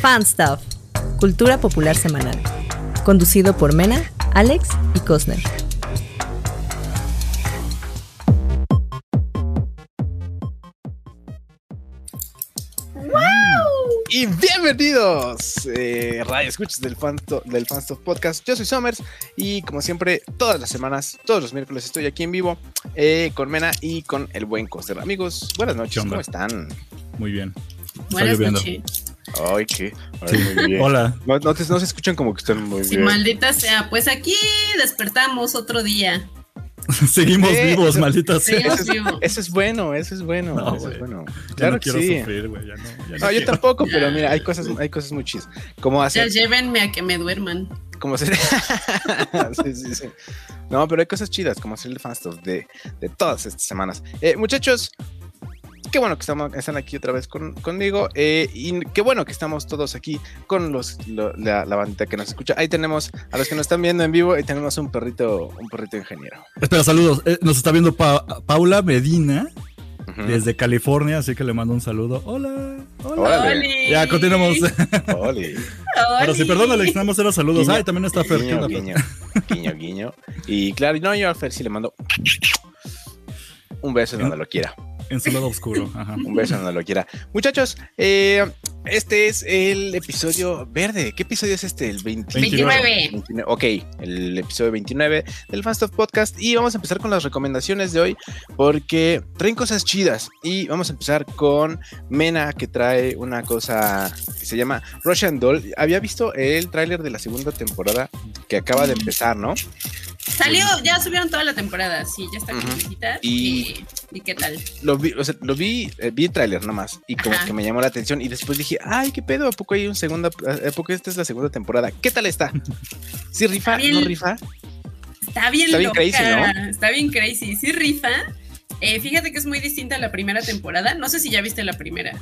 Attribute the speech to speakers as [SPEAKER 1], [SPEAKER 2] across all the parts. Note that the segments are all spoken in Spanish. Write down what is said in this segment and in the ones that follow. [SPEAKER 1] Fan Stuff, Cultura Popular Semanal, conducido por Mena, Alex y Cosner.
[SPEAKER 2] Y bienvenidos, eh, radio escuchas del, fan del Fanstuff Podcast. Yo soy Somers y como siempre, todas las semanas, todos los miércoles estoy aquí en vivo eh, con Mena y con el buen Coster. Amigos, buenas noches,
[SPEAKER 3] onda?
[SPEAKER 2] ¿cómo están?
[SPEAKER 3] Muy bien.
[SPEAKER 4] Buenas
[SPEAKER 3] lloviendo.
[SPEAKER 4] noches.
[SPEAKER 2] Ay, qué. Ay, muy bien.
[SPEAKER 3] Hola.
[SPEAKER 2] No, no te- no se escuchan como que están muy
[SPEAKER 4] Sí,
[SPEAKER 2] bien.
[SPEAKER 4] maldita sea. Pues aquí despertamos otro día.
[SPEAKER 3] Seguimos
[SPEAKER 2] Eh,
[SPEAKER 3] vivos,
[SPEAKER 2] eso-
[SPEAKER 3] maldita sea.
[SPEAKER 4] Seguimos
[SPEAKER 2] Eso es,
[SPEAKER 4] vivos.
[SPEAKER 2] eso es bueno, eso es bueno. eso
[SPEAKER 3] No,
[SPEAKER 2] es
[SPEAKER 3] güey.
[SPEAKER 2] bueno.
[SPEAKER 3] Ya
[SPEAKER 2] Claro
[SPEAKER 3] no
[SPEAKER 2] que
[SPEAKER 3] quiero
[SPEAKER 2] sí.
[SPEAKER 3] sufrir, güey. Ya no, ya
[SPEAKER 2] No, yo
[SPEAKER 3] quiero.
[SPEAKER 2] tampoco, pero mira, hay cosas, hay cosas muy chidas. Como
[SPEAKER 4] Ya
[SPEAKER 2] hace,
[SPEAKER 4] llévenme a que me duerman.
[SPEAKER 2] como hacer- Sí, sí, sí. No, pero hay cosas chidas, como hacer el fan stuff de, de todas estas semanas. Eh, muchachos, qué bueno que estamos, están aquí otra vez con- conmigo. eh, y qué bueno que estamos todos aquí con los, lo- la, la bandita que nos escucha. Ahí tenemos a los que nos están viendo en vivo y tenemos un perrito, un perrito ingeniero.
[SPEAKER 3] Espera, saludos. Eh, nos está viendo Pa- Paula Medina
[SPEAKER 2] Ujú.
[SPEAKER 3] desde California, así que le mando un saludo. Hola. Hola.
[SPEAKER 2] Órale.
[SPEAKER 4] ¡Oli!
[SPEAKER 3] Ya, continuamos.
[SPEAKER 2] Oli.
[SPEAKER 3] Ahora sí,
[SPEAKER 4] ¡Oli!
[SPEAKER 3] perdón, Alex, nada más eran saludos.
[SPEAKER 2] Guiño,
[SPEAKER 3] Ay, también está Fer. ¿Qué
[SPEAKER 2] Guiño,
[SPEAKER 3] onda, Fer?
[SPEAKER 2] guiño, guiño, guiño. Y claro, no, yo a Fer sí le mando un beso donde lo quiera.
[SPEAKER 3] En su lado oscuro. Ajá.
[SPEAKER 2] Un beso donde lo quiera. Muchachos, eh, este es el episodio verde. ¿Qué episodio es este? El
[SPEAKER 4] 29.
[SPEAKER 2] 29, Ok, el episodio 29 del Fast of Podcast. Y vamos a empezar con las recomendaciones de hoy porque traen cosas chidas. Y vamos a empezar con Mena que trae una cosa que se llama Russian Doll. Había visto el tráiler de la segunda temporada que acaba de empezar, ¿no?
[SPEAKER 4] Salió, ya subieron toda la temporada. Sí, ya está
[SPEAKER 2] Ujú.
[SPEAKER 4] completita.
[SPEAKER 2] Y-
[SPEAKER 4] Y... ¿Y qué tal?
[SPEAKER 2] Lo vi, o sea, lo vi, eh, vi el tráiler nomás y como
[SPEAKER 4] Ajá.
[SPEAKER 2] que me llamó la atención y después dije, ay, qué pedo, ¿a poco hay un segunda, a a poco esta es la segunda temporada? ¿Qué tal está? ¿Sí rifa?
[SPEAKER 4] Está bien.
[SPEAKER 2] ¿No rifa?
[SPEAKER 4] Está bien
[SPEAKER 2] Está bien
[SPEAKER 4] loca,
[SPEAKER 2] crazy, ¿no?
[SPEAKER 4] Está bien crazy. Sí, rifa. Eh, fíjate que es muy distinta a la primera temporada. No sé si ya viste la primera.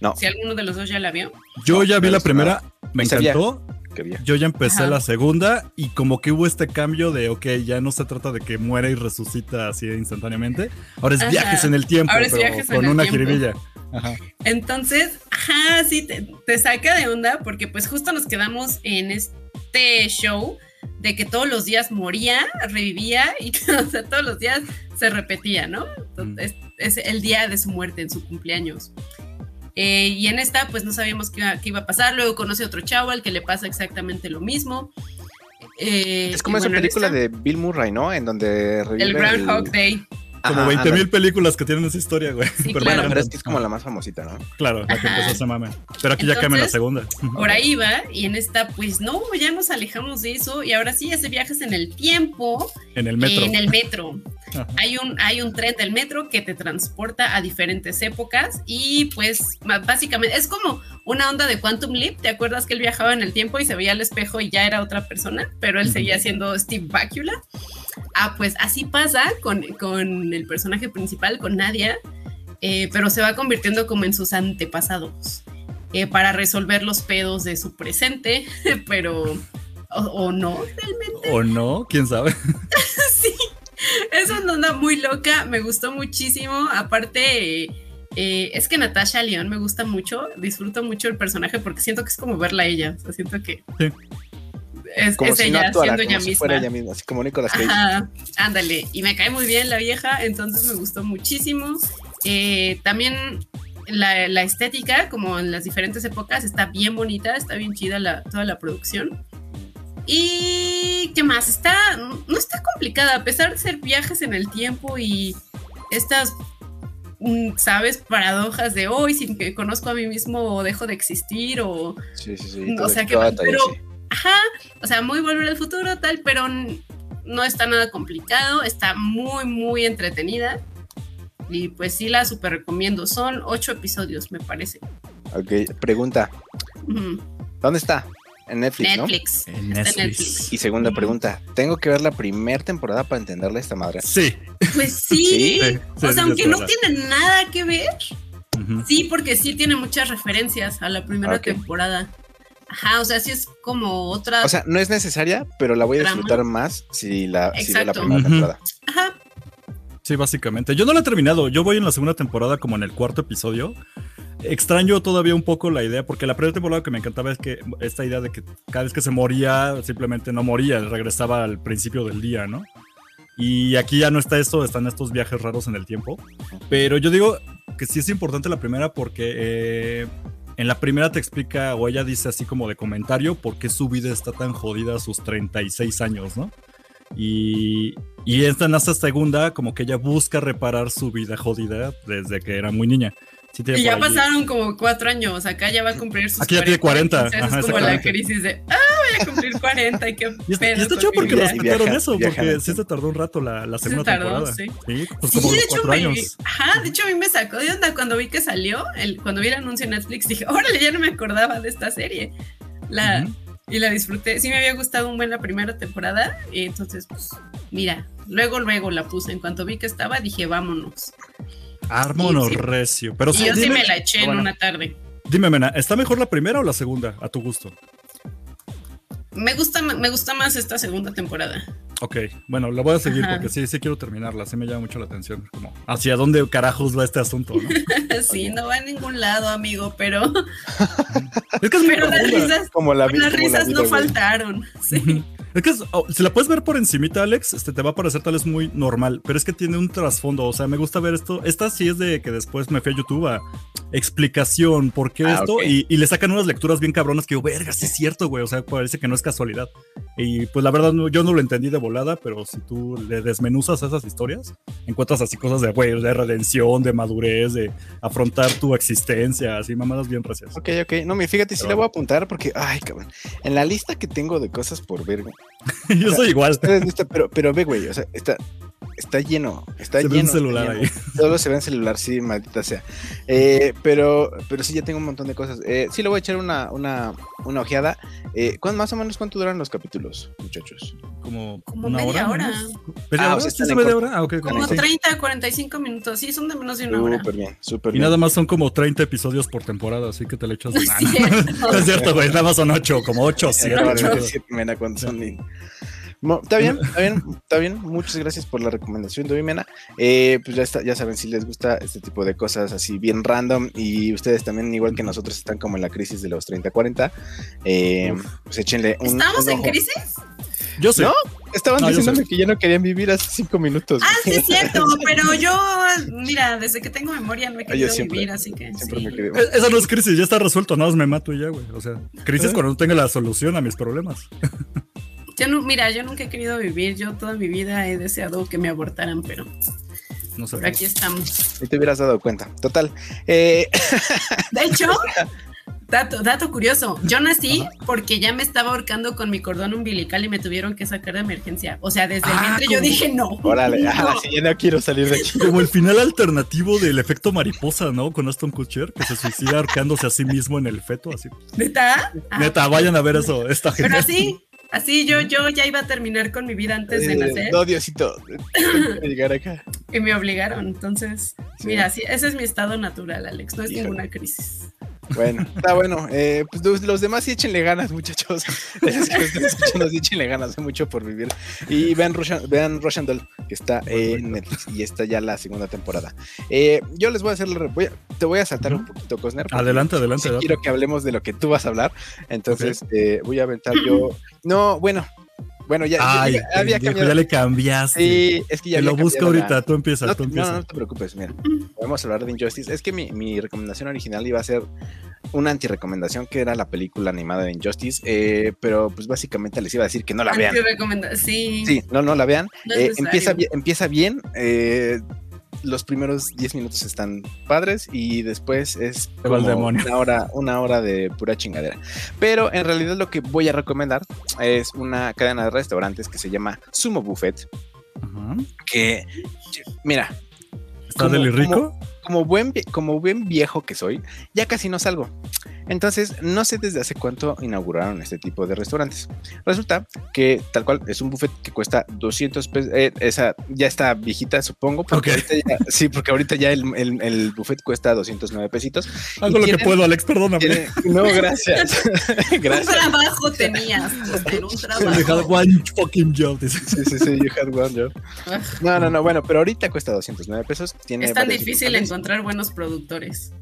[SPEAKER 2] No.
[SPEAKER 4] Si alguno de los dos ya la vio.
[SPEAKER 3] Yo ya vi
[SPEAKER 2] No,
[SPEAKER 3] la
[SPEAKER 2] no,
[SPEAKER 3] primera, me
[SPEAKER 2] no sabía.
[SPEAKER 3] encantó.
[SPEAKER 2] Qué bien.
[SPEAKER 3] Yo ya empecé
[SPEAKER 4] Ajá.
[SPEAKER 3] la segunda y como que hubo este cambio de, ok, ya no se trata de que muera y resucita así instantáneamente. Ahora es
[SPEAKER 4] Ajá.
[SPEAKER 3] viajes en el tiempo,
[SPEAKER 4] Ahora es
[SPEAKER 3] pero
[SPEAKER 4] viajes en
[SPEAKER 3] con
[SPEAKER 4] el
[SPEAKER 3] una
[SPEAKER 4] tiempo.
[SPEAKER 3] jiribilla. Ajá.
[SPEAKER 4] Entonces, ajá, sí, te, te saca de onda porque pues justo nos quedamos en este show de que todos los días moría, revivía y que, o sea, todos los días se repetía,
[SPEAKER 2] Mm.
[SPEAKER 4] ¿no? Entonces, es, es el día de su muerte, en su cumpleaños. Eh, y en esta pues no sabíamos qué iba, qué iba a pasar, luego conoce a otro chavo al que le pasa exactamente lo mismo. Eh,
[SPEAKER 2] Es como
[SPEAKER 4] y
[SPEAKER 2] esa
[SPEAKER 4] bueno, en
[SPEAKER 2] película
[SPEAKER 4] esta-
[SPEAKER 2] de Bill Murray, ¿no? En donde revive
[SPEAKER 4] El Groundhog Day.
[SPEAKER 2] Ajá,
[SPEAKER 3] Como 20
[SPEAKER 2] ándale.
[SPEAKER 3] mil películas que tienen esa historia, güey.
[SPEAKER 4] Sí,
[SPEAKER 3] Pero
[SPEAKER 2] Bueno,
[SPEAKER 4] Claro.
[SPEAKER 2] pero es que es como la más famosita, ¿no?
[SPEAKER 3] Claro, la que
[SPEAKER 4] Ajá.
[SPEAKER 3] empezó ese mame. Pero aquí ya cambia la
[SPEAKER 4] Entonces,
[SPEAKER 3] segunda.
[SPEAKER 4] Por ahí va, y en esta, pues no, ya nos alejamos de eso, y ahora sí hace viajes en el tiempo,
[SPEAKER 3] En el metro.
[SPEAKER 4] en el metro.
[SPEAKER 3] Ajá.
[SPEAKER 4] Hay un, hay un tren del metro que te transporta a diferentes épocas, y pues ma- básicamente es como una onda de Quantum Leap. ¿Te acuerdas que él viajaba en el tiempo y se veía al espejo y ya era otra persona? Pero él
[SPEAKER 3] Ujú.
[SPEAKER 4] seguía siendo Steve Bakula. Ah, pues así pasa con, con el personaje principal, con Nadia, eh, pero se va convirtiendo como en sus antepasados eh, para resolver los pedos de su presente, pero o, o no.
[SPEAKER 3] ¿O no? ¿Quién sabe?
[SPEAKER 4] sí, es una onda muy loca, me gustó muchísimo. Aparte, eh, eh, es que Natasha León me gusta mucho, disfruto mucho el personaje porque siento que es como verla a ella, o sea, siento que
[SPEAKER 3] Sí.
[SPEAKER 4] es,
[SPEAKER 2] Como
[SPEAKER 4] es
[SPEAKER 2] si no
[SPEAKER 4] ella
[SPEAKER 2] actuara,
[SPEAKER 4] siendo
[SPEAKER 2] como
[SPEAKER 4] ella
[SPEAKER 2] si
[SPEAKER 4] misma.
[SPEAKER 2] fuera ella misma, así como Nicolas Cage.
[SPEAKER 4] Ajá, ándale. Y me cae muy bien la vieja, entonces me gustó muchísimo. Eh, también la, la estética, como en las diferentes épocas, está bien bonita, está bien chida la, toda la producción. Y qué más, está, no está complicada, a pesar de ser viajes en el tiempo y estas, mm, sabes, paradojas de hoy, sin que conozco a mí mismo o dejo de existir o
[SPEAKER 2] Sí, sí, sí.
[SPEAKER 4] O
[SPEAKER 2] todo-
[SPEAKER 4] sea que-
[SPEAKER 2] todo detallado,
[SPEAKER 4] pero-
[SPEAKER 2] sí.
[SPEAKER 4] Ajá, o sea, muy volver al futuro, tal, pero n- no está nada complicado, está muy, muy entretenida. Y pues sí, la super recomiendo. Son ocho episodios, me parece.
[SPEAKER 2] Ok, pregunta.
[SPEAKER 4] Ujú.
[SPEAKER 2] ¿Dónde está? En Netflix, ¿no?
[SPEAKER 4] Netflix.
[SPEAKER 3] En
[SPEAKER 4] Está en
[SPEAKER 3] Netflix.
[SPEAKER 2] Y segunda pregunta, ¿tengo que ver la primera temporada para entenderle esta madre?
[SPEAKER 3] Sí.
[SPEAKER 4] Pues sí.
[SPEAKER 3] Sí,
[SPEAKER 4] o
[SPEAKER 3] sí,
[SPEAKER 4] sea, aunque no
[SPEAKER 3] sí,
[SPEAKER 4] tiene nada que ver,
[SPEAKER 3] Ujú.
[SPEAKER 4] sí, porque sí tiene muchas referencias a la primera
[SPEAKER 2] Ah, Ok.
[SPEAKER 4] temporada. Ajá, o sea, sí es como otra.
[SPEAKER 2] O sea, no es necesaria, pero la voy a
[SPEAKER 4] Ah. Drama.
[SPEAKER 2] disfrutar más si la, si veo la
[SPEAKER 4] Exacto.
[SPEAKER 2] primera
[SPEAKER 3] Ujú.
[SPEAKER 2] temporada.
[SPEAKER 4] Ajá,
[SPEAKER 3] Sí, básicamente. Yo no la he terminado. Yo voy en la segunda temporada como en el cuarto episodio. Extraño todavía un poco la idea, porque la primera temporada que me encantaba es que esta idea de que cada vez que se moría, simplemente no moría, regresaba al principio del día, ¿no? Y aquí ya no está esto, están estos viajes raros en el tiempo. Pero yo digo que sí es importante la primera porque eh, en la primera te explica, o ella dice así como de comentario, por qué su vida está tan jodida a sus 36 años, ¿no? Y, y esta en esta segunda, como que ella busca reparar su vida jodida desde que era muy niña. Sí tiene
[SPEAKER 4] Y
[SPEAKER 3] por
[SPEAKER 4] ya
[SPEAKER 3] ahí- este.
[SPEAKER 4] pasaron como cuatro años, acá ya va a cumplir sus
[SPEAKER 3] Aquí ya tiene 40.
[SPEAKER 4] entonces
[SPEAKER 3] Ajá,
[SPEAKER 4] es como la
[SPEAKER 3] exactamente.
[SPEAKER 4] crisis de, ah, voy a cumplir 40 y qué
[SPEAKER 3] Y está, y
[SPEAKER 4] pedo
[SPEAKER 3] está
[SPEAKER 4] con
[SPEAKER 3] chido
[SPEAKER 4] mi
[SPEAKER 3] porque
[SPEAKER 4] vida.
[SPEAKER 3] respetaron
[SPEAKER 2] Viaja-
[SPEAKER 3] eso,
[SPEAKER 2] viaja en
[SPEAKER 3] porque
[SPEAKER 2] el
[SPEAKER 3] sí se tardó un rato la, la
[SPEAKER 4] se
[SPEAKER 3] segunda
[SPEAKER 4] tardó,
[SPEAKER 3] temporada.
[SPEAKER 4] sí.
[SPEAKER 3] pues
[SPEAKER 4] Sí,
[SPEAKER 3] como
[SPEAKER 4] de
[SPEAKER 3] los
[SPEAKER 4] hecho,
[SPEAKER 3] cuatro
[SPEAKER 4] me,
[SPEAKER 3] años.
[SPEAKER 4] ajá, de hecho a mí me sacó de onda cuando vi que salió, el, cuando vi el anuncio en Netflix, dije, órale, ya no me acordaba de esta serie. La,
[SPEAKER 3] Ujú.
[SPEAKER 4] Y la disfruté, sí me había gustado un buen la primera temporada, y entonces, pues, mira, luego, luego la puse, en cuanto vi que estaba, dije, vámonos.
[SPEAKER 3] Armono
[SPEAKER 4] Y sí.
[SPEAKER 3] recio. Pero
[SPEAKER 4] y
[SPEAKER 3] sí,
[SPEAKER 4] yo sí
[SPEAKER 3] dime,
[SPEAKER 4] me la eché en
[SPEAKER 2] bueno.
[SPEAKER 4] una tarde.
[SPEAKER 3] dime, Mena, ¿está mejor la primera o la segunda? A tu gusto.
[SPEAKER 4] Me gusta, ma- me gusta más esta segunda temporada.
[SPEAKER 3] Ok, bueno, la voy a seguir
[SPEAKER 4] Ajá.
[SPEAKER 3] porque sí, sí quiero terminarla. Sí me llama mucho la atención. Como, ¿hacia dónde carajos va este asunto? no?
[SPEAKER 4] sí, no va a ningún lado, amigo, pero,
[SPEAKER 3] Es que es muy
[SPEAKER 4] pero las
[SPEAKER 3] profunda.
[SPEAKER 4] risas,
[SPEAKER 2] Como la vi-
[SPEAKER 4] las
[SPEAKER 2] como la
[SPEAKER 4] risas
[SPEAKER 2] vida,
[SPEAKER 4] no
[SPEAKER 2] güey.
[SPEAKER 4] faltaron. Sí.
[SPEAKER 3] Es que es- oh, si la puedes ver por encimita, Alex, este, te va a parecer tal vez muy normal, pero es que tiene un trasfondo. O sea, me gusta ver esto. Esta sí es de que después me fui a YouTube a explicación, por qué
[SPEAKER 2] Ah,
[SPEAKER 3] esto,
[SPEAKER 2] ok.
[SPEAKER 3] y, y le sacan unas lecturas bien cabronas que yo, verga, sí es cierto, güey. O sea, parece que no es casualidad. Y pues la verdad, no- yo no lo entendí de volada, pero si tú le desmenuzas esas historias, encuentras así cosas de, güey, de redención, de madurez, de afrontar tu existencia, así mamadas bien gracias.
[SPEAKER 2] Ok, ok. No, me fíjate, sí
[SPEAKER 3] Pero
[SPEAKER 2] la
[SPEAKER 3] bueno.
[SPEAKER 2] voy a apuntar porque, ay, cabrón. En la lista que tengo de cosas por ver, güey,
[SPEAKER 3] yo soy igual.
[SPEAKER 2] ustedes no está- pero, pero ve, güey, o sea, está, está lleno. Está
[SPEAKER 3] Se ve un
[SPEAKER 2] lleno. está
[SPEAKER 3] celular
[SPEAKER 2] lleno. Todo se ve en celular, sí, maldita sea. Eh, pero, pero sí, ya tengo un montón de cosas. Eh, sí, le voy a echar una, una, una ojeada. Eh, ¿cuán- más o menos cuánto duran los capítulos, muchachos?
[SPEAKER 3] Como,
[SPEAKER 4] Como
[SPEAKER 3] una
[SPEAKER 4] media
[SPEAKER 3] hora. ¿no?
[SPEAKER 4] hora.
[SPEAKER 3] ¿Media
[SPEAKER 2] Ah, o sea,
[SPEAKER 3] hora? ¿Sí
[SPEAKER 2] están
[SPEAKER 3] se
[SPEAKER 2] en
[SPEAKER 3] ve de
[SPEAKER 2] corto.
[SPEAKER 3] hora? Ah, ok, ok.
[SPEAKER 4] Como
[SPEAKER 3] Sí.
[SPEAKER 4] 30 a 45 minutos, sí, son de menos de una hora.
[SPEAKER 2] Súper bien, súper
[SPEAKER 3] Y
[SPEAKER 2] bien.
[SPEAKER 3] nada más son como 30 episodios por temporada, así que te le echas de
[SPEAKER 4] Sí,
[SPEAKER 3] nada. No es cierto, güey, nada más son 8, como 8,
[SPEAKER 2] Sí, no, no,
[SPEAKER 3] 7.
[SPEAKER 2] sí, Mena, cuando son ni- Mo- Está bien, está bien, está bien. Muchas gracias por la recomendación de hoy, Mena. Eh, pues ya, está, ya saben, si les gusta este tipo de cosas así bien random y ustedes también, igual que nosotros, están como en la crisis de los 30-40, eh, pues échenle un.
[SPEAKER 4] ¿Estamos
[SPEAKER 2] un
[SPEAKER 4] en
[SPEAKER 2] ojo.
[SPEAKER 4] crisis?
[SPEAKER 3] Yo sé. e-,
[SPEAKER 2] ¿No? Estaban
[SPEAKER 3] No, yo
[SPEAKER 2] diciéndome
[SPEAKER 3] sé.
[SPEAKER 2] que ya no querían vivir hace cinco minutos.
[SPEAKER 4] Ah, sí,
[SPEAKER 2] güey.
[SPEAKER 4] es cierto, pero yo, mira, desde que tengo memoria no he querido
[SPEAKER 2] siempre-
[SPEAKER 4] vivir, así que.
[SPEAKER 2] Siempre
[SPEAKER 4] sí.
[SPEAKER 2] me quedé.
[SPEAKER 3] E- Esa no es crisis, ya está resuelto, nada más me mato y ya, güey. O sea, crisis
[SPEAKER 2] ¿Eh?
[SPEAKER 3] cuando no tenga la solución a mis problemas.
[SPEAKER 4] Yo nu- mira, yo nunca he querido vivir, yo toda mi vida he deseado que me abortaran, pero
[SPEAKER 3] No sé.
[SPEAKER 4] por aquí estamos.
[SPEAKER 2] Si te hubieras dado cuenta. Total. eh,
[SPEAKER 4] De hecho, dato, dato curioso, yo nací porque ya me estaba ahorcando con mi cordón umbilical y me tuvieron que sacar de emergencia. O sea, desde el
[SPEAKER 3] Ah,
[SPEAKER 4] vientre yo
[SPEAKER 3] como-
[SPEAKER 4] dije no.
[SPEAKER 2] órale,
[SPEAKER 4] no.
[SPEAKER 2] ah, sí, ya no quiero salir de aquí.
[SPEAKER 3] Como el final alternativo del efecto mariposa, ¿no? Con Aston Kutcher, que se suicida arqueándose a sí mismo en el feto, así.
[SPEAKER 4] ¿Neta? Ah,
[SPEAKER 3] Neta, vayan a ver eso, esta
[SPEAKER 4] Pero
[SPEAKER 3] gente.
[SPEAKER 4] así, así yo, yo ya iba a terminar con mi vida antes de
[SPEAKER 2] Eh,
[SPEAKER 4] nacer.
[SPEAKER 2] No, Diosito. tengo que llegar acá.
[SPEAKER 4] Y me obligaron, entonces,
[SPEAKER 2] Sí.
[SPEAKER 4] mira, sí, ese es mi estado natural, Alex, no es
[SPEAKER 2] Híjole.
[SPEAKER 4] ninguna crisis.
[SPEAKER 2] Bueno, está bueno. Eh, pues los, los demás sí échenle ganas, muchachos. De los que me están escuchando, sí échenle ganas, hay mucho por vivir. Y vean Russian, vean Russian Doll, que está en Netflix y está ya la segunda temporada. Eh, yo les voy a hacer, la re- voy a- te voy a saltar un poquito, Cosner. porque
[SPEAKER 3] Adelante,
[SPEAKER 2] sí
[SPEAKER 3] adelante, adelante.
[SPEAKER 2] quiero que hablemos de lo que tú vas a hablar. Entonces, eh, voy a aventar yo. No, bueno, bueno, ya, ya-
[SPEAKER 3] Ay,
[SPEAKER 2] ya había
[SPEAKER 3] pendejo,
[SPEAKER 2] cambiado.
[SPEAKER 3] ya le cambiaste.
[SPEAKER 2] Sí, es que ya
[SPEAKER 3] Te
[SPEAKER 2] había
[SPEAKER 3] lo busco
[SPEAKER 2] cambiado la-
[SPEAKER 3] ahorita, tú empiezas,
[SPEAKER 2] no,
[SPEAKER 3] tú
[SPEAKER 2] te- no,
[SPEAKER 3] empiezas.
[SPEAKER 2] no te preocupes, mira. Podemos hablar de Injustice. Es que mi, mi recomendación original iba a ser una antirecomendación que era la película animada de Injustice, eh, pero pues básicamente les iba a decir que no la vean.
[SPEAKER 4] Antes de recomendar- sí.
[SPEAKER 2] Sí, no, no la vean.
[SPEAKER 4] No es
[SPEAKER 2] Eh,
[SPEAKER 4] necesario.
[SPEAKER 2] empieza, bien- empieza bien. eh, los primeros 10 minutos están padres y después es
[SPEAKER 3] Se va al
[SPEAKER 2] como
[SPEAKER 3] demonio.
[SPEAKER 2] una hora, una hora de pura chingadera. Pero en realidad lo que voy a recomendar es una cadena de restaurantes que se llama Sumo Buffet,
[SPEAKER 3] Ajá.
[SPEAKER 2] que mira,
[SPEAKER 3] ¿Está
[SPEAKER 2] ¿Cómo-
[SPEAKER 3] Deli Rico?
[SPEAKER 2] como buen, vie- como buen viejo que soy, ya casi no salgo. Entonces, no sé desde hace cuánto inauguraron este tipo de restaurantes. Resulta que tal cual es un buffet que cuesta 200 pesos. eh, esa ya está viejita, supongo. Porque
[SPEAKER 3] Ok.
[SPEAKER 2] ahorita ya- sí, porque ahorita ya el, el- el buffet cuesta 209 pesitos.
[SPEAKER 3] Hago lo
[SPEAKER 2] tienen-
[SPEAKER 3] que puedo, Alex, perdóname.
[SPEAKER 2] Tiene- no, gracias.
[SPEAKER 4] Un
[SPEAKER 2] gracias.
[SPEAKER 4] trabajo tenías, Mister, un
[SPEAKER 3] You had
[SPEAKER 4] trabajo.
[SPEAKER 3] one fucking job, dice.
[SPEAKER 2] Sí, sí, sí, you had one job. No, no, no. Bueno, pero ahorita cuesta 209 pesos. Tiene
[SPEAKER 4] Es tan
[SPEAKER 2] varias
[SPEAKER 4] difícil
[SPEAKER 2] sucursales.
[SPEAKER 4] encontrar buenos productores.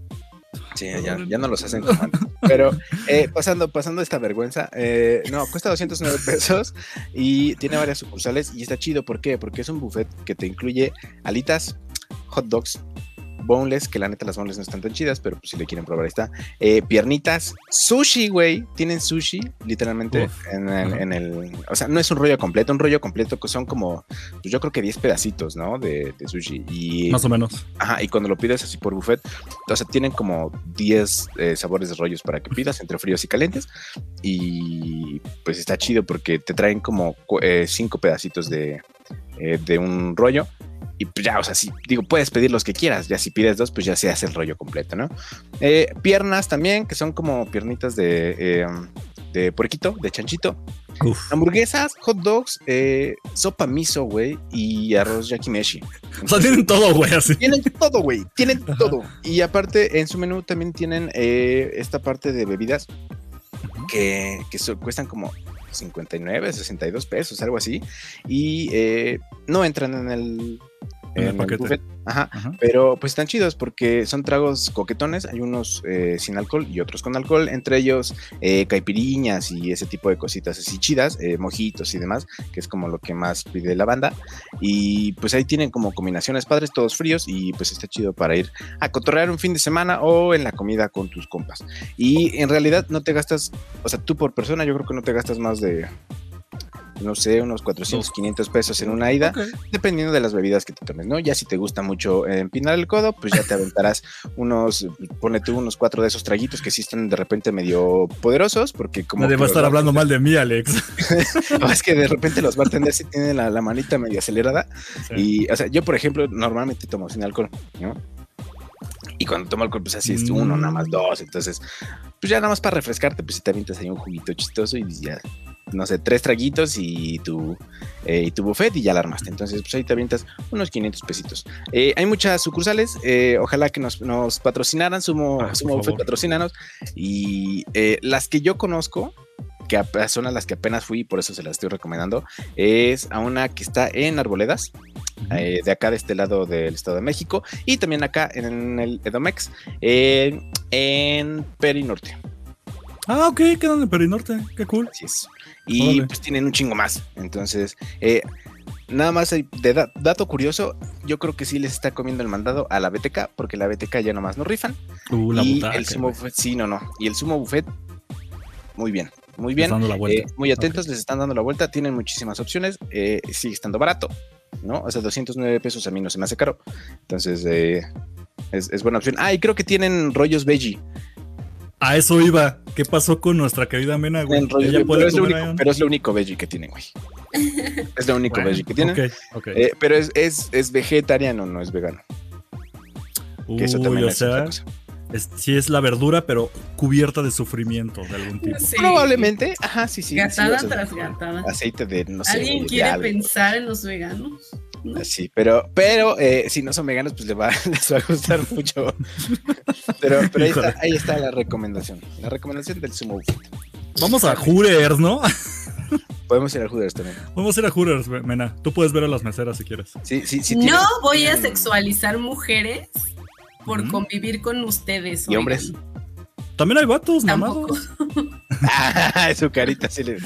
[SPEAKER 2] Sí, ya, ya no los hacen como antes. Pero eh, pasando, pasando esta vergüenza, eh, no, cuesta 209 pesos y tiene varias sucursales y está chido. ¿Por qué? Porque es un buffet que te incluye alitas, hot dogs, boneless, que la neta las boneless no están tan chidas, pero pues, si le quieren probar ahí está. Eh, piernitas, sushi, güey. Tienen sushi, literalmente,
[SPEAKER 3] Uf.
[SPEAKER 2] en el,
[SPEAKER 3] Ajá.
[SPEAKER 2] en el- O sea, no es un rollo completo, un rollo completo que son como, pues, yo creo que 10 pedacitos, ¿no? De, de sushi. Y
[SPEAKER 3] Más o menos.
[SPEAKER 2] Ajá, y cuando lo pides así por buffet, o sea, tienen como 10 eh, sabores de rollos para que pidas, entre fríos y calientes. Y pues está chido porque te traen como 5 pedacitos de, eh, de un rollo. Y pues ya, o sea, si, digo, puedes pedir los que quieras. Ya si pides dos, pues ya se hace el rollo completo, ¿no? Eh, piernas también, que son como piernitas de, eh, de puerquito, de chanchito.
[SPEAKER 3] Uf.
[SPEAKER 2] Hamburguesas, hot dogs, eh, sopa miso, güey, y arroz yakimeshi.
[SPEAKER 3] O sea, tienen todo, güey, así.
[SPEAKER 2] Tienen todo, güey. Tienen todo. Y aparte, en su menú también tienen eh, esta parte de bebidas que, que so- cuestan como 59, 62 pesos, algo así. Y eh, no entran en el,
[SPEAKER 3] En el paquete.
[SPEAKER 2] buffet. Ajá.
[SPEAKER 3] Ajá.
[SPEAKER 2] Pero pues están chidos porque son tragos coquetones. Hay unos eh, sin alcohol y otros con alcohol. Entre ellos, eh, caipiriñas y ese tipo de cositas así chidas, eh, mojitos y demás, que es como lo que más pide la banda. Y pues ahí tienen como combinaciones padres, todos fríos. Y pues está chido para ir a cotorrear un fin de semana o en la comida con tus compas. Y en realidad no te gastas, o sea, tú por persona, yo creo que no te gastas más de. No sé, unos 400, 500 pesos en una ida
[SPEAKER 3] Ok.
[SPEAKER 2] dependiendo de las bebidas que te tomes, ¿no? Ya si te gusta mucho eh, empinar el codo, pues ya te aventarás unos, pone tú unos cuatro de esos traguitos que sí están de repente medio poderosos, porque como...
[SPEAKER 3] Nadie
[SPEAKER 2] que
[SPEAKER 3] va a
[SPEAKER 2] los
[SPEAKER 3] estar hablando mal de mí, Alex.
[SPEAKER 2] bartenders- Es que de repente los bartenders sí tienen la, la manita medio acelerada. Y, o sea, yo, por ejemplo, normalmente tomo sin alcohol, ¿no? Y cuando tomo alcohol, pues así es uno,
[SPEAKER 3] Mm.
[SPEAKER 2] nada más dos. Entonces, pues ya nada más para refrescarte, pues si te avientas ahí un juguito chistoso y pues, ya, no sé, tres traguitos y tu, eh, y tu buffet y ya la armaste. Entonces, pues ahí te avientas unos 500 pesitos. Eh, hay muchas sucursales, eh, ojalá que nos, nos patrocinaran, Sumo,
[SPEAKER 3] Ah, por
[SPEAKER 2] Sumo Buffet
[SPEAKER 3] favor.
[SPEAKER 2] patrocínanos. Y eh, las que yo conozco, que ap- son a las que apenas fui, por eso se las estoy recomendando, es a una que está en Arboledas, eh, de acá de este lado del Estado de México y también acá en el Edomex eh, en Perinorte.
[SPEAKER 3] Ah, ok, quedan en Perinorte. Qué cool.
[SPEAKER 2] Así es. Y
[SPEAKER 3] Órale.
[SPEAKER 2] pues tienen un chingo más. Entonces, eh, nada más hay- de da- dato curioso, yo creo que sí les está comiendo el mandado a la BTK porque la BTK ya nomás no rifan.
[SPEAKER 3] Uh, la
[SPEAKER 2] y
[SPEAKER 3] butaca,
[SPEAKER 2] el Sumo
[SPEAKER 3] güey.
[SPEAKER 2] Buffet, sí, no, no. Y el Sumo Buffet, muy bien, muy bien.
[SPEAKER 3] Está dando la vuelta.
[SPEAKER 2] Eh, muy atentos, les están dando la vuelta, tienen muchísimas opciones, eh, sigue estando barato, ¿no? O sea, 209 pesos a mí no se me hace caro. Entonces, eh, es, es buena opción. Ah, y creo que tienen rollos veggie.
[SPEAKER 3] A eso iba. ¿Qué pasó con nuestra querida Mena, güey?
[SPEAKER 2] tienen rollos
[SPEAKER 3] Ella
[SPEAKER 2] veggie,
[SPEAKER 3] puede
[SPEAKER 2] pero, es lo
[SPEAKER 3] comer
[SPEAKER 2] único,
[SPEAKER 3] ahí, ¿no?
[SPEAKER 2] pero es lo único veggie que tienen, güey. Es lo único
[SPEAKER 3] Bueno,
[SPEAKER 2] veggie que tienen.
[SPEAKER 3] Ok, ok.
[SPEAKER 2] Eh, pero es, es, es vegetariano, no es vegano. Eh, Que eso
[SPEAKER 3] Uy,
[SPEAKER 2] también
[SPEAKER 3] o
[SPEAKER 2] es otra
[SPEAKER 3] sea,
[SPEAKER 2] cosa.
[SPEAKER 3] es- sí es la verdura, pero cubierta de sufrimiento de algún tipo.
[SPEAKER 2] Pues
[SPEAKER 4] Sí.
[SPEAKER 2] Probablemente, ajá, sí, sí. sí,
[SPEAKER 4] Gatada
[SPEAKER 2] o sea,
[SPEAKER 4] tras gatada.
[SPEAKER 2] Aceite de, no sé. güey,
[SPEAKER 4] ¿Alguien
[SPEAKER 2] de
[SPEAKER 4] quiere
[SPEAKER 2] algo.
[SPEAKER 4] pensar en los veganos? ¿No?
[SPEAKER 2] Sí, pero, pero eh, si no son veganos, pues les va, les va a gustar mucho. Pero, pero ahí, está, ahí está la recomendación. La recomendación del sumo.
[SPEAKER 3] Vamos a Hooters, ¿no?
[SPEAKER 2] Podemos ir al Hooters también.
[SPEAKER 3] Vamos a ir a Hooters, güey, Mena. Tú puedes ver a las meseras si quieres.
[SPEAKER 2] Sí, sí, sí.
[SPEAKER 4] no
[SPEAKER 2] tienen-
[SPEAKER 4] voy a
[SPEAKER 2] tienen-
[SPEAKER 4] sexualizar mujeres por
[SPEAKER 3] Ujú.
[SPEAKER 4] convivir con ustedes.
[SPEAKER 2] Y
[SPEAKER 4] oigan.
[SPEAKER 2] hombres.
[SPEAKER 3] También hay vatos,
[SPEAKER 4] Tampoco.
[SPEAKER 3] mamados.
[SPEAKER 2] Ah, su carita sí le.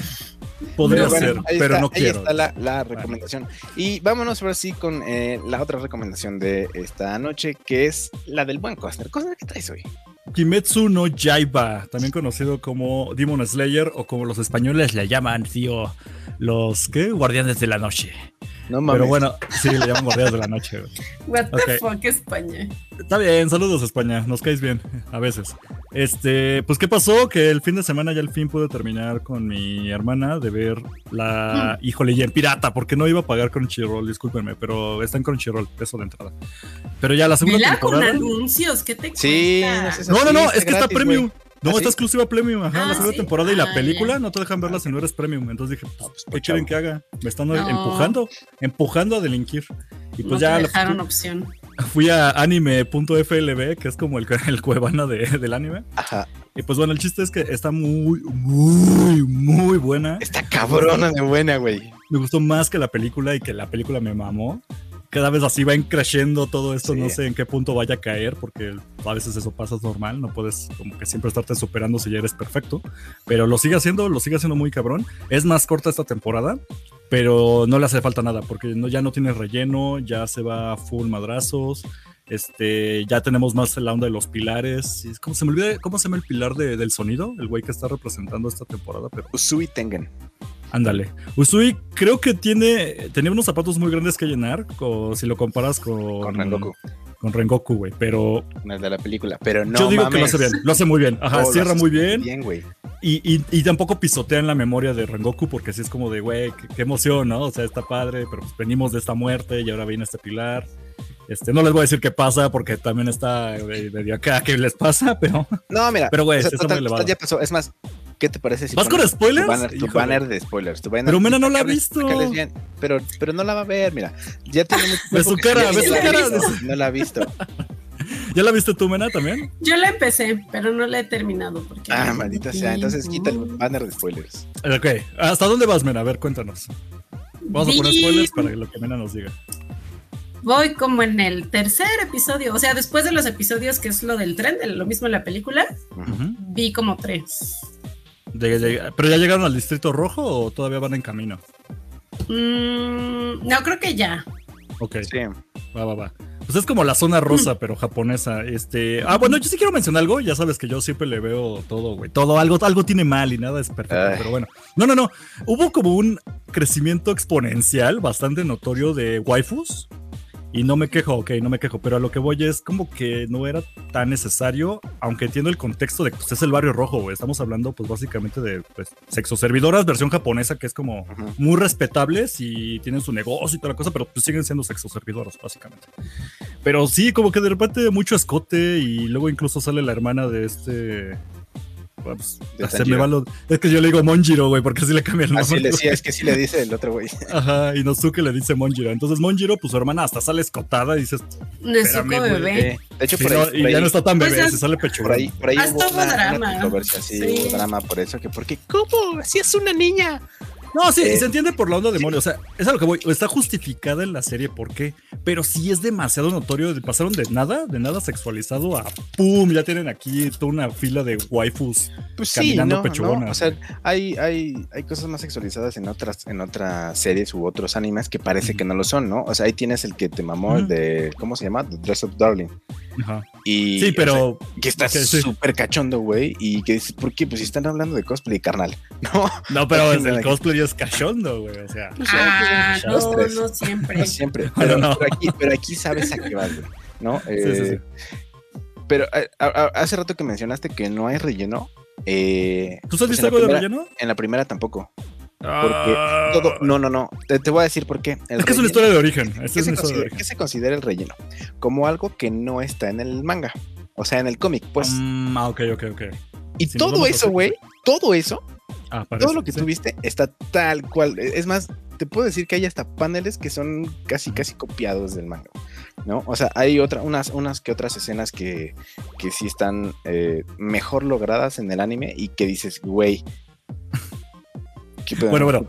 [SPEAKER 3] Podría
[SPEAKER 2] Pero bueno,
[SPEAKER 3] ser,
[SPEAKER 2] ahí
[SPEAKER 3] pero
[SPEAKER 2] está-
[SPEAKER 3] no quiero.
[SPEAKER 2] Ahí está la, la recomendación. Y vámonos ahora sí con eh, la otra recomendación de esta noche, que es la del buen Costner. Costner, ¿qué traes hoy?
[SPEAKER 3] Kimetsu no Yaiba, también conocido como Demon Slayer o como los españoles le llaman, tío, los ¿qué? Guardianes de la Noche.
[SPEAKER 2] No
[SPEAKER 3] Pero bueno, sí, le llaman Guardianes de la Noche. güey.
[SPEAKER 4] What the
[SPEAKER 3] Ok.
[SPEAKER 4] fuck, España.
[SPEAKER 3] Está bien, saludos España, nos caes bien a veces. Este, pues qué pasó que el fin de semana ya al fin pude terminar con mi hermana de ver la, híjole, ya en pirata, porque no iba a pagar Crunchyroll, discúlpenme, pero está en Crunchyroll, eso de entrada. Pero ya la segunda
[SPEAKER 4] Vela con
[SPEAKER 3] temporada.
[SPEAKER 4] anuncios, ¿qué te
[SPEAKER 2] Sí,
[SPEAKER 4] cuesta?
[SPEAKER 2] no seas
[SPEAKER 3] No, no,
[SPEAKER 2] así,
[SPEAKER 3] no, es que está
[SPEAKER 2] gratis,
[SPEAKER 3] premium.
[SPEAKER 2] güey.
[SPEAKER 3] No,
[SPEAKER 2] ¿Ah,
[SPEAKER 3] está
[SPEAKER 2] sí?
[SPEAKER 3] exclusiva premium. Ajá,
[SPEAKER 4] Ah,
[SPEAKER 3] la segunda
[SPEAKER 4] sí.
[SPEAKER 3] temporada y la
[SPEAKER 4] Ah,
[SPEAKER 3] película
[SPEAKER 4] ya.
[SPEAKER 3] no te dejan verla si no eres premium. Entonces dije,
[SPEAKER 2] No, pues,
[SPEAKER 3] ¿qué
[SPEAKER 2] pues,
[SPEAKER 3] quieren
[SPEAKER 2] chavo.
[SPEAKER 3] que haga? Me están
[SPEAKER 4] No.
[SPEAKER 3] empujando, empujando a delinquir. Y
[SPEAKER 4] no
[SPEAKER 3] pues
[SPEAKER 4] te
[SPEAKER 3] ya la-
[SPEAKER 4] dejaron opción.
[SPEAKER 3] fui a anime.flb, que es como el, el cuevana de- del anime.
[SPEAKER 2] Ajá.
[SPEAKER 3] Y pues bueno, el chiste es que está muy, muy, muy buena.
[SPEAKER 2] Está cabrona de buena, güey.
[SPEAKER 3] Me gustó más que la película y que la película me mamó. cada vez así va creciendo todo esto,
[SPEAKER 2] Sí.
[SPEAKER 3] no sé en qué punto vaya a caer, porque a veces eso pasa es normal, no puedes como que siempre estarte superando si ya eres perfecto, pero lo sigue haciendo, lo sigue haciendo muy cabrón. Es más corta esta temporada, pero no le hace falta nada, porque no, ya no tiene relleno, ya se va full madrazos, este, ya tenemos más la onda de los pilares. y es- ¿Cómo se me olvida, cómo se llama el pilar de- del sonido? El güey que está representando esta temporada, pero
[SPEAKER 2] Usui Tengen.
[SPEAKER 3] Ándale. Usui creo que tiene tenía unos zapatos muy grandes que llenar, co- si lo comparas con,
[SPEAKER 2] Con Rengoku,
[SPEAKER 3] Con Rengoku, güey. Pero
[SPEAKER 2] con el de la película. Pero no.
[SPEAKER 3] yo digo que lo
[SPEAKER 2] mames.
[SPEAKER 3] hace bien, lo hace muy bien. Ajá,
[SPEAKER 2] No, lo
[SPEAKER 3] cierra
[SPEAKER 2] haces
[SPEAKER 3] muy bien.
[SPEAKER 2] Bien, güey.
[SPEAKER 3] Y, y, y tampoco pisotean la memoria de Rengoku porque sí es como de, güey, qué, qué emoción, ¿no? O sea, está padre, pero pues venimos de esta muerte y ahora viene este pilar. Este, no les voy a decir qué pasa porque también está eh, medio acá que les pasa, pero...
[SPEAKER 2] No, mira.
[SPEAKER 3] Pero, güey,
[SPEAKER 2] o sea,
[SPEAKER 3] está muy
[SPEAKER 2] total,
[SPEAKER 3] elevado.
[SPEAKER 2] total, ya pasó. Es más, ¿qué te parece si.
[SPEAKER 3] ¿Vas con
[SPEAKER 2] pones
[SPEAKER 3] spoilers?
[SPEAKER 2] Tu banner, tu
[SPEAKER 3] Híjole.
[SPEAKER 2] banner de spoilers. tu banner
[SPEAKER 3] Pero Mena no la ha
[SPEAKER 2] sacales-
[SPEAKER 3] visto.
[SPEAKER 2] sacales bien, pero, pero no la va a ver, mira. Ya tiene mucho
[SPEAKER 3] Ve su
[SPEAKER 2] tiempo que
[SPEAKER 3] cara,
[SPEAKER 2] ya
[SPEAKER 3] ve su
[SPEAKER 2] la ha
[SPEAKER 3] cara.
[SPEAKER 2] visto, No la ha visto.
[SPEAKER 3] ¿Ya la viste tú, Mena, también?
[SPEAKER 4] Yo la empecé, pero no la he terminado. Porque
[SPEAKER 2] Ah, maldita sea. Entonces quita el banner de spoilers.
[SPEAKER 3] Eh, Ok, ¿hasta dónde vas, Mena? A ver, cuéntanos. Vamos a poner
[SPEAKER 4] Vi-
[SPEAKER 3] spoilers para que lo que Mena nos diga.
[SPEAKER 4] Voy como en el tercer episodio, o sea, después de los episodios que es lo del tren, de lo mismo en la película,
[SPEAKER 3] Ujú.
[SPEAKER 4] vi como tres.
[SPEAKER 3] De- de- ¿Pero ya llegaron al Distrito Rojo o todavía van en camino?
[SPEAKER 4] Mm, no, creo que ya.
[SPEAKER 3] Ok.
[SPEAKER 2] Sí.
[SPEAKER 3] Va, va, va. Pues es como la zona rosa, pero japonesa. Este. Ah, bueno, yo sí quiero mencionar algo. Ya sabes que yo siempre le veo todo, güey. Todo, algo, algo tiene mal y nada es perfecto.
[SPEAKER 2] Ay.
[SPEAKER 3] Pero bueno. No, no, no. Hubo como un crecimiento exponencial bastante notorio de waifus. Y no me quejo, ok, no me quejo. Pero a lo que voy es como que no era tan necesario, aunque entiendo el contexto de que pues, es el barrio rojo, güey. Estamos hablando, pues básicamente de pues, sexo servidoras, versión japonesa, que es como
[SPEAKER 2] Ujú.
[SPEAKER 3] muy respetables y tienen su negocio y toda la cosa, pero pues siguen siendo sexoservidoras, básicamente. Pero sí, como que de repente mucho escote y luego incluso sale la hermana de este. Ah, pues,
[SPEAKER 2] De
[SPEAKER 3] se
[SPEAKER 2] Tanjiro.
[SPEAKER 3] me va lo- Es que yo le digo Monjiro, güey, porque así le cambia el nombre.
[SPEAKER 2] Así le
[SPEAKER 3] güey.
[SPEAKER 2] decía, es que sí le dice el otro güey.
[SPEAKER 3] Ajá, y Nozuke le dice Monjiro. Entonces Monjiro, pues su hermana hasta sale escotada y dices.
[SPEAKER 4] Nezuko
[SPEAKER 3] Espérame, güey,
[SPEAKER 4] bebé.
[SPEAKER 2] Eh, De hecho,
[SPEAKER 3] "Sí,
[SPEAKER 2] por
[SPEAKER 3] no",
[SPEAKER 2] ahí.
[SPEAKER 3] y
[SPEAKER 2] por
[SPEAKER 3] ya
[SPEAKER 2] ahí-
[SPEAKER 3] no está tan
[SPEAKER 4] Pues
[SPEAKER 3] bebé,
[SPEAKER 4] es-
[SPEAKER 3] se sale pecho.
[SPEAKER 2] Por ahí, por ahí
[SPEAKER 4] Hasta
[SPEAKER 2] hubo
[SPEAKER 4] hubo
[SPEAKER 2] una, una
[SPEAKER 4] drama.
[SPEAKER 2] controversia, sí,
[SPEAKER 4] Sí.
[SPEAKER 2] hubo drama por eso, que porque, ¿cómo? Si es una niña.
[SPEAKER 3] No, sí, y
[SPEAKER 2] Eh,
[SPEAKER 3] se entiende por la onda de Mori. O sea, es a lo que voy. Está justificada en la serie, ¿por qué? Pero sí es demasiado notorio. de- Pasaron de nada, de nada sexualizado a ¡pum! Ya tienen aquí toda una fila de waifus.
[SPEAKER 2] Pues sí,
[SPEAKER 3] Caminando
[SPEAKER 2] no,
[SPEAKER 3] pechugona,
[SPEAKER 2] no, O sea, hay, hay, hay cosas más sexualizadas en otras, en otras series u otros animes que parece
[SPEAKER 3] Ujú.
[SPEAKER 2] que no lo son, ¿no? O sea, ahí tienes el que te mamó, el
[SPEAKER 3] Ujú.
[SPEAKER 2] de, ¿cómo se llama? The Dress of Darling.
[SPEAKER 3] Ajá.
[SPEAKER 2] Y, o
[SPEAKER 3] Sí,
[SPEAKER 2] sea,
[SPEAKER 3] pero.
[SPEAKER 2] que está
[SPEAKER 3] ok, sí.
[SPEAKER 2] súper cachondo, güey. Y que dices, ¿por qué? Pues si están hablando de cosplay, carnal. No,
[SPEAKER 3] No, pero es-
[SPEAKER 2] Ándale.
[SPEAKER 3] el cosplay es cachondo, güey. O sea.
[SPEAKER 4] Ah,
[SPEAKER 2] Sí,
[SPEAKER 4] no,
[SPEAKER 2] los tres.
[SPEAKER 4] no siempre.
[SPEAKER 2] No siempre. Pero,
[SPEAKER 3] no.
[SPEAKER 2] pero aquí, pero aquí sabes a qué vas, güey, ¿No?
[SPEAKER 3] sí, sí.
[SPEAKER 2] Eh, Pero eh, a- a- hace rato que mencionaste que no hay relleno. eh,
[SPEAKER 3] ¿Tú has
[SPEAKER 2] pues
[SPEAKER 3] visto
[SPEAKER 2] en la
[SPEAKER 3] algo de
[SPEAKER 2] primera-
[SPEAKER 3] relleno?
[SPEAKER 2] En la primera tampoco. Porque
[SPEAKER 3] Ah,
[SPEAKER 2] todo- no, no, no. Te, te voy a decir por qué. El
[SPEAKER 3] Es que es
[SPEAKER 2] relleno.
[SPEAKER 3] una historia de origen. Esta
[SPEAKER 2] ¿Qué
[SPEAKER 3] es
[SPEAKER 2] se,
[SPEAKER 3] una historia de
[SPEAKER 2] considera,
[SPEAKER 3] origen.
[SPEAKER 2] qué se considera el relleno? Como algo que no está en el manga. O sea, en el cómic, pues.
[SPEAKER 3] Mm, ah, ok, ok, ok.
[SPEAKER 2] y
[SPEAKER 3] si nos
[SPEAKER 2] todo
[SPEAKER 3] vamos a
[SPEAKER 2] eso,
[SPEAKER 3] hacer-
[SPEAKER 2] güey. Todo eso, todo
[SPEAKER 3] Ah, parece,
[SPEAKER 2] lo que
[SPEAKER 3] sí.
[SPEAKER 2] tú viste está tal cual. e, Es más, te puedo decir que hay hasta paneles que son casi, casi copiados del manga. ¿No? O sea, hay otra, unas, unas que otras escenas que, que sí están eh, mejor logradas en el anime y que dices, güey. ¿qué pedo?
[SPEAKER 3] Bueno, bueno.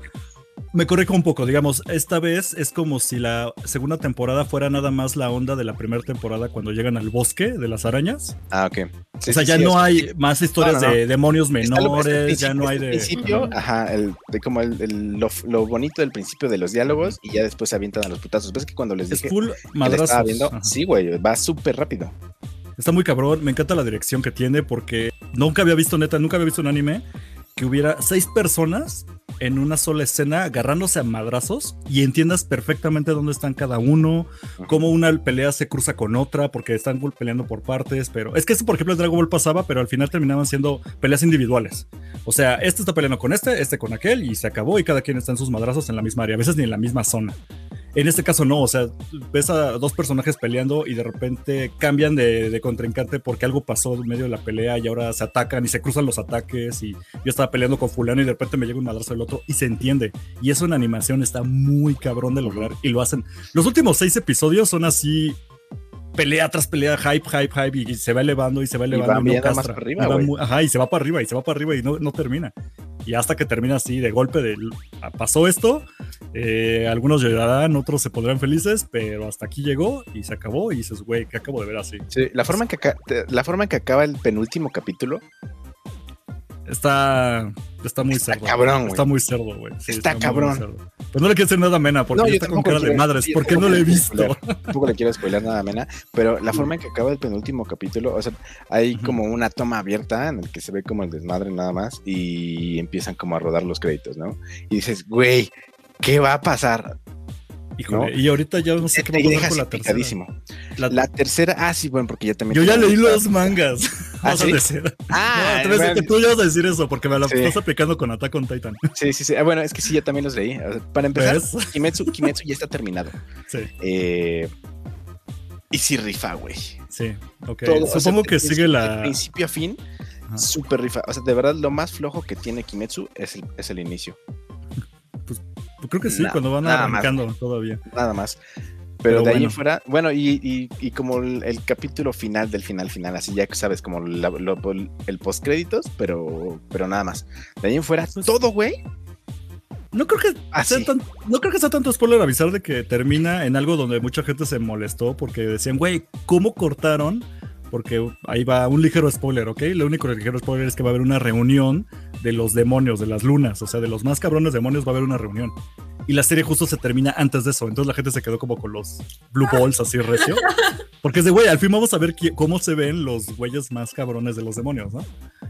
[SPEAKER 3] Me corrijo un poco, digamos, esta vez es como si la segunda temporada fuera nada más la onda de la primera temporada cuando llegan al bosque de las arañas.
[SPEAKER 2] Ah, ok. Sí,
[SPEAKER 3] o sea,
[SPEAKER 2] sí,
[SPEAKER 3] ya
[SPEAKER 2] sí,
[SPEAKER 3] no
[SPEAKER 2] es-
[SPEAKER 3] hay más historias
[SPEAKER 2] No, no, no.
[SPEAKER 3] de demonios
[SPEAKER 2] Está lo- está el
[SPEAKER 3] menores, ya
[SPEAKER 2] principio-
[SPEAKER 3] no hay
[SPEAKER 2] está el
[SPEAKER 3] de...
[SPEAKER 2] principio,
[SPEAKER 3] Ajá.
[SPEAKER 2] ajá, el- de como el, el- lo, lo bonito del principio de los diálogos y ya después se avientan a los putazos. ¿Ves que cuando les
[SPEAKER 3] Es
[SPEAKER 2] dije
[SPEAKER 3] full
[SPEAKER 2] que le estaba
[SPEAKER 3] madrazos.
[SPEAKER 2] viendo?
[SPEAKER 3] Ajá.
[SPEAKER 2] Sí, güey, va súper rápido.
[SPEAKER 3] Está muy cabrón, me encanta la dirección que tiene porque nunca había visto, neta, nunca había visto un anime que hubiera seis personas en una sola escena agarrándose a madrazos y entiendas perfectamente dónde están cada uno, cómo una pelea se cruza con otra porque están gol- peleando por partes, pero es que eso por ejemplo en Dragon Ball pasaba, pero al final terminaban siendo peleas individuales. O sea, este está peleando con este, este con aquel y se acabó y cada quien está en sus madrazos en la misma área, a veces ni en la misma zona. En este caso no, o sea, ves a dos personajes peleando y de repente cambian de, de contrincante porque algo pasó en medio de la pelea y ahora se atacan y se cruzan los ataques y yo estaba peleando con fulano y de repente me llega un madrazo del otro y se entiende. Y eso en animación está muy cabrón de lograr y lo hacen. Los últimos seis episodios son así pelea tras pelea, hype, hype, hype y se va elevando y se va elevando.
[SPEAKER 2] va
[SPEAKER 3] y no
[SPEAKER 2] viendo más
[SPEAKER 3] castra.
[SPEAKER 2] para arriba,
[SPEAKER 3] Y va
[SPEAKER 2] güey.
[SPEAKER 3] mu- Ajá, y se va para arriba y se va para arriba y no, no termina. Y hasta que termina así de golpe de "Ah, pasó esto Eh, algunos llorarán, otros se pondrán felices, pero hasta aquí llegó y se acabó. Y dices, güey, ¿qué acabo de ver así?
[SPEAKER 2] Sí, la, forma en que aca- te- la forma en que acaba el penúltimo capítulo
[SPEAKER 3] Está, está muy
[SPEAKER 2] Está
[SPEAKER 3] cerdo.
[SPEAKER 2] cabrón, güey.
[SPEAKER 3] Está muy cerdo, güey. Sí,
[SPEAKER 2] Está
[SPEAKER 3] muy,
[SPEAKER 2] cabrón.
[SPEAKER 3] muy cerdo. Pues no le quiero decir nada a Mena, porque
[SPEAKER 2] No,
[SPEAKER 3] ya
[SPEAKER 2] yo
[SPEAKER 3] está con
[SPEAKER 2] tampoco
[SPEAKER 3] cara de
[SPEAKER 2] quiero-
[SPEAKER 3] madres.
[SPEAKER 2] yo
[SPEAKER 3] ¿Por qué no
[SPEAKER 2] tampoco
[SPEAKER 3] le he
[SPEAKER 2] quiero
[SPEAKER 3] visto?
[SPEAKER 2] tampoco le quiero spoiler nada, Mena, pero la forma en que acaba el penúltimo capítulo, o sea, hay
[SPEAKER 3] Ujú.
[SPEAKER 2] como una toma abierta en el que se ve como el desmadre nada más y empiezan como a rodar los créditos, ¿no? Y dices, güey, ¿qué va a pasar?
[SPEAKER 3] Híjole,
[SPEAKER 2] No.
[SPEAKER 3] Y ahorita ya no sé qué va a
[SPEAKER 2] y
[SPEAKER 3] pasar
[SPEAKER 2] dejas
[SPEAKER 3] con la tercera.
[SPEAKER 2] picadísimo.
[SPEAKER 3] La-
[SPEAKER 2] La tercera, ah, sí, bueno, porque ya también.
[SPEAKER 3] yo ya
[SPEAKER 2] tengo-
[SPEAKER 3] leí los mangas.
[SPEAKER 2] ¿Ah,
[SPEAKER 3] Vas a
[SPEAKER 2] sí?
[SPEAKER 3] decir.
[SPEAKER 2] Ah,
[SPEAKER 3] No, te ves
[SPEAKER 2] bueno,
[SPEAKER 3] que tú ya vas a decir eso porque me la
[SPEAKER 2] Sí.
[SPEAKER 3] estás aplicando con Attack on Titan.
[SPEAKER 2] sí, sí, sí. Ah, Bueno, es que sí, ya también los leí. O sea, Para empezar,
[SPEAKER 3] ¿Ves?
[SPEAKER 2] Kimetsu, Kimetsu ya está terminado.
[SPEAKER 3] Sí,
[SPEAKER 2] Eh, y sí rifa, güey.
[SPEAKER 3] sí. ok.
[SPEAKER 2] Todo, o sea,
[SPEAKER 3] Supongo
[SPEAKER 2] de
[SPEAKER 3] que sigue
[SPEAKER 2] principio- De
[SPEAKER 3] la.
[SPEAKER 2] principio a fin,
[SPEAKER 3] Ajá.
[SPEAKER 2] súper rifa. O sea, de verdad, lo más flojo que tiene Kimetsu es el, es el inicio.
[SPEAKER 3] Creo que sí,
[SPEAKER 2] Na-
[SPEAKER 3] cuando van
[SPEAKER 2] nada más.
[SPEAKER 3] arrancando todavía.
[SPEAKER 2] Nada más.
[SPEAKER 3] Pero
[SPEAKER 2] Pero, de ahí
[SPEAKER 3] bueno.
[SPEAKER 2] en fuera, bueno, y, y- y como el, el capítulo final del final final, así ya que sabes, como la- lo- el post créditos, pero, pero nada más. De ahí en fuera,
[SPEAKER 3] Pues
[SPEAKER 2] todo, güey,
[SPEAKER 3] No creo que
[SPEAKER 2] así.
[SPEAKER 3] sea tan- no creo que sea tanto spoiler avisar de que termina en algo donde mucha gente se molestó porque decían, güey, ¿cómo cortaron? Porque ahí va un ligero spoiler, ¿ok? Lo único ligero spoiler es que va a haber una reunión de los demonios, de las lunas, o sea, de los más cabrones demonios va a haber una reunión. Y la serie justo se termina antes de eso, entonces la gente se quedó como con los blue balls así recio. Porque es de, güey, al fin vamos a ver qui- cómo se ven los güeyes más cabrones de los demonios, ¿no?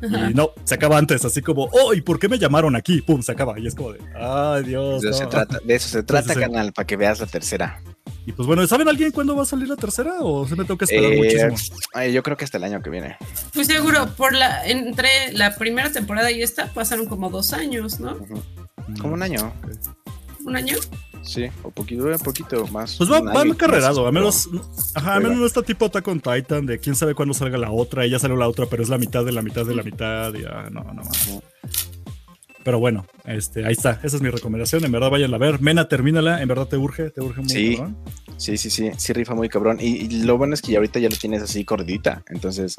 [SPEAKER 4] Ajá.
[SPEAKER 3] Y no, se acaba antes, así como, oh, ¿y por qué me llamaron aquí? Pum, se acaba. Y es como de, ay, Dios.
[SPEAKER 2] De eso, se
[SPEAKER 3] no".
[SPEAKER 2] trata, de eso se trata,
[SPEAKER 3] sí.
[SPEAKER 2] canal, para que veas la tercera.
[SPEAKER 3] Y pues bueno, ¿saben alguien cuándo va a salir la tercera? ¿O se me tengo que esperar
[SPEAKER 2] Eh,
[SPEAKER 3] muchísimo?
[SPEAKER 2] ay, yo creo que hasta el año que viene.
[SPEAKER 4] Pues seguro, por la, entre la primera temporada y esta pasaron como dos años, ¿no?
[SPEAKER 2] Ujú. Como un año,
[SPEAKER 4] ¿Un año?
[SPEAKER 2] sí, o poquito, un poquito más.
[SPEAKER 3] Pues va,
[SPEAKER 2] un
[SPEAKER 3] va
[SPEAKER 2] año y
[SPEAKER 3] encarrerado, a
[SPEAKER 2] meses,
[SPEAKER 3] menos, ajá, a menos no está tipo Attack on Titan, de quién sabe cuándo salga la otra, y ya salió la otra, pero es la mitad de la mitad de la mitad, y ah, no, no más. Pero bueno, este, ahí está, esa es mi recomendación, en verdad váyanla a ver, Mena, termínala, en verdad te urge, te urge muy
[SPEAKER 2] Sí.
[SPEAKER 3] cabrón.
[SPEAKER 2] pero- Sí, sí, sí, sí, rifa muy cabrón. Y, y lo bueno es que ya ahorita ya lo tienes así gordita, entonces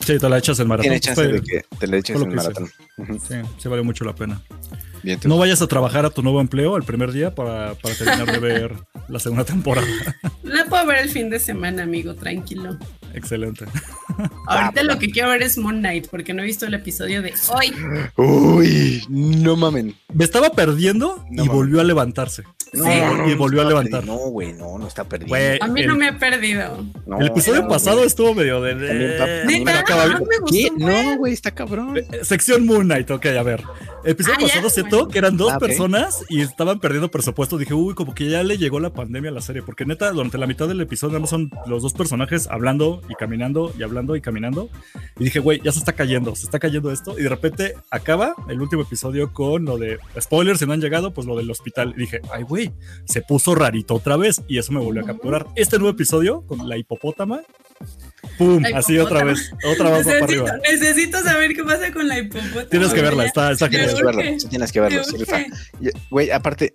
[SPEAKER 3] Sí, te la echas en maratón.
[SPEAKER 2] tiene chance
[SPEAKER 3] Fue-
[SPEAKER 2] de que te le eches
[SPEAKER 3] fue
[SPEAKER 2] en
[SPEAKER 3] lo
[SPEAKER 2] el
[SPEAKER 3] que hice.
[SPEAKER 2] maratón. Ujú.
[SPEAKER 3] Sí, sí vale mucho la pena.
[SPEAKER 2] Bien, tú.
[SPEAKER 3] No vayas a trabajar a tu nuevo empleo el primer día para, para terminar de ver la segunda temporada.
[SPEAKER 4] La puedo ver el fin de semana, amigo, tranquilo.
[SPEAKER 3] Excelente.
[SPEAKER 4] Ahorita
[SPEAKER 3] Ah,
[SPEAKER 4] lo que quiero ver es Moon Knight, porque no he visto el episodio de hoy.
[SPEAKER 2] Uy, no mamen.
[SPEAKER 3] Me estaba perdiendo
[SPEAKER 2] No
[SPEAKER 3] y
[SPEAKER 2] mames.
[SPEAKER 3] volvió a levantarse.
[SPEAKER 2] No,
[SPEAKER 4] Sí.
[SPEAKER 2] no, no,
[SPEAKER 3] Y volvió a
[SPEAKER 2] no está
[SPEAKER 3] levantar.
[SPEAKER 2] perdiendo. No, güey, no, no está perdiendo.
[SPEAKER 3] Güey,
[SPEAKER 4] A mí
[SPEAKER 3] el,
[SPEAKER 4] no me he perdido.
[SPEAKER 2] No,
[SPEAKER 3] el episodio
[SPEAKER 2] no,
[SPEAKER 3] pasado
[SPEAKER 2] güey.
[SPEAKER 3] estuvo medio de.
[SPEAKER 2] También está-
[SPEAKER 3] Eh,
[SPEAKER 2] Neta,
[SPEAKER 3] pero acaba-
[SPEAKER 4] no me gustó.
[SPEAKER 2] ¿Qué?
[SPEAKER 4] un buen.
[SPEAKER 2] No, güey, está cabrón.
[SPEAKER 3] eh, Sección Moon Knight, ok, a ver. Episodio
[SPEAKER 4] Ah, ya,
[SPEAKER 3] pasado,
[SPEAKER 4] bueno.
[SPEAKER 3] ¿cierto? Que eran dos
[SPEAKER 2] Ah, ok.
[SPEAKER 3] personas y estaban perdiendo presupuesto. Dije, uy, como que ya le llegó la pandemia a la serie. Porque neta, durante la mitad del episodio, nada más son los dos personajes hablando y caminando y hablando y caminando. Y dije, güey, ya se está cayendo, se está cayendo esto. Y de repente acaba el último episodio con lo de spoilers, si no han llegado, pues lo del hospital. Y dije, ay, güey, se puso rarito otra vez. Y eso me volvió a capturar. Este nuevo episodio con la hipopótama. ¡Pum!
[SPEAKER 4] La
[SPEAKER 3] Así otra
[SPEAKER 4] hipopótama.
[SPEAKER 3] vez, otra vez va para
[SPEAKER 4] necesito,
[SPEAKER 3] arriba.
[SPEAKER 4] necesito saber qué pasa con la hipopótama.
[SPEAKER 3] Tienes que verla,
[SPEAKER 4] Ya,
[SPEAKER 3] está, está
[SPEAKER 2] Tienes
[SPEAKER 3] genial.
[SPEAKER 4] Pero
[SPEAKER 2] que verlo,
[SPEAKER 4] urge,
[SPEAKER 2] sí, tienes que
[SPEAKER 4] me
[SPEAKER 2] verlo, sí,
[SPEAKER 4] urge.
[SPEAKER 2] rifa. Y- Güey, aparte,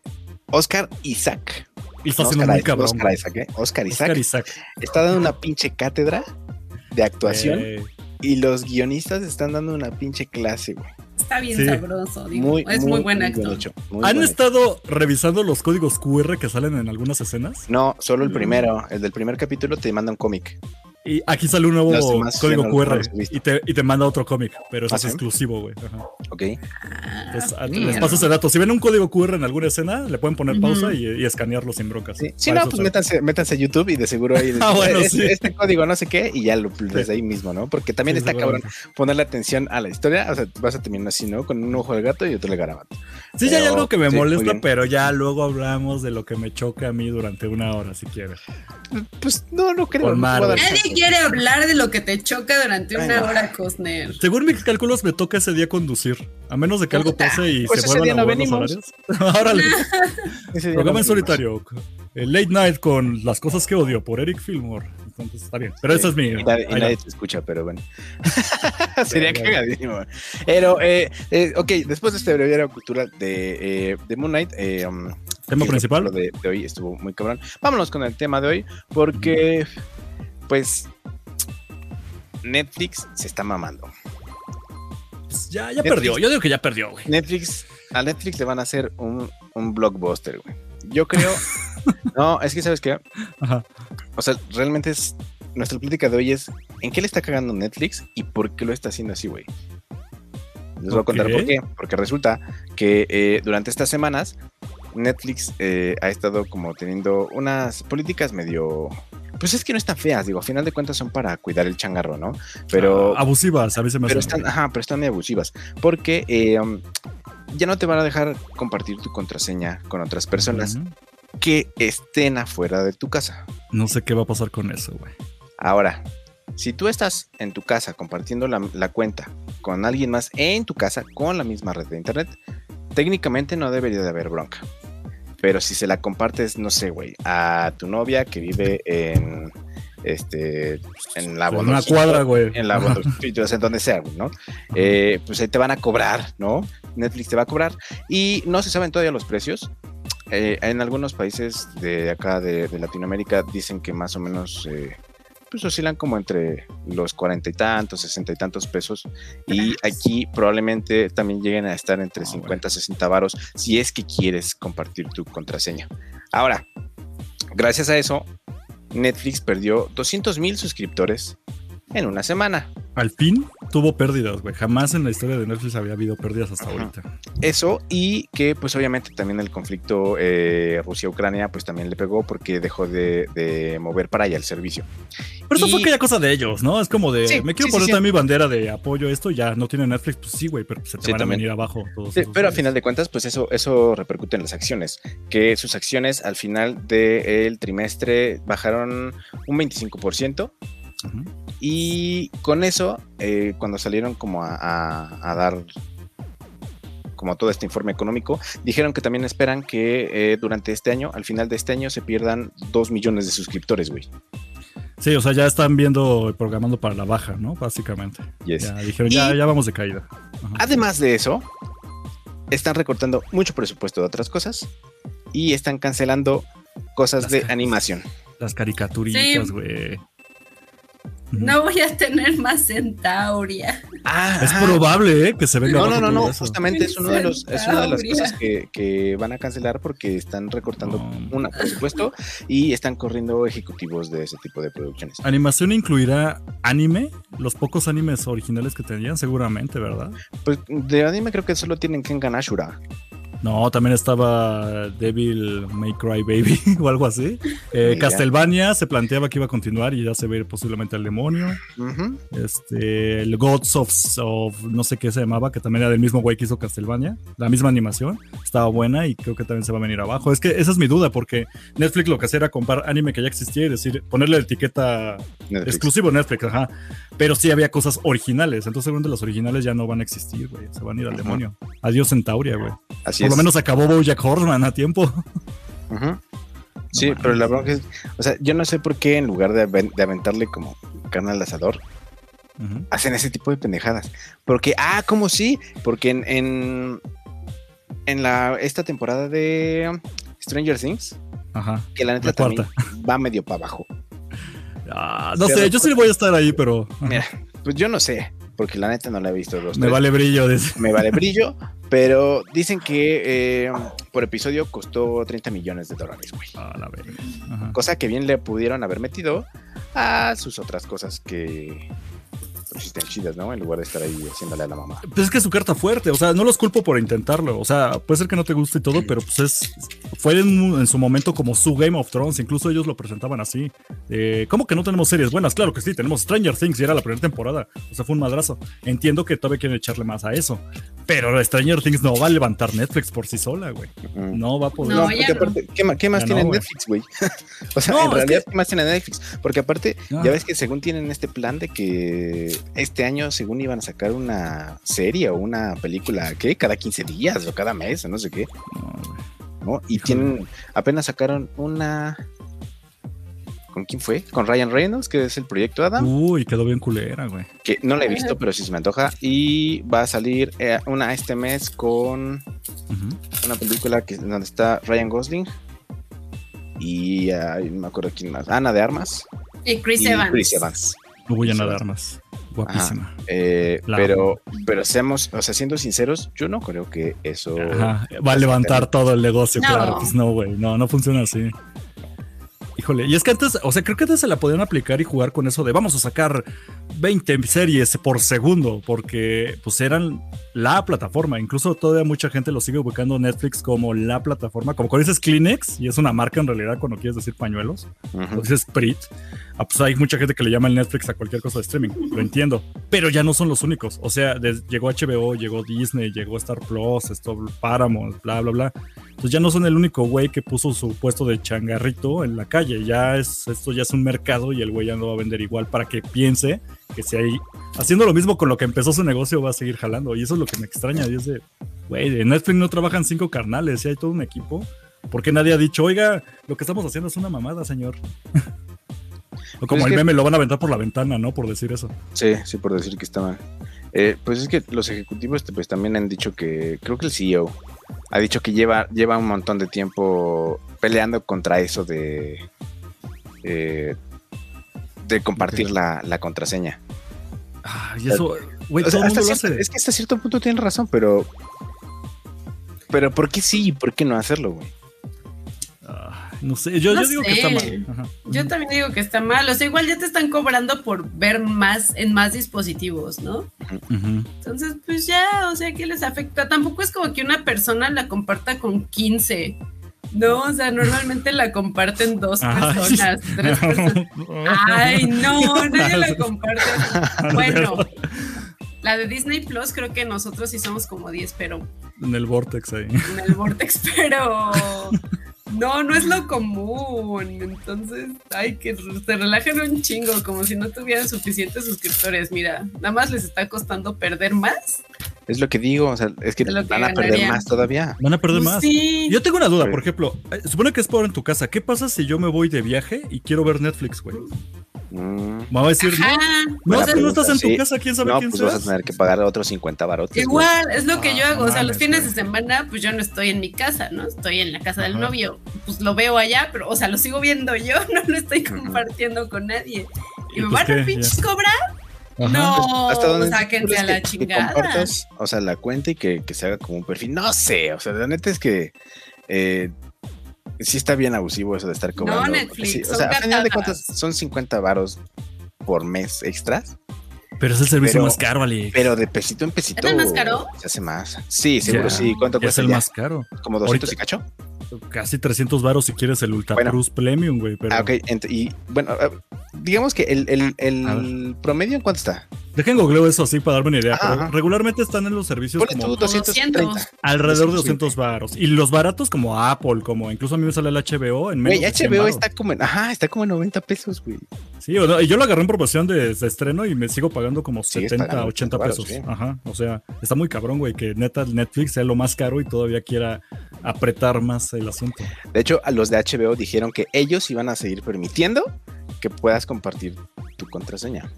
[SPEAKER 2] Oscar Isaac.
[SPEAKER 3] Y está
[SPEAKER 2] No,
[SPEAKER 3] haciendo
[SPEAKER 2] Oscar
[SPEAKER 3] muy
[SPEAKER 2] Isaac,
[SPEAKER 3] cabrón.
[SPEAKER 2] Oscar
[SPEAKER 3] güey.
[SPEAKER 2] Isaac, ¿eh? Oscar Isaac
[SPEAKER 3] Oscar Isaac.
[SPEAKER 2] está dando una pinche cátedra de actuación
[SPEAKER 3] Eh,
[SPEAKER 2] y los guionistas están dando una pinche clase, güey.
[SPEAKER 4] Está bien
[SPEAKER 3] Sí.
[SPEAKER 4] sabroso, digo.
[SPEAKER 2] Muy,
[SPEAKER 4] es muy, buen
[SPEAKER 2] muy
[SPEAKER 4] actor.
[SPEAKER 2] hecho, muy
[SPEAKER 3] ¿Han
[SPEAKER 2] buen hecho.
[SPEAKER 3] estado revisando los códigos QR que salen en algunas escenas?
[SPEAKER 2] No, solo el
[SPEAKER 4] Mm.
[SPEAKER 2] primero. El del primer capítulo te manda un cómic.
[SPEAKER 3] Y aquí sale un nuevo
[SPEAKER 2] Los demás ya
[SPEAKER 3] código
[SPEAKER 2] no- no
[SPEAKER 3] QR
[SPEAKER 2] los he visto.
[SPEAKER 3] y te, y te manda otro cómic, pero eso
[SPEAKER 2] ¿Ah,
[SPEAKER 3] es
[SPEAKER 2] sí?
[SPEAKER 3] exclusivo, güey. Ajá.
[SPEAKER 2] ¿Ok?
[SPEAKER 4] Ah,
[SPEAKER 3] Entonces, a-
[SPEAKER 2] mira.
[SPEAKER 3] les paso ese dato. Si ven un código QR en alguna escena, le pueden poner
[SPEAKER 4] Ujú.
[SPEAKER 3] pausa y, y escanearlo sin broncas.
[SPEAKER 2] Sí, sí,
[SPEAKER 3] Para
[SPEAKER 2] no,
[SPEAKER 3] eso
[SPEAKER 2] pues
[SPEAKER 3] se-
[SPEAKER 2] métanse, métanse a YouTube y de seguro ahí
[SPEAKER 3] Ah, bueno,
[SPEAKER 2] este,
[SPEAKER 3] sí.
[SPEAKER 2] este código no sé qué y ya lo desde ahí mismo, ¿no? Porque también
[SPEAKER 3] sí,
[SPEAKER 2] está cabrón
[SPEAKER 3] seguramente.
[SPEAKER 2] ponerle atención a la historia, o sea, vas a terminar así, ¿no? Con un ojo al gato y otro al garabato.
[SPEAKER 3] Sí, ya hay
[SPEAKER 2] Pero,
[SPEAKER 3] algo que me
[SPEAKER 2] sí, muy
[SPEAKER 3] molesta,
[SPEAKER 2] bien.
[SPEAKER 3] pero ya luego hablamos de lo que me choca a mí durante una hora, si quieres.
[SPEAKER 2] Pues no, no creo.
[SPEAKER 3] Por
[SPEAKER 2] no
[SPEAKER 3] Marvel.
[SPEAKER 2] puedo dar
[SPEAKER 4] Nadie
[SPEAKER 2] chance.
[SPEAKER 4] quiere hablar de lo que te choca durante
[SPEAKER 2] Ay,
[SPEAKER 4] una
[SPEAKER 2] no.
[SPEAKER 4] hora, Cosner.
[SPEAKER 3] Según mis cálculos, me toca ese día conducir. A menos de que algo
[SPEAKER 4] Puta,
[SPEAKER 3] pase y
[SPEAKER 2] pues
[SPEAKER 3] se
[SPEAKER 2] ese día
[SPEAKER 3] vuelvan a
[SPEAKER 2] no
[SPEAKER 3] mover los horarios.
[SPEAKER 2] venimos. Ah.
[SPEAKER 3] Órale.
[SPEAKER 2] Ese día
[SPEAKER 3] Programa
[SPEAKER 2] no
[SPEAKER 3] en
[SPEAKER 2] fuimos.
[SPEAKER 3] solitario. El Late Night con las cosas que odio por Eric Fillmore. Entonces está bien. Pero esa es mi.
[SPEAKER 2] Y nadie, y
[SPEAKER 3] ahí la-
[SPEAKER 2] nadie te escucha, pero bueno. Sería
[SPEAKER 3] Ya, ya.
[SPEAKER 2] cagadísimo. Pero, eh, eh, ok, después de este breviario cultural de, eh, de Moon Knight, eh, um,
[SPEAKER 3] Tema
[SPEAKER 2] y el capítulo
[SPEAKER 3] principal.
[SPEAKER 2] De, de hoy estuvo muy cabrón. Vámonos con el tema de hoy, porque, pues, Netflix se está mamando.
[SPEAKER 3] Pues ya, ya
[SPEAKER 2] Netflix.
[SPEAKER 3] perdió. Yo digo que ya perdió, güey.
[SPEAKER 2] Netflix, a Netflix le van a hacer un, un blockbuster, güey. Yo creo. no, es que, ¿sabes qué?
[SPEAKER 3] Ajá.
[SPEAKER 2] O sea, realmente es. Nuestra plática de hoy es en qué le está cagando Netflix y por qué lo está haciendo así, güey. Les voy a contar por
[SPEAKER 3] Ok.
[SPEAKER 2] qué. Porque resulta que eh, durante estas semanas Netflix eh, ha estado como teniendo unas políticas medio. Pues es que no están feas, digo, a final de cuentas son para cuidar el changarro, ¿no? Pero
[SPEAKER 3] Ah, abusivas, a mí se me
[SPEAKER 2] pero
[SPEAKER 3] hacen.
[SPEAKER 2] están, ajá, pero están muy abusivas. Porque eh, um, ya no te van a dejar compartir tu contraseña con otras personas
[SPEAKER 3] Ujú.
[SPEAKER 2] que estén afuera de tu casa.
[SPEAKER 3] No sé qué va a pasar con eso, güey.
[SPEAKER 2] Ahora, si tú estás en tu casa compartiendo la, la cuenta con alguien más en tu casa con la misma red de internet, técnicamente no debería de haber bronca. Pero si se la compartes, no sé, güey, a tu novia que vive en este en la
[SPEAKER 3] En una
[SPEAKER 2] Bondoncito,
[SPEAKER 3] cuadra, güey.
[SPEAKER 2] en la Bondoncito, o sea, en donde sea, güey, ¿no? Eh, pues ahí te van a cobrar, ¿no? Netflix te va a cobrar y no se saben todavía los precios. Eh, en algunos países de acá de, de Latinoamérica dicen que más o menos eh, pues oscilan como entre los cuarenta y tantos, sesenta y tantos pesos. Y aquí probablemente también lleguen a estar entre
[SPEAKER 3] Ah,
[SPEAKER 2] 50, 60 varos si es que quieres compartir tu contraseña. Ahora, gracias a eso, Netflix perdió 200 mil suscriptores en una semana.
[SPEAKER 3] Al fin tuvo pérdidas, güey. Jamás en la historia de Netflix había habido pérdidas hasta
[SPEAKER 2] Ajá.
[SPEAKER 3] ahorita.
[SPEAKER 2] Eso y que pues obviamente también el conflicto eh, Rusia-Ucrania pues también le pegó porque dejó de, de mover para allá el servicio.
[SPEAKER 3] Pero eso
[SPEAKER 2] Y-
[SPEAKER 3] fue aquella cosa de ellos, ¿no? Es como de,
[SPEAKER 2] Sí,
[SPEAKER 3] me quiero
[SPEAKER 2] sí, sí,
[SPEAKER 3] poner
[SPEAKER 2] sí.
[SPEAKER 3] también mi bandera de apoyo a esto, ya no tiene Netflix, pues sí, güey, pero se te
[SPEAKER 2] Sí,
[SPEAKER 3] van
[SPEAKER 2] también.
[SPEAKER 3] a venir abajo todos.
[SPEAKER 2] Sí,
[SPEAKER 3] esos
[SPEAKER 2] pero al
[SPEAKER 3] güeyes.
[SPEAKER 2] final de cuentas, pues eso, eso repercute en las acciones, que sus acciones al final del trimestre bajaron un 25%
[SPEAKER 3] Ujú.
[SPEAKER 2] y con eso, eh, cuando salieron como a, a- a dar como todo este informe económico, dijeron que también esperan que eh, durante este año, al final de este año, se pierdan 2 millones de suscriptores, güey.
[SPEAKER 3] Sí, o sea, ya están viendo, y programando para la baja, ¿no? Básicamente.
[SPEAKER 2] Yes.
[SPEAKER 3] Ya dijeron, ya,
[SPEAKER 2] Y-
[SPEAKER 3] ya vamos de caída. Ajá.
[SPEAKER 2] Además de eso, están recortando mucho presupuesto de otras cosas y están cancelando cosas
[SPEAKER 3] Las
[SPEAKER 2] de
[SPEAKER 3] cajas.
[SPEAKER 2] animación.
[SPEAKER 3] Las
[SPEAKER 4] Sí.
[SPEAKER 3] caricaturitas, güey. Ujú.
[SPEAKER 4] No voy a tener más centauria.
[SPEAKER 2] Ah,
[SPEAKER 3] Es
[SPEAKER 2] ajá.
[SPEAKER 3] probable, ¿eh? Que se venga
[SPEAKER 2] No, no,
[SPEAKER 3] abajo
[SPEAKER 2] no,
[SPEAKER 3] todo
[SPEAKER 2] no,
[SPEAKER 3] eso.
[SPEAKER 2] justamente es uno de los, es una de las
[SPEAKER 4] Dinosaurio.
[SPEAKER 2] cosas que, que van a cancelar porque están recortando
[SPEAKER 3] No.
[SPEAKER 2] un presupuesto y están corriendo ejecutivos de ese tipo de producciones.
[SPEAKER 3] Animación incluirá anime, los pocos animes originales que tenían, seguramente, ¿verdad?
[SPEAKER 2] Pues de anime creo que solo tienen Kengan Ashura.
[SPEAKER 3] No, también estaba Devil May Cry Baby o algo así. Eh,
[SPEAKER 2] Ya.
[SPEAKER 3] Castlevania se planteaba que iba a continuar y ya se va a ir posiblemente al demonio.
[SPEAKER 2] Ujú.
[SPEAKER 3] Este, el Gods of, of no sé qué se llamaba, que también era del mismo güey que hizo Castlevania, la misma animación, estaba buena y creo que también se va a venir abajo. Es que esa es mi duda, porque Netflix lo que hacía era comprar anime que ya existía y decir, ponerle la etiqueta
[SPEAKER 2] Netflix.
[SPEAKER 3] exclusivo Netflix, ajá. Pero sí había cosas originales, entonces seguramente las originales ya no van a existir, güey, se van a ir al
[SPEAKER 2] Ajá.
[SPEAKER 3] demonio. Adiós Centauria, güey.
[SPEAKER 2] Así
[SPEAKER 3] Por lo
[SPEAKER 2] es.
[SPEAKER 3] menos acabó Bojack Horseman a tiempo.
[SPEAKER 2] Ujú. Sí,
[SPEAKER 3] mames.
[SPEAKER 2] pero la bronca es, o sea, yo no sé por qué en lugar de, aven- de aventarle como carne al asador,
[SPEAKER 3] Ujú.
[SPEAKER 2] hacen ese tipo de pendejadas. Porque, ah, ¿cómo sí? Porque en, en, en la, esta temporada de um, Stranger Things,
[SPEAKER 3] Ajá.
[SPEAKER 2] que la neta
[SPEAKER 3] La
[SPEAKER 2] también va medio para abajo.
[SPEAKER 3] Ah, no
[SPEAKER 2] Se
[SPEAKER 3] sé, yo sí voy a estar ahí, pero
[SPEAKER 2] Mira, pues yo no sé, porque la neta no la he visto dos,
[SPEAKER 3] me
[SPEAKER 2] tres.
[SPEAKER 3] vale brillo. dice.
[SPEAKER 2] Me vale brillo, pero dicen que eh, por episodio costó 30 millones de dólares, güey.
[SPEAKER 3] Ah, la verga. Ajá.
[SPEAKER 2] Cosa que bien le pudieron haber metido a sus otras cosas que pues, están chidas, ¿no? En lugar de estar ahí haciéndole a la mamá.
[SPEAKER 3] Pues es que es su carta fuerte, o sea, no los culpo por intentarlo, o sea, puede ser que no te guste y todo, pero pues es, fue en, en su momento como su Game of Thrones, incluso ellos lo presentaban así. Eh, ¿Cómo que no tenemos series buenas? Claro que sí, tenemos Stranger Things y era la primera temporada, o sea, fue un madrazo. Entiendo que todavía quieren echarle más a eso, pero Stranger Things no va a levantar Netflix por sí sola, güey.
[SPEAKER 2] Ujú.
[SPEAKER 3] No va a poder.
[SPEAKER 4] No,
[SPEAKER 2] porque
[SPEAKER 4] ya no.
[SPEAKER 2] aparte, ¿qué, ma- qué más
[SPEAKER 3] Ya
[SPEAKER 2] tiene
[SPEAKER 3] no, güey.
[SPEAKER 2] Netflix, güey? o sea,
[SPEAKER 3] No,
[SPEAKER 2] en
[SPEAKER 3] es
[SPEAKER 2] realidad, ¿qué más tiene Netflix? Porque aparte,
[SPEAKER 3] Ah.
[SPEAKER 2] ya ves que según tienen este plan de que este año, según iban a sacar una serie o una película, ¿qué? Cada 15 días o cada mes, o no sé qué,
[SPEAKER 3] No, güey.
[SPEAKER 2] ¿no? Y
[SPEAKER 3] Híjole.
[SPEAKER 2] tienen, apenas sacaron una. ¿Con quién fue? Con Ryan Reynolds, que es el proyecto Adam.
[SPEAKER 3] Uy, quedó bien culera, güey.
[SPEAKER 2] que no la he visto, pero sí se me antoja. Y va a salir eh, una este mes con
[SPEAKER 3] Ujú.
[SPEAKER 2] una película que, donde está Ryan Gosling y ay, no me acuerdo quién más. Ana de Armas
[SPEAKER 4] Y Chris
[SPEAKER 2] y
[SPEAKER 4] Evans.
[SPEAKER 2] Chris Evans.
[SPEAKER 3] No voy a
[SPEAKER 2] Sí,
[SPEAKER 3] nadar
[SPEAKER 2] sí.
[SPEAKER 3] más. guapísima.
[SPEAKER 2] Eh,
[SPEAKER 3] La
[SPEAKER 2] pero, pero seamos, o sea, siendo sinceros, yo no creo que eso.
[SPEAKER 3] Ajá, Va a levantar todo el negocio,
[SPEAKER 4] No.
[SPEAKER 3] claro. Pues no, güey. No, no funciona así. Híjole, y es que antes, o sea, creo que antes se la podían aplicar y jugar con eso de vamos a sacar 20 series por segundo, porque pues eran la plataforma. Incluso todavía mucha gente lo sigue ubicando Netflix como la plataforma. Como cuando dices Kleenex, y es una marca en realidad cuando quieres decir pañuelos,
[SPEAKER 2] Ujú.
[SPEAKER 3] cuando dices Prit, Pues ah, pues hay mucha gente que le llama el Netflix a cualquier cosa de streaming, lo entiendo, pero ya no son los únicos. O sea, des- llegó HBO, llegó Disney, llegó Star Plus, esto, Paramount, bla, bla, bla. Entonces ya no son el único güey que puso su puesto de changarrito en la calle. Ya es, esto ya es un mercado y el güey ya no va a vender igual para que piense que si hay haciendo lo mismo con lo que empezó su negocio va a seguir jalando. Y eso es lo que me extraña. Y es de, güey, en Netflix no trabajan cinco carnales, y hay todo un equipo. Porque nadie ha dicho, oiga, lo que estamos haciendo es una mamada, señor. o
[SPEAKER 2] Pues
[SPEAKER 3] como
[SPEAKER 2] es
[SPEAKER 3] el
[SPEAKER 2] que-
[SPEAKER 3] meme, lo van a aventar por la ventana, ¿no? Por decir eso.
[SPEAKER 2] Sí, sí, por decir que está mal. Eh, pues es que los ejecutivos pues también han dicho que, creo que el CEO ha dicho que lleva, lleva un montón de tiempo peleando contra eso de, eh, de compartir la, la contraseña.
[SPEAKER 3] Ah, y eso, güey,
[SPEAKER 2] O sea,
[SPEAKER 3] todo el
[SPEAKER 2] hasta
[SPEAKER 3] mundo lo
[SPEAKER 2] cierto-
[SPEAKER 3] hace.
[SPEAKER 2] Es que hasta cierto punto tienen razón, pero... Pero ¿por qué sí y por qué no hacerlo, güey?
[SPEAKER 3] Ah, no sé, yo,
[SPEAKER 4] No
[SPEAKER 3] yo digo que está
[SPEAKER 4] sé.
[SPEAKER 3] mal. Ajá.
[SPEAKER 4] Yo también digo que está mal. O sea, igual ya te están cobrando por ver más en más dispositivos, ¿no?
[SPEAKER 3] Ujú.
[SPEAKER 4] Entonces, pues ya, o sea, ¿qué les afecta? Tampoco es como que una persona la comparta con 15. No, o sea, normalmente la comparten dos
[SPEAKER 3] Ay.
[SPEAKER 4] personas, tres personas. Ay, no, nadie la comparte. Bueno, la de Disney Plus creo que nosotros sí somos como 10, pero
[SPEAKER 3] En el vortex ahí.
[SPEAKER 4] en el Vortex, pero no, no es lo común. Entonces, ay, que se relajen un chingo, como si no tuvieran suficientes suscriptores. Mira, nada más les está costando perder más.
[SPEAKER 2] Es lo que digo, o sea, es que
[SPEAKER 4] De lo que
[SPEAKER 2] van a perder
[SPEAKER 4] ganarían.
[SPEAKER 2] más todavía.
[SPEAKER 3] Van a perder
[SPEAKER 4] Pues
[SPEAKER 3] más.
[SPEAKER 4] Sí.
[SPEAKER 3] Yo tengo una duda,
[SPEAKER 2] Sí.
[SPEAKER 3] por ejemplo, eh, supone que es por en tu casa. ¿Qué pasa si yo me voy de viaje y quiero ver Netflix, güey?
[SPEAKER 2] Mm.
[SPEAKER 3] Me va a decir,
[SPEAKER 4] Ajá.
[SPEAKER 3] no,
[SPEAKER 2] Buena
[SPEAKER 3] no, tú no estás en tu
[SPEAKER 2] pregunta, sí.
[SPEAKER 3] casa, quién sabe
[SPEAKER 2] No,
[SPEAKER 3] quién
[SPEAKER 2] pues vas a
[SPEAKER 3] seas.
[SPEAKER 2] tener que pagar otros 50 barotes. güey.
[SPEAKER 4] Igual, es lo que yo
[SPEAKER 3] Ah,
[SPEAKER 4] hago. O sea,
[SPEAKER 3] mames,
[SPEAKER 4] los fines de
[SPEAKER 3] güey.
[SPEAKER 4] semana, pues yo no estoy en mi casa, ¿no? Estoy en la casa del
[SPEAKER 3] Ajá.
[SPEAKER 4] novio. Pues lo veo allá, pero, o sea, lo sigo viendo yo, no lo estoy compartiendo con nadie. ¿Y
[SPEAKER 3] Y
[SPEAKER 4] me
[SPEAKER 3] pues,
[SPEAKER 4] van a
[SPEAKER 3] ¿qué?
[SPEAKER 4] pinches cobrar? No,
[SPEAKER 2] ¿Hasta dónde
[SPEAKER 4] sáquense
[SPEAKER 2] quieres
[SPEAKER 4] a
[SPEAKER 2] que-
[SPEAKER 4] la
[SPEAKER 2] que
[SPEAKER 4] chingada.
[SPEAKER 2] compartas, o sea, la cuenta y que, que se haga como un perfil. No sé, o sea, la neta es que eh, sí está bien abusivo eso de estar cobrando. porque
[SPEAKER 4] Netflix,
[SPEAKER 2] sí, o
[SPEAKER 4] son
[SPEAKER 2] sea, a final de cuentas
[SPEAKER 4] gatadas.
[SPEAKER 2] son 50 varos por mes extras,
[SPEAKER 3] Pero es el servicio
[SPEAKER 2] Pero-
[SPEAKER 3] más caro, Ali.
[SPEAKER 2] pero de pesito en pesito.
[SPEAKER 4] ¿Es el más caro?
[SPEAKER 2] Se hace más. Sí, seguro
[SPEAKER 3] Ya,
[SPEAKER 2] sí. ¿Cuánto
[SPEAKER 3] Es
[SPEAKER 2] cuesta
[SPEAKER 3] el
[SPEAKER 2] pues ya?
[SPEAKER 3] más caro.
[SPEAKER 2] ¿Como 200
[SPEAKER 3] Ahorita-
[SPEAKER 2] y cacho?
[SPEAKER 3] Casi 300 varos si quieres el Ultra
[SPEAKER 2] Bueno.
[SPEAKER 3] Plus Premium, güey. Pero
[SPEAKER 2] Ah, ok. ent- y bueno, eh, digamos que el, el- el
[SPEAKER 3] A
[SPEAKER 2] promedio en cuánto está.
[SPEAKER 3] dejen googleo eso así para darme una idea.
[SPEAKER 2] Ajá.
[SPEAKER 3] pero regularmente están en los servicios
[SPEAKER 2] Ponle
[SPEAKER 3] como
[SPEAKER 2] tú 230.
[SPEAKER 4] 200.
[SPEAKER 3] alrededor de
[SPEAKER 2] 250.
[SPEAKER 3] 200 varos. Y los baratos como Apple, como incluso a mí me sale el HBO en menos
[SPEAKER 2] Güey,
[SPEAKER 3] de 100
[SPEAKER 2] HBO
[SPEAKER 3] varos.
[SPEAKER 2] está como en, ajá, está como en 90 pesos, güey.
[SPEAKER 3] Sí, o no, y yo lo agarré en proporción de, de estreno y me sigo pagando como
[SPEAKER 2] Sigues
[SPEAKER 3] 70,
[SPEAKER 2] pagando
[SPEAKER 3] 80
[SPEAKER 2] varos,
[SPEAKER 3] pesos.
[SPEAKER 2] sí.
[SPEAKER 3] Ajá. O sea, está muy cabrón, güey, que neta Netflix sea lo más caro y todavía quiera apretar más el asunto.
[SPEAKER 2] De hecho, a los de HBO dijeron que ellos iban a seguir permitiendo que puedas compartir tu contraseña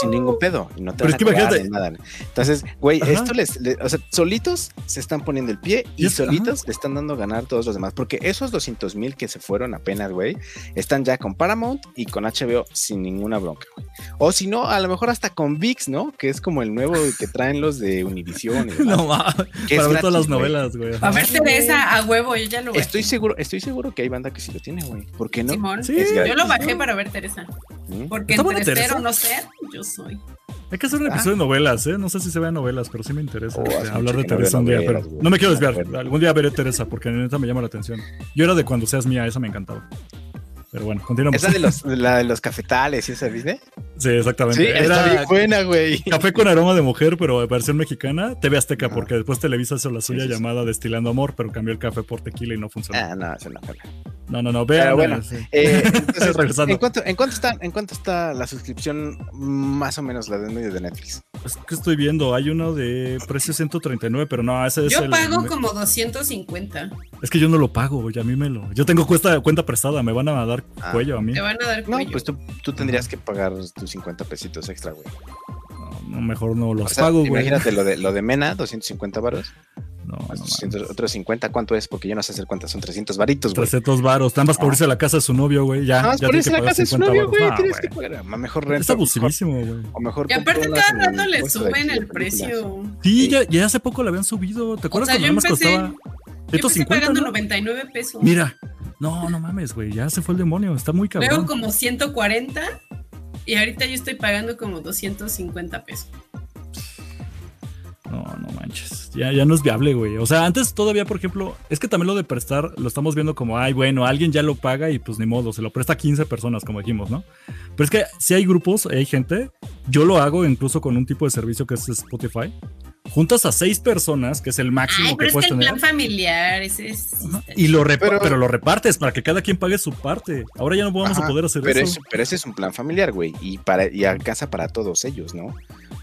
[SPEAKER 2] sin ningún pedo y no te
[SPEAKER 3] Pero
[SPEAKER 2] van
[SPEAKER 3] es
[SPEAKER 2] a
[SPEAKER 3] que
[SPEAKER 2] cobrar
[SPEAKER 3] imagínate-
[SPEAKER 2] ni nada. Entonces, güey,
[SPEAKER 3] Ajá.
[SPEAKER 2] esto les, le- o sea, solitos se están poniendo el pie y,
[SPEAKER 3] Y es-
[SPEAKER 2] solitos le están dando ganar todos los demás, porque esos 200 mil que se fueron apenas, güey, están ya con Paramount y con HBO sin ninguna bronca, güey. O si no, a lo mejor hasta con VIX, ¿no? Que es como el nuevo que traen los de Univision. y demás,
[SPEAKER 3] No mames.
[SPEAKER 2] que es
[SPEAKER 3] Para ver todas
[SPEAKER 2] gratis,
[SPEAKER 3] las
[SPEAKER 2] güey.
[SPEAKER 3] novelas, güey.
[SPEAKER 4] A ver, Teresa, a huevo, yo ya lo bajé.
[SPEAKER 2] Estoy seguro, estoy seguro que hay banda que sí lo tiene, güey. ¿Por qué no?
[SPEAKER 4] Simón.
[SPEAKER 3] Sí. pues,
[SPEAKER 2] Es
[SPEAKER 4] Yo lo
[SPEAKER 2] gratis,
[SPEAKER 4] bajé para ver Teresa.
[SPEAKER 2] ¿Mm?
[SPEAKER 4] Porque
[SPEAKER 3] Está
[SPEAKER 4] entre
[SPEAKER 3] buena Teresa.
[SPEAKER 4] ser o no ser, yo soy.
[SPEAKER 3] Hay que hacer un
[SPEAKER 2] Ah.
[SPEAKER 3] episodio de novelas, ¿eh? No sé si se vean novelas, pero sí me interesa
[SPEAKER 2] Oh,
[SPEAKER 3] o sea,
[SPEAKER 2] hace
[SPEAKER 3] hablar
[SPEAKER 2] mucho
[SPEAKER 3] de
[SPEAKER 2] que no
[SPEAKER 3] Teresa
[SPEAKER 2] veo
[SPEAKER 3] un día. Pero
[SPEAKER 2] novelas, güey. Ah,
[SPEAKER 3] no me quiero desviar.
[SPEAKER 2] Bueno.
[SPEAKER 3] Algún día veré Teresa, porque neta me llama la atención. Yo era de cuando seas mía, esa me encantaba. Pero bueno, continuamos.
[SPEAKER 2] Esa de los, la de los cafetales, ¿sí esa viste?
[SPEAKER 3] Sí, exactamente.
[SPEAKER 2] Sí, está
[SPEAKER 3] era
[SPEAKER 2] bien buena, güey.
[SPEAKER 3] Café con aroma de mujer, pero versión mexicana, TV Azteca,
[SPEAKER 2] Ajá.
[SPEAKER 3] porque después Televisa hizo la suya
[SPEAKER 2] sí, sí.
[SPEAKER 3] llamada Destilando Amor, pero cambió el café por tequila y no funcionó.
[SPEAKER 2] Ah, no, esa no fue la-
[SPEAKER 3] No, no, no, vean.
[SPEAKER 2] Pero bueno.
[SPEAKER 3] eh, sí.
[SPEAKER 2] Eh, entonces,
[SPEAKER 3] Regresando.
[SPEAKER 2] ¿en, cuánto, en, cuánto está, ¿En cuánto está la suscripción más o menos la de medio de Netflix?
[SPEAKER 3] Es que Pues, estoy viendo, hay uno de precio 139, pero no, ese es
[SPEAKER 4] Yo
[SPEAKER 3] el-
[SPEAKER 4] pago como 250.
[SPEAKER 3] Es que yo no lo pago, güey, a mí me lo... Yo tengo cuesta, cuenta prestada, me van a dar
[SPEAKER 2] Ah.
[SPEAKER 3] cuello a mí.
[SPEAKER 4] Te van a dar
[SPEAKER 2] No,
[SPEAKER 4] cuello.
[SPEAKER 2] pues tú, tú tendrías que pagar tus 50 pesitos extra, güey.
[SPEAKER 3] No, no, mejor no los
[SPEAKER 2] O sea,
[SPEAKER 3] pago, güey. Ah,
[SPEAKER 2] imagínate lo de, lo de Mena, 250 varos.
[SPEAKER 3] No, no
[SPEAKER 2] Más
[SPEAKER 3] mames.
[SPEAKER 2] 200, otros 50, ¿cuánto es? Porque yo no sé hacer cuántas son 300 varitos, güey.
[SPEAKER 3] 300 varos. Nada
[SPEAKER 2] Ah.
[SPEAKER 3] más por irse a la casa de su novio, güey. Ya.
[SPEAKER 2] Nada más
[SPEAKER 3] Ah, ya
[SPEAKER 2] por
[SPEAKER 3] tiene
[SPEAKER 2] irse
[SPEAKER 3] que
[SPEAKER 2] a la
[SPEAKER 3] pagar
[SPEAKER 2] casa de su
[SPEAKER 3] 50
[SPEAKER 2] novio,
[SPEAKER 3] varos.
[SPEAKER 2] güey.
[SPEAKER 3] No,
[SPEAKER 2] Tienes que pagar. ma, Mejor
[SPEAKER 3] Es
[SPEAKER 2] renta.
[SPEAKER 3] abusivísimo, güey.
[SPEAKER 2] O mejor
[SPEAKER 4] Y aparte
[SPEAKER 2] compra
[SPEAKER 4] cada
[SPEAKER 2] las en
[SPEAKER 4] rato le
[SPEAKER 2] puesto de
[SPEAKER 4] suben
[SPEAKER 2] aquí de
[SPEAKER 4] el
[SPEAKER 2] películas.
[SPEAKER 4] precio.
[SPEAKER 3] Sí,
[SPEAKER 2] Sí.
[SPEAKER 3] ya, ya hace poco la habían subido. ¿Te
[SPEAKER 4] O
[SPEAKER 3] acuerdas
[SPEAKER 4] sea, yo
[SPEAKER 3] cuando nada más
[SPEAKER 4] empecé,
[SPEAKER 3] costaba
[SPEAKER 4] yo empecé
[SPEAKER 3] 150?
[SPEAKER 4] pagando
[SPEAKER 3] no?
[SPEAKER 4] 99 pesos.
[SPEAKER 3] Mira, no, no mames, güey. Ya se fue el demonio. Está muy cabrón.
[SPEAKER 4] Luego como 140 y ahorita yo estoy pagando como 250 pesos.
[SPEAKER 3] No, no manches. Ya, ya no es viable, güey. O sea, antes todavía, por ejemplo, es que también lo de prestar lo estamos viendo como, ay, bueno, alguien ya lo paga y pues ni modo, se lo presta a 15 personas, como dijimos, ¿no? Pero es que si hay grupos, hay gente, yo lo hago incluso con un tipo de servicio que es Spotify. Juntas a seis personas, que es el máximo
[SPEAKER 4] Ay,
[SPEAKER 3] que
[SPEAKER 4] pero es que
[SPEAKER 3] puedes
[SPEAKER 4] el
[SPEAKER 3] tener.
[SPEAKER 4] plan familiar, ese es...
[SPEAKER 3] Ajá. Y lo repa- pero,
[SPEAKER 2] Pero-
[SPEAKER 3] lo repartes para que cada quien pague su parte. Ahora ya no vamos a
[SPEAKER 2] Ajá,
[SPEAKER 3] poder hacer
[SPEAKER 2] pero
[SPEAKER 3] eso.
[SPEAKER 2] es- pero ese es un plan familiar, güey, y, para, y alcanza para todos ellos, ¿no?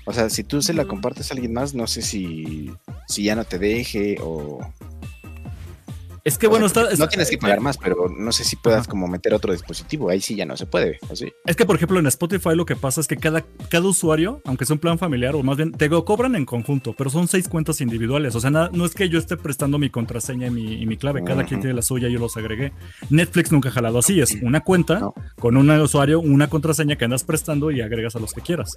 [SPEAKER 2] O sea, si tú se la
[SPEAKER 4] Ujú.
[SPEAKER 2] compartes a alguien más, no sé si, si ya no te deje o...
[SPEAKER 3] Es que
[SPEAKER 2] o sea,
[SPEAKER 3] bueno, está, eh,
[SPEAKER 2] no
[SPEAKER 3] está-
[SPEAKER 2] tienes que pagar más, pero no sé si puedas como meter otro dispositivo. Ahí sí ya no se puede, ¿o sí?
[SPEAKER 3] Es que, por ejemplo, en Spotify lo que pasa es que cada, cada usuario, aunque sea un plan familiar o más bien, te lo cobran en conjunto, pero son seis cuentas individuales. O sea, na- no es que yo esté prestando mi contraseña y mi, y mi clave, cada quien
[SPEAKER 2] Ujú.
[SPEAKER 3] tiene la suya, yo los agregué. Netflix nunca ha jalado así, es una cuenta
[SPEAKER 2] No.
[SPEAKER 3] con un usuario, una contraseña que andas prestando y agregas a los que quieras.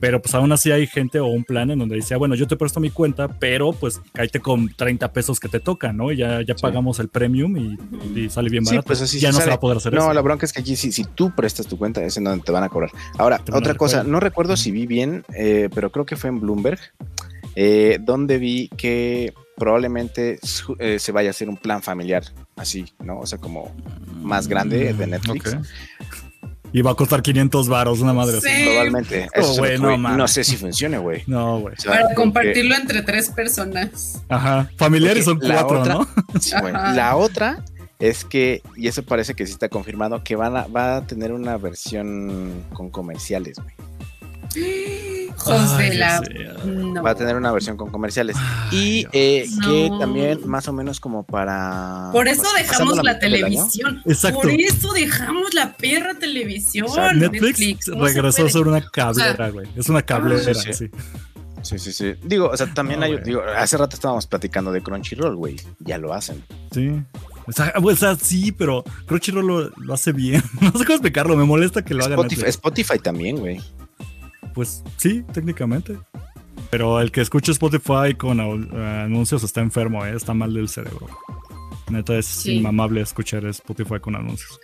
[SPEAKER 3] Pero pues aún así hay gente o un plan en donde dice, "Ah, bueno, yo te presto mi cuenta, pero pues cállate con 30 pesos que te toca, ¿no? Y ya, ya
[SPEAKER 2] Sí.
[SPEAKER 3] pagamos el premium y, y sale bien
[SPEAKER 2] Sí,
[SPEAKER 3] barato.
[SPEAKER 2] pues así
[SPEAKER 3] ya
[SPEAKER 2] se
[SPEAKER 3] no se
[SPEAKER 2] sale.
[SPEAKER 3] va a poder hacer
[SPEAKER 2] No,
[SPEAKER 3] eso.
[SPEAKER 2] la bronca es que aquí sí, si tú prestas tu cuenta, ese no te van a cobrar. Ahora,
[SPEAKER 3] Te van a
[SPEAKER 2] otra
[SPEAKER 3] dar
[SPEAKER 2] cosa,
[SPEAKER 3] cuello.
[SPEAKER 2] no recuerdo si vi bien, eh, pero creo que fue en Bloomberg, eh, donde vi que probablemente su- eh, se vaya a hacer un plan familiar así, ¿no? O sea, como más grande de Netflix.
[SPEAKER 3] Mm, Ok. Y va a costar 500 varos, una madre
[SPEAKER 4] Sí.
[SPEAKER 3] así.
[SPEAKER 2] Probablemente.
[SPEAKER 3] Oh,
[SPEAKER 2] Eso es lo
[SPEAKER 3] güey,
[SPEAKER 2] que
[SPEAKER 3] no
[SPEAKER 2] voy.
[SPEAKER 3] mames.
[SPEAKER 2] no sé si funcione, güey.
[SPEAKER 3] No, güey.
[SPEAKER 2] O sea,
[SPEAKER 4] Para
[SPEAKER 2] porque-
[SPEAKER 4] compartirlo entre tres personas.
[SPEAKER 3] Ajá. Familiares son
[SPEAKER 2] Porque la
[SPEAKER 3] cuatro,
[SPEAKER 2] otra-
[SPEAKER 3] ¿no?
[SPEAKER 2] Sí, güey.
[SPEAKER 4] Ajá.
[SPEAKER 2] La otra es que, y eso parece que sí está confirmado, que van a, va a tener una versión con comerciales, güey.
[SPEAKER 4] José,
[SPEAKER 3] Ay,
[SPEAKER 4] la...
[SPEAKER 3] sí.
[SPEAKER 4] No.
[SPEAKER 2] Va a tener una versión con comerciales.
[SPEAKER 3] Ay,
[SPEAKER 2] Y
[SPEAKER 3] Dios.
[SPEAKER 2] eh, que
[SPEAKER 4] No.
[SPEAKER 2] también más o menos como para...
[SPEAKER 4] Por eso
[SPEAKER 2] pas- pasando
[SPEAKER 4] dejamos la
[SPEAKER 2] mitad del año.
[SPEAKER 4] televisión.
[SPEAKER 3] Exacto.
[SPEAKER 4] Por eso dejamos la perra televisión.
[SPEAKER 2] Exacto.
[SPEAKER 3] Netflix,
[SPEAKER 4] no se
[SPEAKER 3] regresó a
[SPEAKER 4] puede.
[SPEAKER 3] ser una cablera, güey. Es una cablera,
[SPEAKER 2] sí, sí.
[SPEAKER 3] sí.
[SPEAKER 2] Sí, sí, sí. Digo, o sea, también
[SPEAKER 3] No,
[SPEAKER 2] hay...
[SPEAKER 3] güey.
[SPEAKER 2] Digo, hace rato estábamos platicando de Crunchyroll, güey. Ya lo hacen.
[SPEAKER 3] Sí. O sea, o sea, sí, pero Crunchyroll lo, lo hace bien. No sé cómo explicarlo, me molesta que lo hagan.
[SPEAKER 2] Spotify, Spotify también, güey.
[SPEAKER 3] Pues sí, técnicamente. Pero el que escucha Spotify con au- eh, anuncios está enfermo, eh, está mal del cerebro. Neta, es
[SPEAKER 4] Sí.
[SPEAKER 3] inmamable escuchar Spotify con anuncios.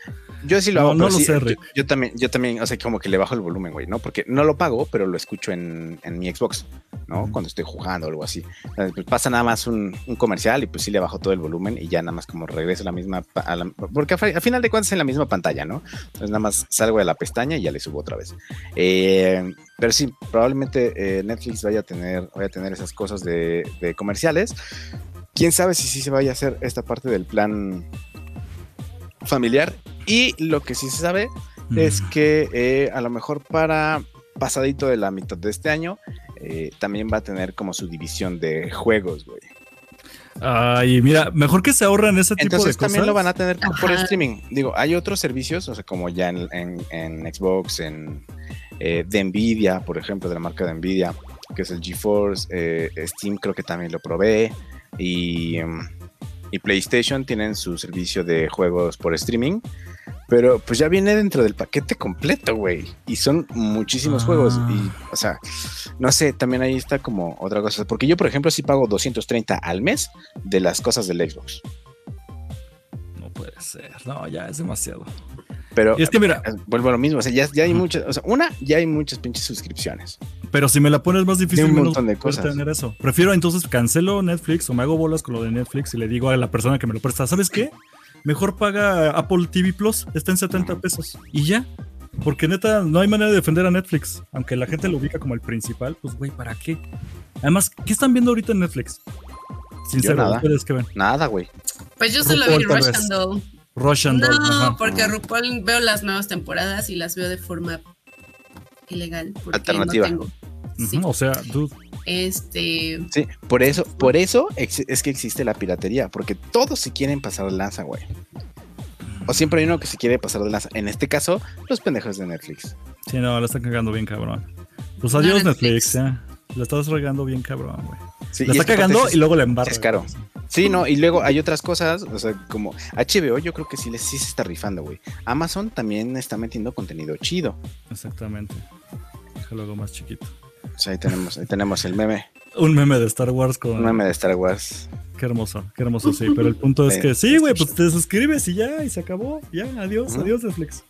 [SPEAKER 2] Yo sí lo
[SPEAKER 3] No,
[SPEAKER 2] hago,
[SPEAKER 3] no
[SPEAKER 2] pero
[SPEAKER 3] lo
[SPEAKER 2] sí,
[SPEAKER 3] sé,
[SPEAKER 2] yo-
[SPEAKER 3] Rick.
[SPEAKER 2] yo, también, yo también, o sea, como que le bajo el volumen, güey, ¿no? Porque no lo pago, pero lo escucho en, en mi Xbox, ¿no?
[SPEAKER 3] Ujú.
[SPEAKER 2] Cuando estoy jugando o algo así. O sea, pues pasa nada más un, un comercial y pues sí le bajo todo el volumen y ya nada más como regreso a la misma, pa- a la- porque a, fi- a final de cuentas es en la misma pantalla, ¿no? Entonces nada más salgo de la pestaña y ya le subo otra vez. Eh, pero sí, probablemente eh, Netflix vaya a tener, vaya a tener esas cosas de, de comerciales. Quién sabe si sí se vaya a hacer esta parte del plan familiar. Y lo que sí se sabe es
[SPEAKER 3] Mm.
[SPEAKER 2] que eh, a lo mejor para pasadito de la mitad de este año eh, también va a tener como su división de juegos, güey.
[SPEAKER 3] Ay, mira, mejor que se ahorran ese tipo
[SPEAKER 2] Entonces
[SPEAKER 3] de cosas.
[SPEAKER 2] también lo van a tener por
[SPEAKER 4] Ajá.
[SPEAKER 2] streaming. Digo, hay otros servicios, o sea, como ya en, en- en Xbox, en eh, de Nvidia, por ejemplo, de la marca de Nvidia, que es el GeForce, eh, Steam creo que también lo probé, y, em, y PlayStation tienen su servicio de juegos por streaming. Pero pues ya viene dentro del paquete completo, güey. Y son muchísimos
[SPEAKER 3] Ah.
[SPEAKER 2] juegos. Y, o sea, no sé, también ahí está como otra cosa. Porque yo, por ejemplo, sí pago 230 al mes de las cosas del Xbox.
[SPEAKER 3] No puede ser, no, ya es demasiado.
[SPEAKER 2] Pero
[SPEAKER 3] Y es que mira,
[SPEAKER 2] Eh, vuelvo a lo mismo, o sea, ya, ya hay
[SPEAKER 3] Ajá.
[SPEAKER 2] muchas, o sea, una, ya hay muchas pinches suscripciones.
[SPEAKER 3] pero si me la pones más difícil,
[SPEAKER 2] Tiene un
[SPEAKER 3] menos
[SPEAKER 2] montón de
[SPEAKER 3] voy a poder
[SPEAKER 2] cosas.
[SPEAKER 3] tener eso. Prefiero entonces cancelo Netflix o me hago bolas con lo de Netflix y le digo a la persona que me lo presta, ¿sabes qué? Mejor paga Apple TV Plus, está en 70 pesos y ya. Porque neta, no hay manera de defender a Netflix. Aunque la gente lo ubica como el principal, pues güey, ¿para qué? Además, ¿qué están viendo ahorita en Netflix? Sincero,
[SPEAKER 2] nada.
[SPEAKER 3] ustedes que ven.
[SPEAKER 2] Nada, güey.
[SPEAKER 4] Pues yo solo
[SPEAKER 3] RuPaul,
[SPEAKER 4] vi
[SPEAKER 3] tal
[SPEAKER 4] Rush
[SPEAKER 3] vez.
[SPEAKER 4] and Doll.
[SPEAKER 3] Russian Doll. ajá.
[SPEAKER 4] No, porque RuPaul veo las nuevas temporadas y las veo de forma ilegal. Porque
[SPEAKER 2] Alternativa.
[SPEAKER 4] No tengo.
[SPEAKER 3] Ujú,
[SPEAKER 4] Sí.
[SPEAKER 3] O sea, dude,
[SPEAKER 4] Este.
[SPEAKER 2] Sí, por eso, por eso ex- es que existe la piratería, porque todos se quieren pasar de lanza, güey. O siempre hay uno que se quiere pasar de lanza. En este caso, los pendejos de Netflix.
[SPEAKER 3] sí, no, la están cagando bien, cabrón. Pues
[SPEAKER 4] No,
[SPEAKER 3] adiós, ¿eh?
[SPEAKER 4] Netflix.
[SPEAKER 3] Netflix, ya. La estás regando bien, cabrón, güey.
[SPEAKER 2] Sí,
[SPEAKER 3] la
[SPEAKER 2] y
[SPEAKER 3] está
[SPEAKER 2] es que
[SPEAKER 3] cagando
[SPEAKER 2] aparte
[SPEAKER 3] y
[SPEAKER 2] sí
[SPEAKER 3] luego la embarra.
[SPEAKER 2] es caro. Sí, no, y luego hay otras cosas, o sea, como HBO, yo creo que sí, les- sí se está rifando, güey. Amazon también está metiendo contenido chido.
[SPEAKER 3] Exactamente. Déjalo algo más chiquito.
[SPEAKER 2] O sea, ahí tenemos, ahí tenemos el meme,
[SPEAKER 3] Un meme de Star Wars con.
[SPEAKER 2] un meme de Star Wars.
[SPEAKER 3] Qué hermoso, qué hermoso, sí. Pero el punto es
[SPEAKER 2] Sí.
[SPEAKER 3] que sí, güey, pues te suscribes y ya, y se acabó. Ya, adiós,
[SPEAKER 2] Ujú.
[SPEAKER 3] adiós, Netflix.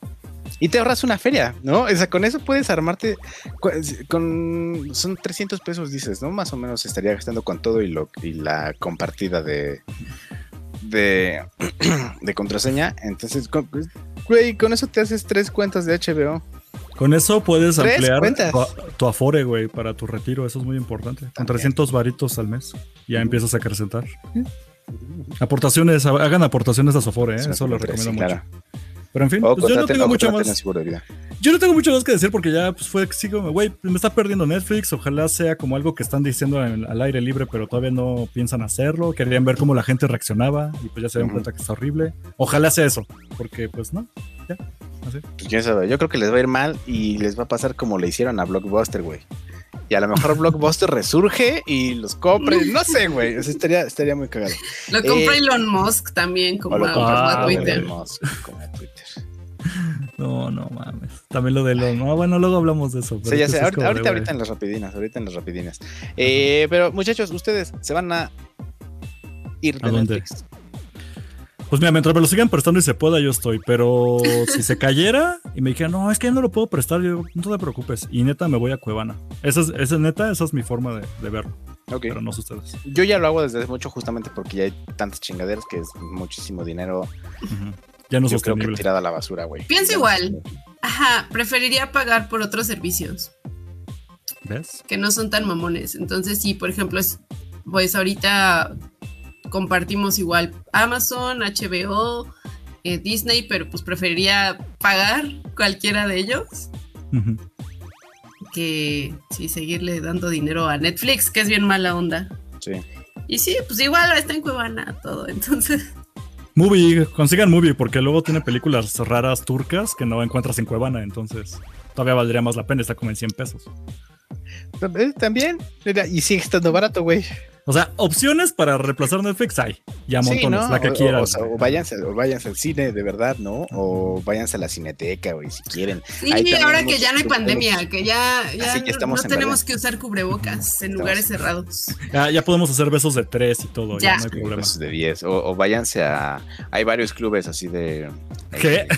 [SPEAKER 2] Y te ahorras una feria, ¿no? O sea, con eso puedes armarte, cu- con, son 300 pesos, dices, ¿no? Más o menos estaría gastando con todo y, lo, y la compartida de, de, de contraseña. Entonces, con- güey, con eso te haces tres cuentas de HBO.
[SPEAKER 3] Con eso puedes
[SPEAKER 2] Tres
[SPEAKER 3] ampliar
[SPEAKER 2] cuentas.
[SPEAKER 3] tu, tu afore, güey, para tu retiro. Eso es muy importante. Con
[SPEAKER 2] También.
[SPEAKER 3] 300 varitos al mes, ya empiezas a acrecentar. Aportaciones, ha- hagan aportaciones a su afore, ¿eh?
[SPEAKER 2] Es una
[SPEAKER 3] eso lo
[SPEAKER 2] compra,
[SPEAKER 3] recomiendo
[SPEAKER 2] sí,
[SPEAKER 3] mucho.
[SPEAKER 2] claro.
[SPEAKER 3] Pero en fin,
[SPEAKER 2] O
[SPEAKER 3] pues yo no
[SPEAKER 2] contraten-
[SPEAKER 3] tengo
[SPEAKER 2] o
[SPEAKER 3] mucho
[SPEAKER 2] contraten un
[SPEAKER 3] más.
[SPEAKER 2] seguro de vida.
[SPEAKER 3] Yo no tengo mucho más que decir porque ya pues, fue que sigo, güey, me está perdiendo Netflix. Ojalá sea como algo que están diciendo en- al aire libre, pero todavía no piensan hacerlo. Querían ver cómo la gente reaccionaba y pues ya se dieron
[SPEAKER 2] Ujú.
[SPEAKER 3] cuenta que está horrible. Ojalá sea eso, porque pues no.
[SPEAKER 2] Pues quién sabe, yo creo que les va a ir mal y les va a pasar como le hicieron a Blockbuster, güey. Y a lo mejor Blockbuster resurge y los compre. No sé, güey. O sea, estaría, estaría muy cagado.
[SPEAKER 4] Lo compra
[SPEAKER 2] Eh,
[SPEAKER 4] Elon Musk también,
[SPEAKER 2] O
[SPEAKER 4] como
[SPEAKER 2] lo
[SPEAKER 4] a,
[SPEAKER 2] compra
[SPEAKER 4] como a
[SPEAKER 3] ah,
[SPEAKER 4] Twitter.
[SPEAKER 2] Elon Musk, como a Twitter.
[SPEAKER 3] No, no mames. También lo de los. No, bueno, luego hablamos de eso.
[SPEAKER 2] O
[SPEAKER 3] pero
[SPEAKER 2] sea, ya
[SPEAKER 3] es
[SPEAKER 2] sé,
[SPEAKER 3] que sí es
[SPEAKER 2] ahorita,
[SPEAKER 3] como de,
[SPEAKER 2] ahorita,
[SPEAKER 3] güey.
[SPEAKER 2] ahorita en las rapidinas, ahorita en las rapidinas. Eh, pero muchachos, ustedes se van a ir de
[SPEAKER 3] ¿A dónde?
[SPEAKER 2] Netflix.
[SPEAKER 3] Pues mira, mientras me lo sigan prestando y se pueda, yo estoy. Pero si se cayera y me dijeran, no, es que ya no lo puedo prestar, yo no te preocupes. Y neta, me voy a Cuevana. Esa es, esa es neta, esa es mi forma de, de verlo.
[SPEAKER 2] Ok.
[SPEAKER 3] Pero no sé ustedes.
[SPEAKER 2] Yo ya lo hago desde hace mucho justamente porque ya hay tantas chingaderas que es muchísimo dinero.
[SPEAKER 3] Ujú. Ya no es
[SPEAKER 2] yo creo que
[SPEAKER 3] sostenible.
[SPEAKER 2] tirada a la basura, güey.
[SPEAKER 4] Pienso
[SPEAKER 2] Ya no
[SPEAKER 4] igual.
[SPEAKER 2] sé.
[SPEAKER 4] Ajá, preferiría pagar por otros servicios
[SPEAKER 3] ¿Ves?
[SPEAKER 4] que no son tan mamones. Entonces, sí, por ejemplo, es- pues ahorita compartimos igual Amazon, HBO, eh, Disney, pero pues preferiría pagar cualquiera de ellos
[SPEAKER 3] Ujú.
[SPEAKER 4] que sí seguirle dando dinero a Netflix, que es bien mala onda.
[SPEAKER 2] Sí.
[SPEAKER 4] Y sí, pues igual está en Cuevana todo, entonces.
[SPEAKER 3] Movie, consigan Movie, porque luego tiene películas raras turcas que no encuentras en Cuevana, entonces todavía valdría más la pena, está como en 100 pesos.
[SPEAKER 2] Eh, También. Mira, y sigue estando barato, güey.
[SPEAKER 3] O sea, opciones para reemplazar Netflix hay, ya montones,
[SPEAKER 2] ¿no?
[SPEAKER 3] la que
[SPEAKER 2] O- o-
[SPEAKER 3] quieran.
[SPEAKER 2] O, sea, o váyanse, o váyanse al cine, de verdad, ¿no? O váyanse a la cineteca, güey, si quieren.
[SPEAKER 4] Sí,
[SPEAKER 2] Ahí también
[SPEAKER 4] ahora que
[SPEAKER 2] muchos
[SPEAKER 4] ya no hay
[SPEAKER 2] grupos.
[SPEAKER 4] pandemia, que ya, ya
[SPEAKER 2] Así que
[SPEAKER 4] no-
[SPEAKER 2] estamos
[SPEAKER 4] no
[SPEAKER 2] en
[SPEAKER 4] tenemos que usar cubrebocas en
[SPEAKER 2] Estamos-
[SPEAKER 4] lugares cerrados.
[SPEAKER 3] ya, ya podemos hacer besos de tres y todo, ya,
[SPEAKER 4] Ya.
[SPEAKER 3] no hay problema.
[SPEAKER 2] Pues de 10. O, o váyanse a. Hay varios clubes así de.
[SPEAKER 3] ¿Qué?
[SPEAKER 2] De,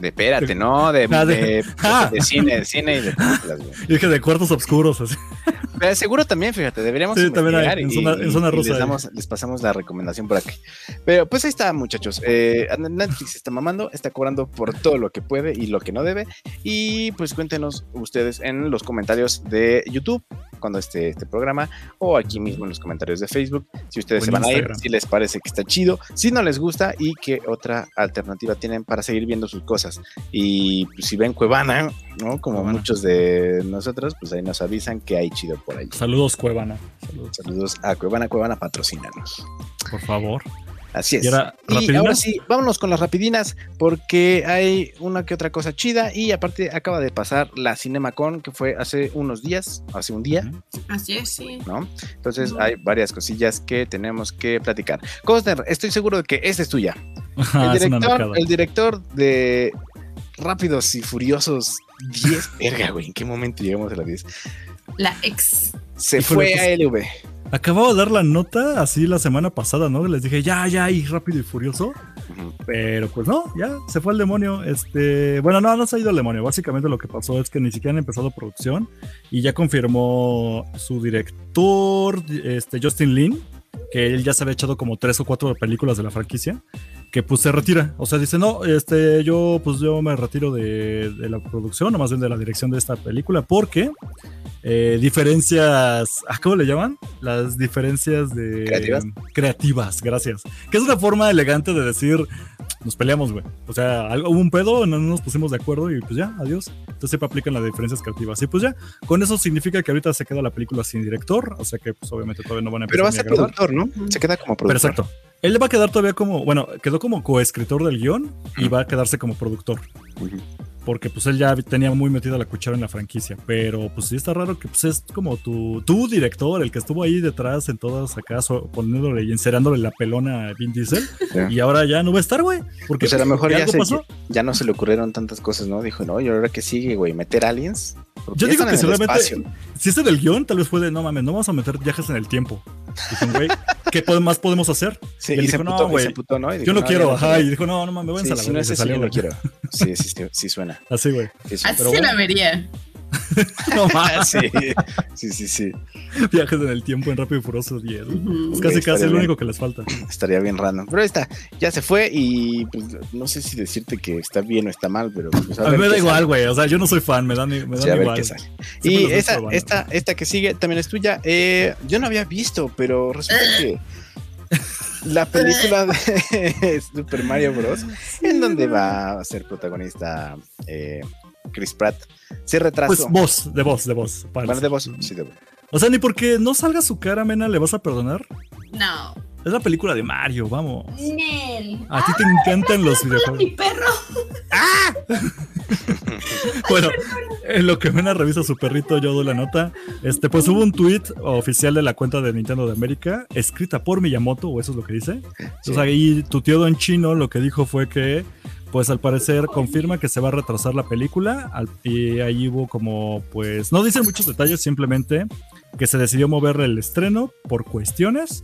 [SPEAKER 2] de espérate, ¿no? De,
[SPEAKER 3] Ah, de-
[SPEAKER 2] de-
[SPEAKER 3] Ah.
[SPEAKER 2] de cine, cine y de películas, güey.
[SPEAKER 3] Y dije de cuartos oscuros, así.
[SPEAKER 2] Pero seguro también, fíjate, deberíamos
[SPEAKER 3] Sí, también hay,
[SPEAKER 2] investigar
[SPEAKER 3] en
[SPEAKER 2] y-
[SPEAKER 3] zona-
[SPEAKER 2] y-
[SPEAKER 3] en zona
[SPEAKER 2] y
[SPEAKER 3] rosa
[SPEAKER 2] les,
[SPEAKER 3] hay.
[SPEAKER 2] damos- les pasamos la recomendación por aquí. Pero pues ahí está, muchachos. Eh, Netflix está mamando, está cobrando por todo lo que puede y lo que no debe. Y pues cuéntenos ustedes en los comentarios de YouTube cuando esté este programa o aquí mismo en los comentarios de Facebook si ustedes
[SPEAKER 3] O en
[SPEAKER 2] se van a ir,
[SPEAKER 3] Instagram.
[SPEAKER 2] si les parece que está chido, si no les gusta y qué otra alternativa tienen para seguir viendo sus cosas. Y pues, si ven Cuevana, ¿no? Como
[SPEAKER 3] Cuevana.
[SPEAKER 2] muchos de nosotros, pues ahí nos avisan que hay chido por ahí.
[SPEAKER 3] Saludos, Cuevana. Saludos,
[SPEAKER 2] Saludos a Cuevana, Cuevana, patrocínanos.
[SPEAKER 3] por favor.
[SPEAKER 2] Así es.
[SPEAKER 3] Y ahora,
[SPEAKER 2] Y
[SPEAKER 3] ¿rapidinas?
[SPEAKER 2] ahora sí, vámonos con las rapidinas porque hay una que otra cosa chida y aparte acaba de pasar la CinemaCon que fue hace unos días, hace un día,
[SPEAKER 3] Ujú.
[SPEAKER 4] Así es, sí.
[SPEAKER 2] ¿no? Entonces
[SPEAKER 4] Ujú.
[SPEAKER 2] hay varias cosillas que tenemos que platicar. Cosner, estoy seguro de que esta es tuya.
[SPEAKER 3] Ajá,
[SPEAKER 2] el,
[SPEAKER 3] Ah, es una
[SPEAKER 2] director,
[SPEAKER 3] nacada.
[SPEAKER 2] el director de Rápidos y Furiosos 10, verga, güey, ¿en qué momento llegamos a la 10?
[SPEAKER 4] La ex.
[SPEAKER 2] Se
[SPEAKER 3] Híjole,
[SPEAKER 2] fue
[SPEAKER 3] pues-
[SPEAKER 2] a LV.
[SPEAKER 3] Acababa de dar la nota así la semana pasada, ¿no? Les dije, ya, ya, y rápido y furioso.
[SPEAKER 2] Ujú.
[SPEAKER 3] Pero pues no, ya se fue al demonio. Este, bueno, no, no se ha ido al demonio. Básicamente lo que pasó es que ni siquiera han empezado producción y ya confirmó su director, este, Justin Lin, que él ya se había echado como tres o cuatro películas de la franquicia, que pues se retira. O sea, dice, no, este, yo pues yo me retiro de, de la producción, o más bien de la dirección de esta película, porque eh, diferencias, ¿a cómo le llaman? Las diferencias de...
[SPEAKER 2] ¿Creativas?
[SPEAKER 3] Creativas, gracias. Que es una forma elegante de decir, nos peleamos, güey. O sea, algo, hubo un pedo, no nos pusimos de acuerdo y pues ya, adiós. Entonces siempre aplican las diferencias creativas. Y pues ya, con eso significa que ahorita se queda la película sin director, o sea que pues obviamente todavía no van a empezar
[SPEAKER 2] Pero va a
[SPEAKER 3] ni
[SPEAKER 2] ser
[SPEAKER 3] grabar.
[SPEAKER 2] productor, ¿no? Se queda como
[SPEAKER 3] Pero
[SPEAKER 2] productor.
[SPEAKER 3] exacto. Él va a quedar todavía como, bueno, quedó como coescritor del guión y va a quedarse como productor.
[SPEAKER 2] Ujú.
[SPEAKER 3] porque pues él ya tenía muy metida la cuchara en la franquicia, pero pues sí está raro que pues es como tu, tu director, el que estuvo ahí detrás en todas acá, so- poniéndole y encerándole la pelona a Vin Diesel,
[SPEAKER 2] Ya.
[SPEAKER 3] y ahora ya no va a estar, güey, porque
[SPEAKER 2] Pues a lo
[SPEAKER 3] porque
[SPEAKER 2] mejor ya,
[SPEAKER 3] algo
[SPEAKER 2] se-
[SPEAKER 3] pasó.
[SPEAKER 2] ya no se le ocurrieron tantas cosas, ¿no? Dijo, no, y ahora que sigue, güey, meter aliens. Porque
[SPEAKER 3] Yo
[SPEAKER 2] ya
[SPEAKER 3] digo
[SPEAKER 2] están
[SPEAKER 3] que
[SPEAKER 2] en el
[SPEAKER 3] seguramente-
[SPEAKER 2] espacio.
[SPEAKER 3] Si este del guión, tal vez fue de no mames, no vamos a meter viajes en el tiempo. Dijeron, güey, ¿qué pod- más podemos hacer?
[SPEAKER 2] Sí,
[SPEAKER 3] y
[SPEAKER 2] y,
[SPEAKER 3] él
[SPEAKER 2] se
[SPEAKER 3] dijo, "No,
[SPEAKER 2] emputó, y
[SPEAKER 3] güey,
[SPEAKER 2] se emputó, ¿no? Y dijo,
[SPEAKER 3] Yo no
[SPEAKER 2] ya
[SPEAKER 3] quiero, ajá.
[SPEAKER 2] quiero".
[SPEAKER 3] Y dijo, no, no mames, voy a
[SPEAKER 2] Sí,
[SPEAKER 3] ensalar.
[SPEAKER 2] si no es ese, yo no quiero. Sí, sí, sí, sí suena.
[SPEAKER 3] Así, güey.
[SPEAKER 2] Sí, suena. Ah,
[SPEAKER 4] Así
[SPEAKER 3] Pero
[SPEAKER 4] se
[SPEAKER 3] bueno.
[SPEAKER 4] la vería.
[SPEAKER 3] No mames,
[SPEAKER 2] Sí, sí, sí, sí.
[SPEAKER 3] viajes en el tiempo en Rápido y Furioso 10. güey.
[SPEAKER 4] Ujú.
[SPEAKER 2] Güey,
[SPEAKER 3] Es casi, casi
[SPEAKER 2] estaría
[SPEAKER 3] el
[SPEAKER 2] bien.
[SPEAKER 3] único que les falta.
[SPEAKER 2] Estaría bien random. Pero ahí está, ya se fue y pues, no sé si decirte que está bien o está mal, pero pues,
[SPEAKER 3] A mí
[SPEAKER 2] ver
[SPEAKER 3] me da
[SPEAKER 2] qué
[SPEAKER 3] igual,
[SPEAKER 2] sale.
[SPEAKER 3] güey. O sea, yo no soy fan, me dan, me dan
[SPEAKER 2] Sí, a ver
[SPEAKER 3] igual.
[SPEAKER 2] qué sale.
[SPEAKER 3] Siempre
[SPEAKER 2] Y
[SPEAKER 3] los ves
[SPEAKER 2] esta,
[SPEAKER 3] probando.
[SPEAKER 2] esta, esta que sigue también es tuya. Eh, yo no había visto, pero resulta que la película de Super Mario Bros. en donde va a ser protagonista eh, Chris Pratt se
[SPEAKER 3] Pues
[SPEAKER 2] retrasó.
[SPEAKER 3] voz, de voz, de voz. para-
[SPEAKER 2] Bueno, de voz, sí, de voz.
[SPEAKER 3] O sea, ni porque no salga su cara, Mena, le vas a perdonar.
[SPEAKER 4] No.
[SPEAKER 3] Es la película de Mario, vamos.
[SPEAKER 4] Nel.
[SPEAKER 3] A ti te encantan los
[SPEAKER 4] Hola,
[SPEAKER 3] videojuegos.
[SPEAKER 4] mi perro.
[SPEAKER 3] Bueno, en lo que Mena revisa su perrito, yo doy la nota. Este, pues hubo un tweet oficial de la cuenta de Nintendo de América, escrita por Miyamoto, o eso es lo que dice.
[SPEAKER 2] Sí.
[SPEAKER 3] Entonces ahí tu tío Don Chino lo que dijo fue que, pues al parecer confirma que se va a retrasar la película. al- Y ahí hubo como, pues, no dicen muchos detalles, simplemente que se decidió mover el estreno por cuestiones.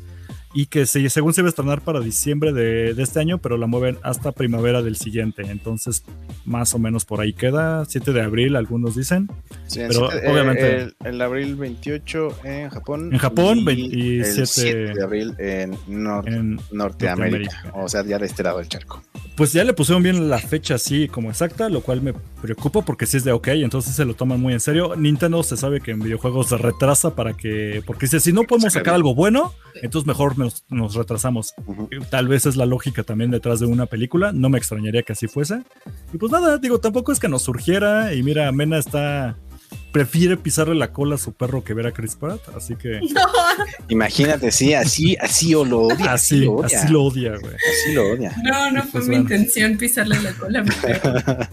[SPEAKER 3] Y que se- según se iba a estrenar para diciembre de, de este año, pero la mueven hasta primavera del siguiente. Entonces, más o menos por ahí queda. 7 de abril, algunos dicen.
[SPEAKER 2] Sí, en
[SPEAKER 3] Pero,
[SPEAKER 2] siete- eh,
[SPEAKER 3] obviamente-
[SPEAKER 2] El, el abril 28 en Japón.
[SPEAKER 3] En Japón,
[SPEAKER 2] y
[SPEAKER 3] 27
[SPEAKER 2] el 7 de abril en, Nor-
[SPEAKER 3] En-
[SPEAKER 2] Norteamérica.
[SPEAKER 3] Norteamérica.
[SPEAKER 2] O sea, ya de este lado del charco.
[SPEAKER 3] pues ya le pusieron bien la fecha así como exacta, lo cual me preocupa porque si es de ok, entonces se lo toman muy en serio. Nintendo se sabe que en videojuegos se retrasa para que, porque dice, si no podemos
[SPEAKER 2] Saca
[SPEAKER 3] sacar
[SPEAKER 2] bien.
[SPEAKER 3] algo bueno, entonces mejor nos, nos retrasamos.
[SPEAKER 2] Ujú.
[SPEAKER 3] Tal vez es la lógica también detrás de una película, no me extrañaría que así fuese. Y pues nada, digo, tampoco es que nos surgiera y mira, Mena está... Prefiere pisarle la cola a su perro que ver a Chris Pratt, así que
[SPEAKER 2] Imagínate, sí, así, así o lo odia.
[SPEAKER 3] así,
[SPEAKER 2] lo odia.
[SPEAKER 3] así lo odia, güey.
[SPEAKER 2] Así lo odia.
[SPEAKER 4] No, no fue
[SPEAKER 3] Pues
[SPEAKER 4] mi
[SPEAKER 3] bueno.
[SPEAKER 4] intención pisarle la cola a mi perro.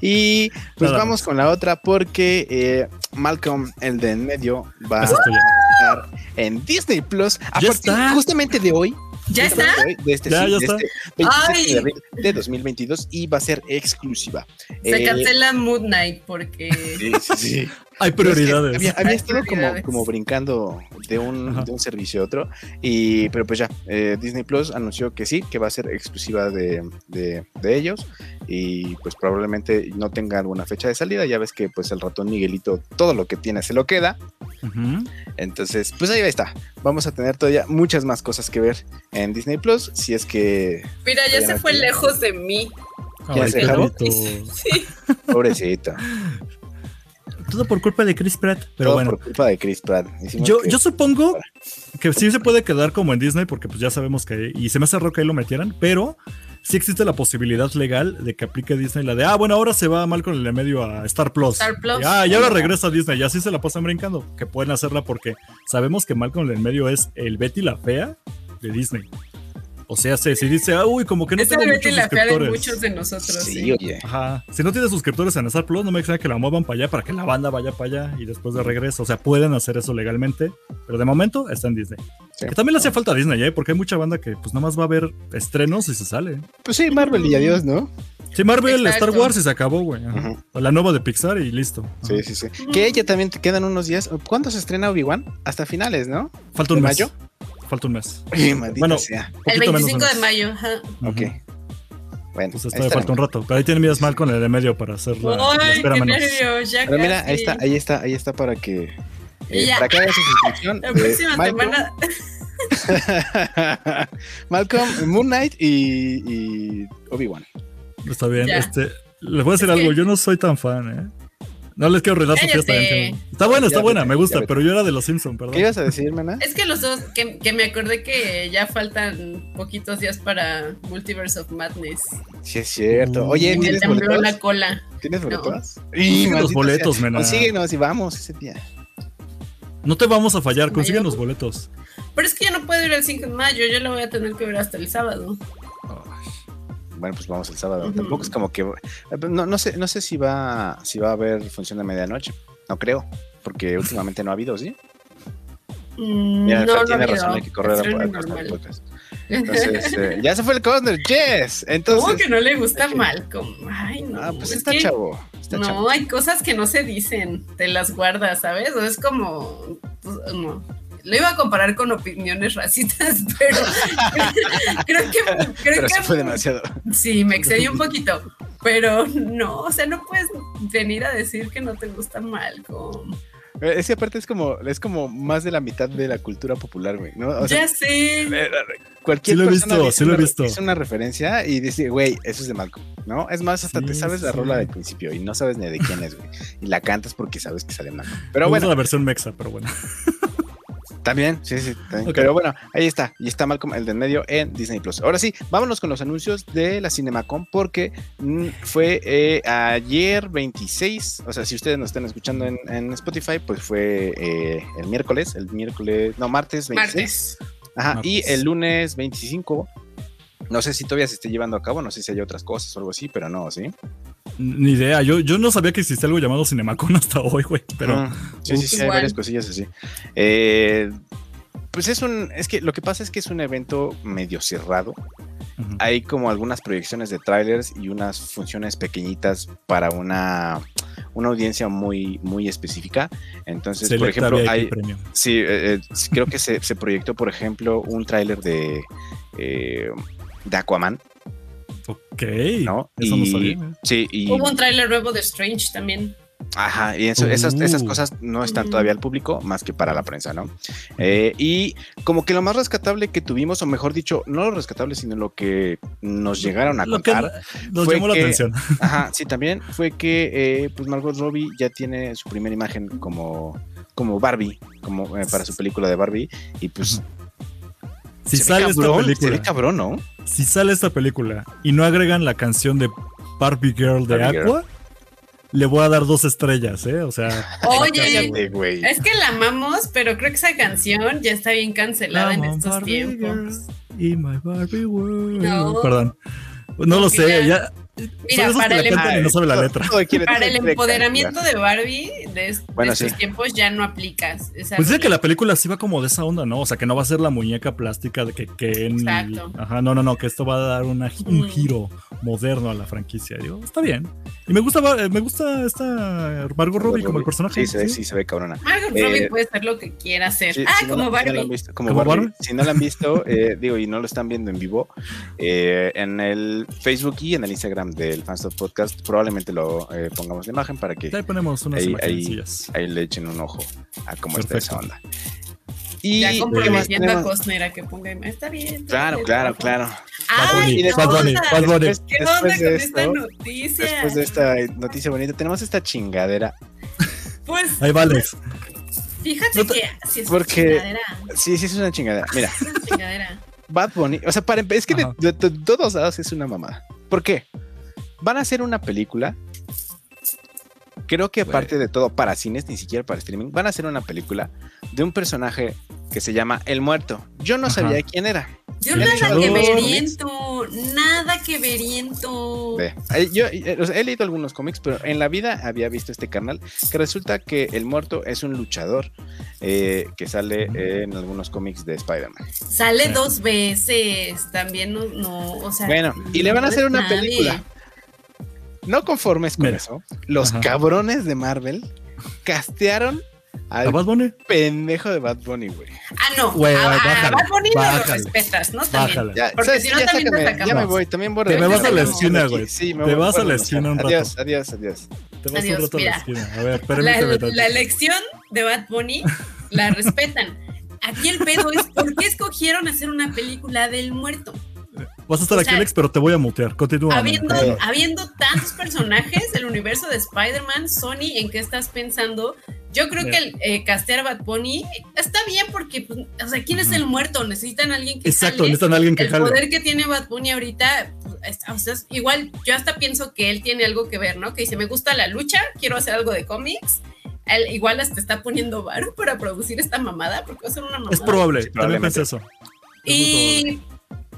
[SPEAKER 2] Y pues
[SPEAKER 3] Nada
[SPEAKER 2] vamos con la otra porque eh, Malcolm, el de en medio, va a
[SPEAKER 3] Esa es tuya.
[SPEAKER 2] estar en Disney Plus a
[SPEAKER 3] Ya
[SPEAKER 2] partir
[SPEAKER 3] está.
[SPEAKER 2] justamente de hoy.
[SPEAKER 4] ¿Ya está?
[SPEAKER 2] justamente de hoy, de este,
[SPEAKER 3] Ya,
[SPEAKER 2] sí,
[SPEAKER 3] ya
[SPEAKER 2] de
[SPEAKER 3] está.
[SPEAKER 2] este 27
[SPEAKER 4] Ay.
[SPEAKER 2] de abril de 2022 y va a ser exclusiva.
[SPEAKER 4] Se
[SPEAKER 2] Eh,
[SPEAKER 4] cancela Mood Knight porque.
[SPEAKER 2] Sí, sí, sí.
[SPEAKER 3] Hay prioridades.
[SPEAKER 2] Había, había
[SPEAKER 4] Hay
[SPEAKER 2] estado como,
[SPEAKER 4] prioridades.
[SPEAKER 2] como brincando de un,
[SPEAKER 3] Ajá.
[SPEAKER 2] de un servicio a otro, y, pero pues ya, eh, Disney Plus anunció que sí, que va a ser exclusiva de, de- de ellos, y pues probablemente no tenga alguna fecha de salida, ya ves que pues el ratón Miguelito todo lo que tiene se lo queda,
[SPEAKER 3] Ujú.
[SPEAKER 2] entonces pues ahí está, vamos a tener todavía muchas más cosas que ver en Disney Plus, si es que,
[SPEAKER 4] Mira, ya se fue lejos de mí.
[SPEAKER 2] ¿Ya
[SPEAKER 3] Ay,
[SPEAKER 2] se acabó?
[SPEAKER 3] perrito.
[SPEAKER 4] Sí.
[SPEAKER 2] pobrecito,
[SPEAKER 3] Todo por culpa de Chris Pratt. Pero
[SPEAKER 2] todo
[SPEAKER 3] bueno,
[SPEAKER 2] por culpa de Chris Pratt. Hicimos
[SPEAKER 3] yo,
[SPEAKER 2] que-
[SPEAKER 3] yo supongo que sí se puede quedar como en Disney, porque pues ya sabemos que. Y se me hace raro que ahí lo metieran, pero sí existe la posibilidad legal de que aplique Disney la de. Ah, bueno, ahora se va mal con el de medio a Star Plus.
[SPEAKER 4] Star Plus.
[SPEAKER 3] Y, ah, y ahora regresa a Disney. Y así se la pasan brincando. Que pueden hacerla porque sabemos que Malcolm en el medio es el Betty la Fea de Disney. O sea, se, si dice, ah, uy, como que no
[SPEAKER 4] Esa
[SPEAKER 3] tengo
[SPEAKER 4] Betty
[SPEAKER 3] muchos
[SPEAKER 4] la fea de
[SPEAKER 3] suscriptores.
[SPEAKER 4] muchos de nosotros.
[SPEAKER 2] Sí,
[SPEAKER 4] Sí,
[SPEAKER 2] oye.
[SPEAKER 3] Ajá. Si no tiene suscriptores en Star Plus, no me extraña que la muevan para allá para que la banda vaya para allá y después de regreso. O sea, pueden hacer eso legalmente, pero de momento está en Disney.
[SPEAKER 2] Sí.
[SPEAKER 3] Que también le hacía falta a Disney, ¿eh? porque hay mucha banda que pues nada más va a ver estrenos y se sale. ¿eh?
[SPEAKER 2] Pues sí, Marvel y adiós, ¿no?
[SPEAKER 3] Sí, Marvel,
[SPEAKER 4] Exacto.
[SPEAKER 3] Star Wars y se acabó, güey. Ajá.
[SPEAKER 2] Ujú.
[SPEAKER 3] O La nueva de Pixar y listo.
[SPEAKER 2] Sí,
[SPEAKER 3] Ajá.
[SPEAKER 2] sí, sí. Que ella también te quedan unos días. ¿Cuándo se estrena Obi-Wan? Hasta finales, ¿no?
[SPEAKER 3] Falta un
[SPEAKER 2] ¿De
[SPEAKER 3] mes.
[SPEAKER 2] mayo?
[SPEAKER 3] Falta un mes.
[SPEAKER 2] Ay, maldita
[SPEAKER 3] Bueno,
[SPEAKER 2] sea.
[SPEAKER 4] El
[SPEAKER 3] Poquito menos
[SPEAKER 4] 25 de
[SPEAKER 3] un mes.
[SPEAKER 4] mayo. ajá.
[SPEAKER 3] Ajá.
[SPEAKER 2] Ok. Bueno,
[SPEAKER 3] Entonces
[SPEAKER 2] ahí
[SPEAKER 3] todavía
[SPEAKER 2] estaremos.
[SPEAKER 3] falta un rato. Pero ahí tiene miras mal con el de medio para hacer la, la
[SPEAKER 4] Ay,
[SPEAKER 3] espera
[SPEAKER 4] qué
[SPEAKER 3] menos.
[SPEAKER 4] nervios. Ya
[SPEAKER 2] Pero mira,
[SPEAKER 4] casi.
[SPEAKER 2] ahí está, ahí está, ahí está para que. eh,
[SPEAKER 4] Ya.
[SPEAKER 2] Para que haga su suscripción.
[SPEAKER 4] La
[SPEAKER 2] eh,
[SPEAKER 4] próxima
[SPEAKER 2] Malcolm,
[SPEAKER 4] semana.
[SPEAKER 2] Malcolm, Moon Knight y, y Obi-Wan.
[SPEAKER 3] Está bien.
[SPEAKER 4] Ya.
[SPEAKER 3] Este, les voy a decir
[SPEAKER 4] Es que-
[SPEAKER 3] algo, yo no soy tan fan, ¿eh? No les quiero arruinar su fiesta.
[SPEAKER 4] Cállate.
[SPEAKER 3] entiendo. Está buena, está
[SPEAKER 2] Ya
[SPEAKER 3] buena,
[SPEAKER 2] vete,
[SPEAKER 3] me
[SPEAKER 2] ya
[SPEAKER 3] gusta,
[SPEAKER 2] vete.
[SPEAKER 3] pero yo era de los Simpsons, perdón.
[SPEAKER 2] ¿Qué ibas a decir, mana?
[SPEAKER 4] Es que los dos, que, que me acordé que ya faltan poquitos días para Multiverse of Madness.
[SPEAKER 2] Sí, es cierto. Oye,
[SPEAKER 4] Y me
[SPEAKER 2] ¿tienes
[SPEAKER 4] tembló la
[SPEAKER 2] boletos?
[SPEAKER 4] cola.
[SPEAKER 2] ¿Tienes boletos?
[SPEAKER 3] Consigue
[SPEAKER 2] maldita
[SPEAKER 3] los
[SPEAKER 2] sea.
[SPEAKER 3] boletos, mena.
[SPEAKER 2] Consíguenos y vamos ese día.
[SPEAKER 3] No te vamos a fallar,
[SPEAKER 4] Mayo.
[SPEAKER 3] consiguen los boletos.
[SPEAKER 4] Pero es que ya no puedo ir el 5 de mayo, yo la voy a tener que ver hasta el sábado.
[SPEAKER 2] bueno, pues vamos el sábado.
[SPEAKER 4] Ujú.
[SPEAKER 2] Tampoco es como que. No, no sé, no sé si va, si va a haber función de medianoche. No creo, porque últimamente no ha habido, ¿sí?
[SPEAKER 4] Mm,
[SPEAKER 2] Mira, Fer
[SPEAKER 4] no, no,
[SPEAKER 2] tiene
[SPEAKER 4] ha
[SPEAKER 2] razón,
[SPEAKER 4] habido
[SPEAKER 2] hay que correr a,
[SPEAKER 4] estreno
[SPEAKER 2] a- a-
[SPEAKER 4] normal.
[SPEAKER 2] podcast. Entonces, eh, ya se fue el Cosner, yes.
[SPEAKER 4] ¿Cómo
[SPEAKER 2] Entonces,
[SPEAKER 4] que no le gusta mal? Como, Ay, no.
[SPEAKER 2] ah, pues
[SPEAKER 4] es
[SPEAKER 2] está
[SPEAKER 4] que
[SPEAKER 2] chavo, está
[SPEAKER 4] no,
[SPEAKER 2] chavo.
[SPEAKER 4] hay cosas que no se dicen, te las guardas, ¿sabes? O es como. pues, no. Lo iba a comparar con opiniones racistas, pero creo que. Creo
[SPEAKER 2] Pero
[SPEAKER 4] que
[SPEAKER 2] se fue demasiado.
[SPEAKER 4] Sí, me excedí un poquito, pero no, o sea, no puedes venir a decir que no te gusta Malcolm.
[SPEAKER 2] Eh, Es que aparte es como, es como más de la mitad de la cultura popular, güey, ¿no? O sea,
[SPEAKER 4] ya sé.
[SPEAKER 2] Eh, Cualquier
[SPEAKER 3] Sí lo he
[SPEAKER 2] persona
[SPEAKER 3] visto,
[SPEAKER 2] dice
[SPEAKER 3] sí lo he
[SPEAKER 2] una-
[SPEAKER 3] visto.
[SPEAKER 2] dice una referencia y dice, güey, eso es de Malcolm, ¿no? Es más, hasta
[SPEAKER 3] Sí,
[SPEAKER 2] te sabes la
[SPEAKER 3] sí.
[SPEAKER 2] rola del principio y no sabes ni de quién es, güey. Y la cantas porque sabes que sale Malcolm.
[SPEAKER 3] Me
[SPEAKER 2] Pero
[SPEAKER 3] gusta
[SPEAKER 2] bueno,
[SPEAKER 3] la versión mexa, pero bueno.
[SPEAKER 2] también, sí, sí. también.
[SPEAKER 3] Ok.
[SPEAKER 2] Pero bueno, ahí está. Y está Malcolm, el de en medio, en Disney Plus. Ahora sí, vámonos con los anuncios de la Cinemacon porque mm, fue eh, ayer 26. O sea, si ustedes nos están escuchando en, en Spotify, pues fue eh, el miércoles, el miércoles, no, martes 26.
[SPEAKER 4] Martes.
[SPEAKER 2] Ajá, y
[SPEAKER 3] Martes.
[SPEAKER 2] el lunes 25. No sé si todavía se esté llevando a cabo, no sé si hay otras cosas o algo así, pero no, ¿sí?
[SPEAKER 3] Ni idea. Yo, yo no sabía que existía algo llamado Cinemacon hasta hoy, güey. Pero
[SPEAKER 2] Ah, sí, sí, sí, hay
[SPEAKER 4] Igual.
[SPEAKER 2] varias cosillas así. Eh, pues es un, es que lo que pasa es que es un evento medio cerrado.
[SPEAKER 3] ujú.
[SPEAKER 2] Hay como algunas proyecciones de trailers y unas funciones pequeñitas para una, una audiencia muy, muy específica. Entonces, por
[SPEAKER 3] Selecta
[SPEAKER 2] ejemplo,
[SPEAKER 3] VIP
[SPEAKER 2] hay,
[SPEAKER 3] premium.
[SPEAKER 2] Sí, eh, eh, sí, creo que se, se proyectó, por ejemplo, un tráiler de, eh, de Aquaman,
[SPEAKER 3] Ok.
[SPEAKER 2] ¿no?
[SPEAKER 3] Eso no sabía. güey.
[SPEAKER 2] Sí, y,
[SPEAKER 4] Hubo un tráiler nuevo de Strange también.
[SPEAKER 2] ajá, y eso- esas, esas
[SPEAKER 3] Uh.
[SPEAKER 2] cosas no están
[SPEAKER 4] Ujú.
[SPEAKER 2] todavía al público, más que para la prensa, ¿no? Eh, y como que lo más rescatable que tuvimos, o mejor dicho, no lo rescatable, sino lo que nos llegaron a
[SPEAKER 3] Lo que
[SPEAKER 2] contar,
[SPEAKER 3] nos
[SPEAKER 2] fue
[SPEAKER 3] llamó la
[SPEAKER 2] que-
[SPEAKER 3] atención.
[SPEAKER 2] ajá, sí, también, fue que eh, pues Margot Robbie ya tiene su primera imagen como, como Barbie, como eh, para su película de Barbie, y pues
[SPEAKER 3] Si
[SPEAKER 2] se ve
[SPEAKER 3] sale esta
[SPEAKER 2] cabrón, se ve
[SPEAKER 3] película,
[SPEAKER 2] cabrón, ¿no?
[SPEAKER 3] si sale esta película y no agregan la canción de Barbie Girl de
[SPEAKER 2] Barbie Girl.
[SPEAKER 3] Aqua, le voy a dar dos estrellas, ¿eh? O sea,
[SPEAKER 4] Oye,
[SPEAKER 2] Cállate, güey.
[SPEAKER 4] es que la amamos, pero creo que esa canción ya está bien cancelada en
[SPEAKER 3] Come on,
[SPEAKER 4] estos
[SPEAKER 3] Barbie
[SPEAKER 4] tiempos.
[SPEAKER 3] girl, in my Barbie world.
[SPEAKER 4] No.
[SPEAKER 3] Perdón. No lo sé,
[SPEAKER 4] Mira,
[SPEAKER 3] ya.
[SPEAKER 4] Mira,
[SPEAKER 3] Son esos
[SPEAKER 4] para
[SPEAKER 3] que
[SPEAKER 4] el,
[SPEAKER 3] la cantan y no sabe la
[SPEAKER 2] Todo-
[SPEAKER 3] letra.
[SPEAKER 2] todo quiere-
[SPEAKER 4] para el
[SPEAKER 2] todo quiere
[SPEAKER 4] empoderamiento
[SPEAKER 2] cambiar.
[SPEAKER 4] de Barbie de, es- de
[SPEAKER 2] Bueno,
[SPEAKER 4] estos
[SPEAKER 2] sí.
[SPEAKER 4] tiempos ya no aplicas. esa
[SPEAKER 3] Pues dice
[SPEAKER 4] regla.
[SPEAKER 3] que la película sí va como de esa onda, ¿no? O sea, que no va a ser la muñeca plástica de que Ken. y-
[SPEAKER 4] Exacto.
[SPEAKER 3] Ajá, no, no, no, que esto va a dar una, gi- un
[SPEAKER 4] Mm.
[SPEAKER 3] giro moderno a la franquicia. Digo, está bien. Y me gusta, eh, me gusta esta Margot Robbie como el personaje.
[SPEAKER 2] Sí, se ve, sí, se ve cabrona.
[SPEAKER 4] Margot
[SPEAKER 2] Eh,
[SPEAKER 4] Robbie puede hacer lo que quiera hacer.
[SPEAKER 2] Sí,
[SPEAKER 4] ah,
[SPEAKER 2] si no
[SPEAKER 4] como
[SPEAKER 2] la- si no la han
[SPEAKER 4] Barbie.
[SPEAKER 2] visto- como
[SPEAKER 3] ¿Como
[SPEAKER 2] Barbie.
[SPEAKER 3] Barbie?
[SPEAKER 2] Si no la han visto, eh, digo, y no lo están viendo en vivo, eh, en el Facebook y en el Instagram del Fanstuff Podcast, probablemente lo eh, pongamos la imagen para que
[SPEAKER 3] Ahí ponemos unas
[SPEAKER 2] Ahí-
[SPEAKER 3] imagencillas.
[SPEAKER 2] ahí le echen un ojo a cómo está esa
[SPEAKER 3] Perfecto.
[SPEAKER 2] onda. Y
[SPEAKER 4] Ya
[SPEAKER 2] ¿qué más
[SPEAKER 4] comprometiendo a
[SPEAKER 2] tenemos?
[SPEAKER 4] Costner a que ponga. Está bien.
[SPEAKER 2] Claro,
[SPEAKER 4] está
[SPEAKER 2] claro,
[SPEAKER 4] bien.
[SPEAKER 2] claro.
[SPEAKER 4] Ay,
[SPEAKER 2] Bunny,
[SPEAKER 4] ¿qué
[SPEAKER 2] Bad
[SPEAKER 3] Bunny,
[SPEAKER 4] onda?
[SPEAKER 3] Bad Bunny.
[SPEAKER 2] Después-
[SPEAKER 4] ¿Qué
[SPEAKER 2] después
[SPEAKER 4] onda con
[SPEAKER 2] de
[SPEAKER 4] esta
[SPEAKER 2] esto,
[SPEAKER 4] noticia?
[SPEAKER 2] Después de esta noticia bonita, tenemos esta chingadera
[SPEAKER 4] Pues
[SPEAKER 3] Ahí va Alex.
[SPEAKER 4] fíjate
[SPEAKER 2] No te-
[SPEAKER 4] que si es
[SPEAKER 2] porque-
[SPEAKER 4] una chingadera,
[SPEAKER 2] Sí, sí, es una chingadera. Mira,
[SPEAKER 4] es una chingadera.
[SPEAKER 2] Bad Bunny, o sea, para empe- es que de,
[SPEAKER 3] Ajá.
[SPEAKER 2] de- de todos lados es una mamada. ¿Por qué? Van a hacer una película. Creo que aparte de todo, para cines, ni siquiera para streaming, van a hacer una película de un personaje que se llama El Muerto. Yo no
[SPEAKER 3] Ajá.
[SPEAKER 2] sabía quién era.
[SPEAKER 4] Yo
[SPEAKER 3] Ya
[SPEAKER 4] nada
[SPEAKER 3] dijeron
[SPEAKER 4] que
[SPEAKER 3] los
[SPEAKER 4] veriento, nada que veriento.
[SPEAKER 2] Ve, eh, Yo eh, o sea, he leído algunos cómics, pero en la vida había visto este canal que resulta que El Muerto es un luchador eh, que sale en algunos cómics de Spider-Man.
[SPEAKER 4] Sale dos veces, también no, no, o sea.
[SPEAKER 2] Bueno, y le van a
[SPEAKER 4] no
[SPEAKER 2] hacer
[SPEAKER 4] es
[SPEAKER 2] una
[SPEAKER 4] nadie.
[SPEAKER 2] película. No conformes con
[SPEAKER 3] Mira.
[SPEAKER 2] eso, los
[SPEAKER 3] Ajá.
[SPEAKER 2] cabrones de Marvel castearon
[SPEAKER 3] ¿A
[SPEAKER 2] al
[SPEAKER 3] Bad Bunny?
[SPEAKER 2] pendejo de Bad Bunny, güey.
[SPEAKER 4] Ah, no,
[SPEAKER 3] Güey,
[SPEAKER 4] a, a
[SPEAKER 3] bájale,
[SPEAKER 4] Bad Bunny no lo
[SPEAKER 3] bájale,
[SPEAKER 4] respetas, ¿no? También.
[SPEAKER 3] Bájala.
[SPEAKER 2] Ya,
[SPEAKER 4] Porque
[SPEAKER 2] ¿sabes?
[SPEAKER 4] si no,
[SPEAKER 2] ya,
[SPEAKER 4] también te
[SPEAKER 2] sácame,
[SPEAKER 4] sacamos.
[SPEAKER 2] ya me voy, también voy
[SPEAKER 3] Te
[SPEAKER 4] me vas a la
[SPEAKER 3] esquina, güey.
[SPEAKER 2] Sí, me
[SPEAKER 3] Te
[SPEAKER 2] voy,
[SPEAKER 3] vas a la
[SPEAKER 2] bueno,
[SPEAKER 3] esquina un
[SPEAKER 2] Adiós, adiós, adiós.
[SPEAKER 3] Te vas
[SPEAKER 4] Adiós,
[SPEAKER 3] un rato
[SPEAKER 4] mira.
[SPEAKER 3] a la esquina. A ver,
[SPEAKER 4] la,
[SPEAKER 3] permíteme. tantito.
[SPEAKER 4] la elección de Bad Bunny la respetan. Aquí el pedo es por qué escogieron hacer una película del muerto.
[SPEAKER 3] Vas a estar
[SPEAKER 4] o
[SPEAKER 3] aquí,
[SPEAKER 4] sea,
[SPEAKER 3] Alex, pero te voy a mutear. Continúa.
[SPEAKER 4] Habiendo,
[SPEAKER 3] Manuel.
[SPEAKER 4] habiendo tantos personajes del universo de Spider-Man, Sony, ¿en qué estás pensando? Yo creo que el eh, castear a Bad Bunny está bien porque, pues, o sea, ¿quién es el muerto? Necesitan a alguien que
[SPEAKER 3] Exacto,
[SPEAKER 4] jale.
[SPEAKER 3] necesitan a alguien que
[SPEAKER 4] el
[SPEAKER 3] jale.
[SPEAKER 4] poder que tiene Bad Bunny ahorita, pues, está- o sea, es- igual yo hasta pienso que él tiene algo que ver, ¿no? Que dice, me gusta la lucha, quiero hacer algo de cómics. Él igual hasta está poniendo varo para producir esta mamada, porque va a ser una mamada.
[SPEAKER 3] Es probable.
[SPEAKER 2] Sí,
[SPEAKER 3] También
[SPEAKER 2] probablemente.
[SPEAKER 3] pensé eso.
[SPEAKER 4] y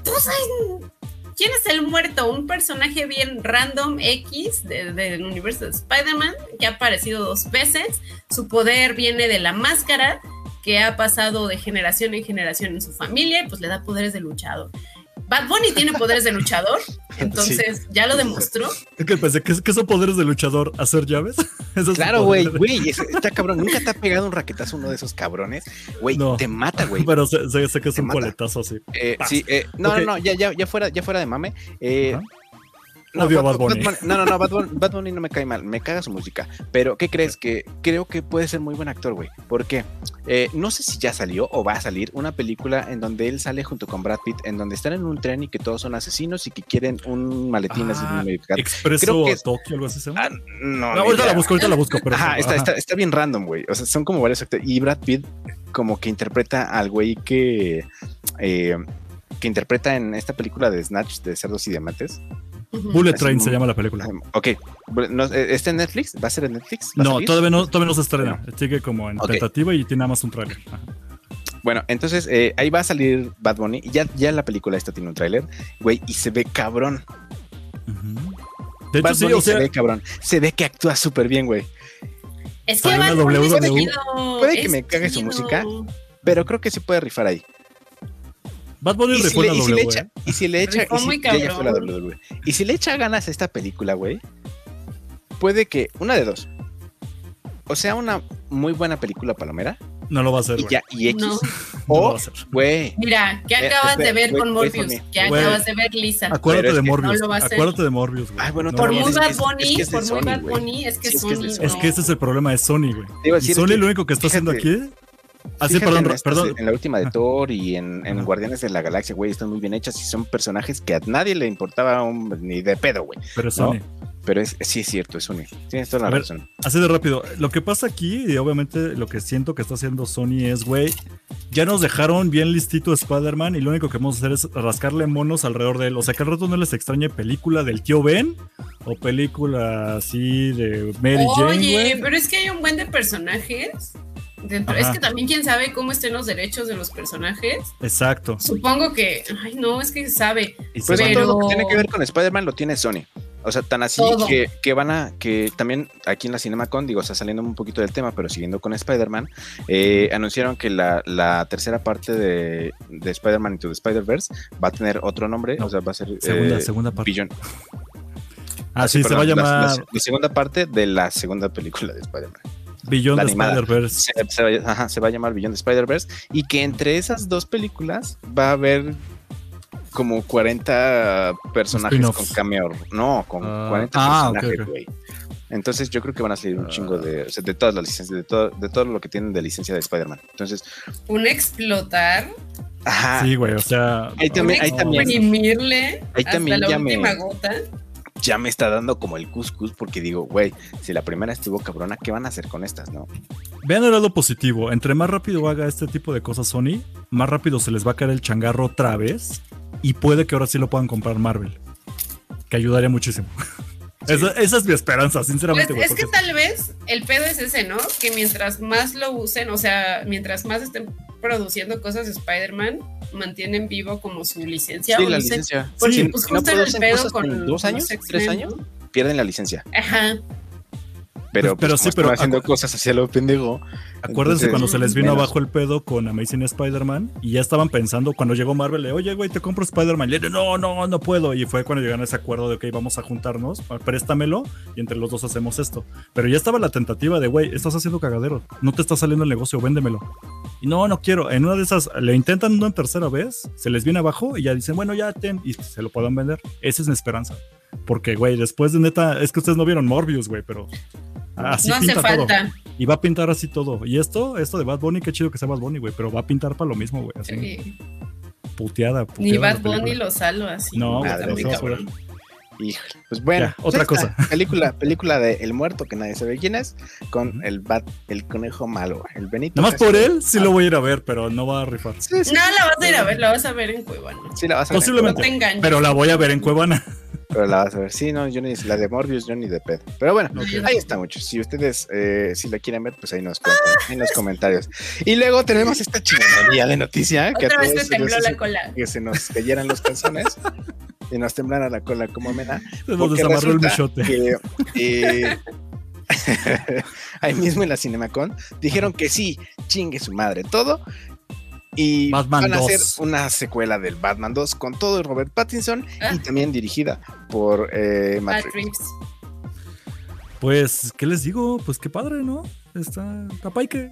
[SPEAKER 4] pues, ay, ¿Quién es el muerto? Un personaje bien random X de- del universo de Spider-Man que ha aparecido dos veces. Su poder viene de la máscara que ha pasado de generación en generación en su familia y pues le da poderes de luchador. Bad Bunny tiene poderes de luchador, entonces ya lo demostró.
[SPEAKER 3] Es que pensé, ¿qué, qué son poderes de luchador? ¿Hacer llaves? Eso es
[SPEAKER 2] Claro,
[SPEAKER 3] un
[SPEAKER 2] güey,
[SPEAKER 3] poder.
[SPEAKER 2] güey, es- está cabrón. Nunca te ha pegado un raquetazo uno de esos cabrones. Güey,
[SPEAKER 3] No.
[SPEAKER 2] te mata, güey.
[SPEAKER 3] Pero sé, sé- sé que es
[SPEAKER 2] Te
[SPEAKER 3] un
[SPEAKER 2] mata.
[SPEAKER 3] coletazo así.
[SPEAKER 2] Eh,
[SPEAKER 3] Paz.
[SPEAKER 2] sí, eh, no,
[SPEAKER 3] Ok.
[SPEAKER 2] no, no, ya, ya, ya fuera, ya fuera de mame. Eh,
[SPEAKER 3] Ajá. Odio a Bad Bunny.
[SPEAKER 2] no, no, no, Bad Bunny, Bad Bunny no me cae mal, me caga su música. Pero, ¿qué crees? Que creo que puede ser muy buen actor, güey. Porque eh, no sé si ya salió o va a salir una película en donde él sale junto con Brad Pitt, en donde están en un tren y que todos son asesinos y que quieren un maletín así
[SPEAKER 3] Ah,
[SPEAKER 2] de modificado. creo
[SPEAKER 3] Expreso
[SPEAKER 2] que
[SPEAKER 3] a
[SPEAKER 2] es-
[SPEAKER 3] Tokio, algo así se llama.
[SPEAKER 2] Ah, no,
[SPEAKER 3] No,
[SPEAKER 2] ni
[SPEAKER 3] ahorita
[SPEAKER 2] idea,
[SPEAKER 3] la busco, ahorita la busco. Pero
[SPEAKER 2] Ajá, está, está, está bien random, güey. O sea, son como varios actores. Y Brad Pitt como que interpreta al güey que... eh, que interpreta en esta película de Snatch de Cerdos y Diamantes.
[SPEAKER 3] Bullet
[SPEAKER 2] es
[SPEAKER 3] Train
[SPEAKER 2] un-
[SPEAKER 3] se llama la película.
[SPEAKER 2] Um, Ok. Bueno, no, eh, ¿Está en Netflix? ¿Va a ser en Netflix? ¿Va a
[SPEAKER 3] No,
[SPEAKER 2] salir?
[SPEAKER 3] todavía no, todavía no se estrena. Sigue como en
[SPEAKER 2] Ok.
[SPEAKER 3] tentativa y tiene nada más un trailer.
[SPEAKER 2] Bueno, entonces eh, ahí va a salir Bad Bunny. Y ya, ya la película esta tiene un tráiler, güey, y se ve cabrón.
[SPEAKER 3] De hecho,
[SPEAKER 2] Bad
[SPEAKER 3] sí,
[SPEAKER 2] Bunny
[SPEAKER 3] o sea,
[SPEAKER 2] se ve cabrón. Se ve que actúa súper bien, güey.
[SPEAKER 4] Es que
[SPEAKER 3] Salió
[SPEAKER 4] Bad
[SPEAKER 3] una
[SPEAKER 4] Bunny
[SPEAKER 2] E.
[SPEAKER 4] es
[SPEAKER 3] WWE.
[SPEAKER 4] chido,
[SPEAKER 2] Puede que
[SPEAKER 4] es
[SPEAKER 2] me cague su
[SPEAKER 4] chido.
[SPEAKER 2] música. Pero creo que sí puede rifar ahí.
[SPEAKER 3] Bad Bunny
[SPEAKER 2] Y si,
[SPEAKER 3] rifó
[SPEAKER 2] le,
[SPEAKER 3] la
[SPEAKER 2] y si le
[SPEAKER 3] W. ¿eh?
[SPEAKER 2] echa, y si le echa,
[SPEAKER 4] Rifó
[SPEAKER 2] y si-
[SPEAKER 4] muy
[SPEAKER 2] ya, ya fue la
[SPEAKER 4] cabrón.
[SPEAKER 2] WWE. Y si le echa ganas a esta película, güey, puede que una de dos. O sea, una muy buena película palomera
[SPEAKER 3] No lo va a hacer,
[SPEAKER 2] y
[SPEAKER 3] güey.
[SPEAKER 2] ya y X
[SPEAKER 4] No.
[SPEAKER 3] No lo va
[SPEAKER 2] o
[SPEAKER 3] a hacer.
[SPEAKER 2] güey,
[SPEAKER 4] Mira, ¿qué
[SPEAKER 2] Eh,
[SPEAKER 4] acabas
[SPEAKER 2] espera,
[SPEAKER 4] de ver
[SPEAKER 2] wait-
[SPEAKER 4] con
[SPEAKER 2] wait for
[SPEAKER 4] Morbius?
[SPEAKER 2] me.
[SPEAKER 4] ¿Qué
[SPEAKER 3] Güey.
[SPEAKER 4] acabas de ver, Lisa?
[SPEAKER 3] Acuérdate
[SPEAKER 2] Pero es
[SPEAKER 3] de
[SPEAKER 2] que-
[SPEAKER 3] Morbius.
[SPEAKER 4] No lo va a hacer.
[SPEAKER 3] Acuérdate de Morbius, güey.
[SPEAKER 2] Ay, bueno,
[SPEAKER 3] No
[SPEAKER 4] Por
[SPEAKER 3] lo va a
[SPEAKER 4] muy
[SPEAKER 2] también
[SPEAKER 3] hacer.
[SPEAKER 2] es-
[SPEAKER 4] Bad
[SPEAKER 2] es que
[SPEAKER 4] Bunny,
[SPEAKER 2] es de
[SPEAKER 4] por muy
[SPEAKER 2] Sony,
[SPEAKER 4] Bad
[SPEAKER 2] güey.
[SPEAKER 4] Bunny, es que
[SPEAKER 2] Sí, es que es
[SPEAKER 4] Sony.
[SPEAKER 2] de
[SPEAKER 4] no.
[SPEAKER 2] Sony.
[SPEAKER 3] Es que ese es el problema de Sony, güey.
[SPEAKER 2] te iba a
[SPEAKER 3] Y
[SPEAKER 2] decir
[SPEAKER 3] Sony
[SPEAKER 2] Pues que-
[SPEAKER 3] lo único que está haciendo
[SPEAKER 2] fíjate-
[SPEAKER 3] aquí. Así,
[SPEAKER 2] Fíjate
[SPEAKER 3] perdón,
[SPEAKER 2] en
[SPEAKER 3] ra-
[SPEAKER 2] estas,
[SPEAKER 3] perdón.
[SPEAKER 2] En la última de Thor y en, en
[SPEAKER 3] Ajá.
[SPEAKER 2] Guardianes de la Galaxia, güey, están muy bien hechas y son personajes que a nadie le importaba un- ni de pedo, güey.
[SPEAKER 3] Pero Sony.
[SPEAKER 2] Pero es, sí es cierto, es Sony. Tienes toda la
[SPEAKER 3] A ver.
[SPEAKER 2] razón.
[SPEAKER 3] Así de rápido. Lo que pasa aquí, y obviamente lo que siento que está haciendo Sony es, güey, ya nos dejaron bien listito a Spider-Man y lo único que vamos a hacer es rascarle monos alrededor de él. O sea, que al rato no les extrañe película del tío Ben o película así de Mary Jane,
[SPEAKER 4] Oye,
[SPEAKER 3] güey.
[SPEAKER 4] pero es que hay un buen de personajes. Dentro. Es
[SPEAKER 3] Ajá.
[SPEAKER 4] que también quién sabe cómo estén los derechos de los personajes.
[SPEAKER 3] Exacto.
[SPEAKER 4] Supongo que, ay no, es que sabe.
[SPEAKER 3] Y
[SPEAKER 2] Pero,
[SPEAKER 3] se van-
[SPEAKER 4] Pero-
[SPEAKER 2] todo lo que tiene que ver con Spider-Man lo tiene Sony. O sea, tan así
[SPEAKER 4] Todo.
[SPEAKER 2] que, que van a, que también aquí en la CinemaCon, digo, o sea, saliendo un poquito del tema, pero siguiendo con Spider-Man, eh, anunciaron que la, la tercera parte de, de Spider-Man Into the Spider-Verse va a tener otro nombre,
[SPEAKER 3] No.
[SPEAKER 2] o sea, va a ser
[SPEAKER 3] Segunda,
[SPEAKER 2] eh,
[SPEAKER 3] segunda parte.
[SPEAKER 2] Billion.
[SPEAKER 3] Ah, sí, se va a
[SPEAKER 2] Perdón, la- la-
[SPEAKER 3] llamar
[SPEAKER 2] la segunda parte de la segunda película de Spider-Man.
[SPEAKER 3] Billón
[SPEAKER 2] la
[SPEAKER 3] de
[SPEAKER 2] animada.
[SPEAKER 3] Spider-Verse.
[SPEAKER 2] se, se va, ajá, se va a llamar Billón de Spider-Verse y que entre esas dos películas va a haber como 40 personajes
[SPEAKER 3] Spin-offs.
[SPEAKER 2] con cameo. No, con
[SPEAKER 3] Ah,
[SPEAKER 2] 40
[SPEAKER 3] ah, ok,
[SPEAKER 2] personajes,
[SPEAKER 3] ok.
[SPEAKER 2] güey. Entonces yo creo que van a salir un
[SPEAKER 3] Ah.
[SPEAKER 2] chingo de, o sea, de todas las licencias, de todo, de todo lo que tienen de licencia de Spider-Man. Entonces,
[SPEAKER 4] Un explotar,
[SPEAKER 2] ajá,
[SPEAKER 3] Sí, güey, o sea.
[SPEAKER 2] Ah, Ahí también- ahí
[SPEAKER 3] no,
[SPEAKER 2] también.
[SPEAKER 4] imprimirle
[SPEAKER 2] Ahí
[SPEAKER 4] hasta
[SPEAKER 2] también
[SPEAKER 4] la
[SPEAKER 2] ya me-
[SPEAKER 4] última gota.
[SPEAKER 2] ya me está dando como el cuscús porque digo, güey, si la primera estuvo cabrona, ¿qué van a hacer con estas, no?
[SPEAKER 3] Vean el lado positivo. Entre más rápido haga este tipo de cosas Sony, más rápido se les va a caer el changarro otra vez. Y puede que ahora sí lo puedan comprar Marvel. Que ayudaría muchísimo. Esa, esa es mi esperanza,
[SPEAKER 4] Pues,
[SPEAKER 3] sinceramente. güey,
[SPEAKER 4] es que
[SPEAKER 3] porque-
[SPEAKER 4] tal vez el pedo es ese, ¿no? Que mientras más lo usen, o sea, mientras más estén produciendo cosas de Spider-Man, mantienen vivo como su licencia.
[SPEAKER 2] Sí,
[SPEAKER 4] o
[SPEAKER 2] la
[SPEAKER 4] no sé,
[SPEAKER 2] licencia.
[SPEAKER 4] Porque
[SPEAKER 3] Sí,
[SPEAKER 4] pues
[SPEAKER 2] no
[SPEAKER 4] justo era el
[SPEAKER 2] producen
[SPEAKER 4] pedo
[SPEAKER 2] cosas
[SPEAKER 4] con
[SPEAKER 2] en dos
[SPEAKER 4] los
[SPEAKER 2] años, tres
[SPEAKER 4] X-Men.
[SPEAKER 2] años. Pierden la licencia.
[SPEAKER 4] Ajá.
[SPEAKER 2] Pero,
[SPEAKER 3] Pues, pero
[SPEAKER 2] pues,
[SPEAKER 3] sí,
[SPEAKER 2] como
[SPEAKER 3] pero
[SPEAKER 2] están haciendo
[SPEAKER 3] acu-
[SPEAKER 2] cosas hacia lo pendejo.
[SPEAKER 3] Acuérdense
[SPEAKER 2] Entonces,
[SPEAKER 3] cuando se les vino
[SPEAKER 2] menos.
[SPEAKER 3] abajo el pedo con Amazing Spider-Man y ya estaban pensando cuando llegó Marvel, de, oye, güey, te compro Spider-Man. Y él, no, no, no puedo. Y fue cuando llegaron a ese acuerdo de, ok, vamos a juntarnos, préstamelo y entre los dos hacemos esto. Pero ya estaba la tentativa de, güey, estás haciendo cagadero, no te está saliendo el negocio, véndemelo. Y no, no quiero. En una de esas, le intentan una tercera vez, se les viene abajo y ya dicen, bueno, ya ten, y se lo puedan vender. Esa es mi esperanza. Porque, güey, después de neta, es que ustedes no vieron Morbius, güey, pero así
[SPEAKER 4] no hace
[SPEAKER 3] Ah, pinta todo.
[SPEAKER 4] falta.
[SPEAKER 3] Y va a pintar así todo. Y esto, esto de Bad Bunny, qué chido que sea Bad Bunny, güey, pero va a pintar para lo mismo, güey. Así,
[SPEAKER 4] Sí.
[SPEAKER 3] puteada, puteada.
[SPEAKER 4] Ni
[SPEAKER 3] la
[SPEAKER 4] Bad Bunny
[SPEAKER 3] película.
[SPEAKER 4] lo salva así.
[SPEAKER 3] No,
[SPEAKER 4] Está
[SPEAKER 2] madre,
[SPEAKER 4] muy
[SPEAKER 2] no,
[SPEAKER 4] cabrón.
[SPEAKER 2] Híjole. Pues bueno,
[SPEAKER 3] Ya, otra
[SPEAKER 2] ahí está.
[SPEAKER 3] cosa.
[SPEAKER 2] Película, película de El Muerto, que nadie sabe quién es, con
[SPEAKER 3] Ujú.
[SPEAKER 2] el bat, el conejo malo, el Benito.
[SPEAKER 3] Nada más
[SPEAKER 2] Castro.
[SPEAKER 3] por él, sí
[SPEAKER 4] Ah.
[SPEAKER 3] lo voy a ir a ver, pero no va a rifar.
[SPEAKER 2] Sí, sí,
[SPEAKER 4] No, la vas a ir a ver, la vas a ver en Cuevana.
[SPEAKER 2] sí la vas a ver.
[SPEAKER 3] Posiblemente.
[SPEAKER 4] No te engañes.
[SPEAKER 3] Pero la voy a ver en Cuevana.
[SPEAKER 2] Pero la vas a ver. Sí, no, yo ni la de Morbius, yo ni de pedo. Pero bueno, ahí está mucho. Si ustedes eh, si la quieren ver, pues ahí nos cuentan en los comentarios. Y luego tenemos esta chingonería de noticia ¿eh? que a
[SPEAKER 4] Otra vez
[SPEAKER 2] todos
[SPEAKER 4] te tembló
[SPEAKER 2] ellos
[SPEAKER 4] la
[SPEAKER 2] hizo
[SPEAKER 4] cola.
[SPEAKER 2] que se nos cayeran los calzones. y nos temblara la cola como mena.
[SPEAKER 3] Se nos
[SPEAKER 2] porque
[SPEAKER 3] desamarró el
[SPEAKER 2] resulta
[SPEAKER 3] michote.
[SPEAKER 2] que, eh, ahí mismo en la Cinemacon dijeron que sí, chingue su madre todo. Y
[SPEAKER 3] Batman
[SPEAKER 2] van a
[SPEAKER 3] 2.
[SPEAKER 2] hacer una secuela del Batman 2 con todo el Robert Pattinson
[SPEAKER 4] Ah.
[SPEAKER 2] y también dirigida por eh, Matt
[SPEAKER 4] Bad
[SPEAKER 2] Reeves.
[SPEAKER 4] Dreams.
[SPEAKER 3] Pues, ¿qué les digo? Pues qué padre, ¿no? Está tapaique.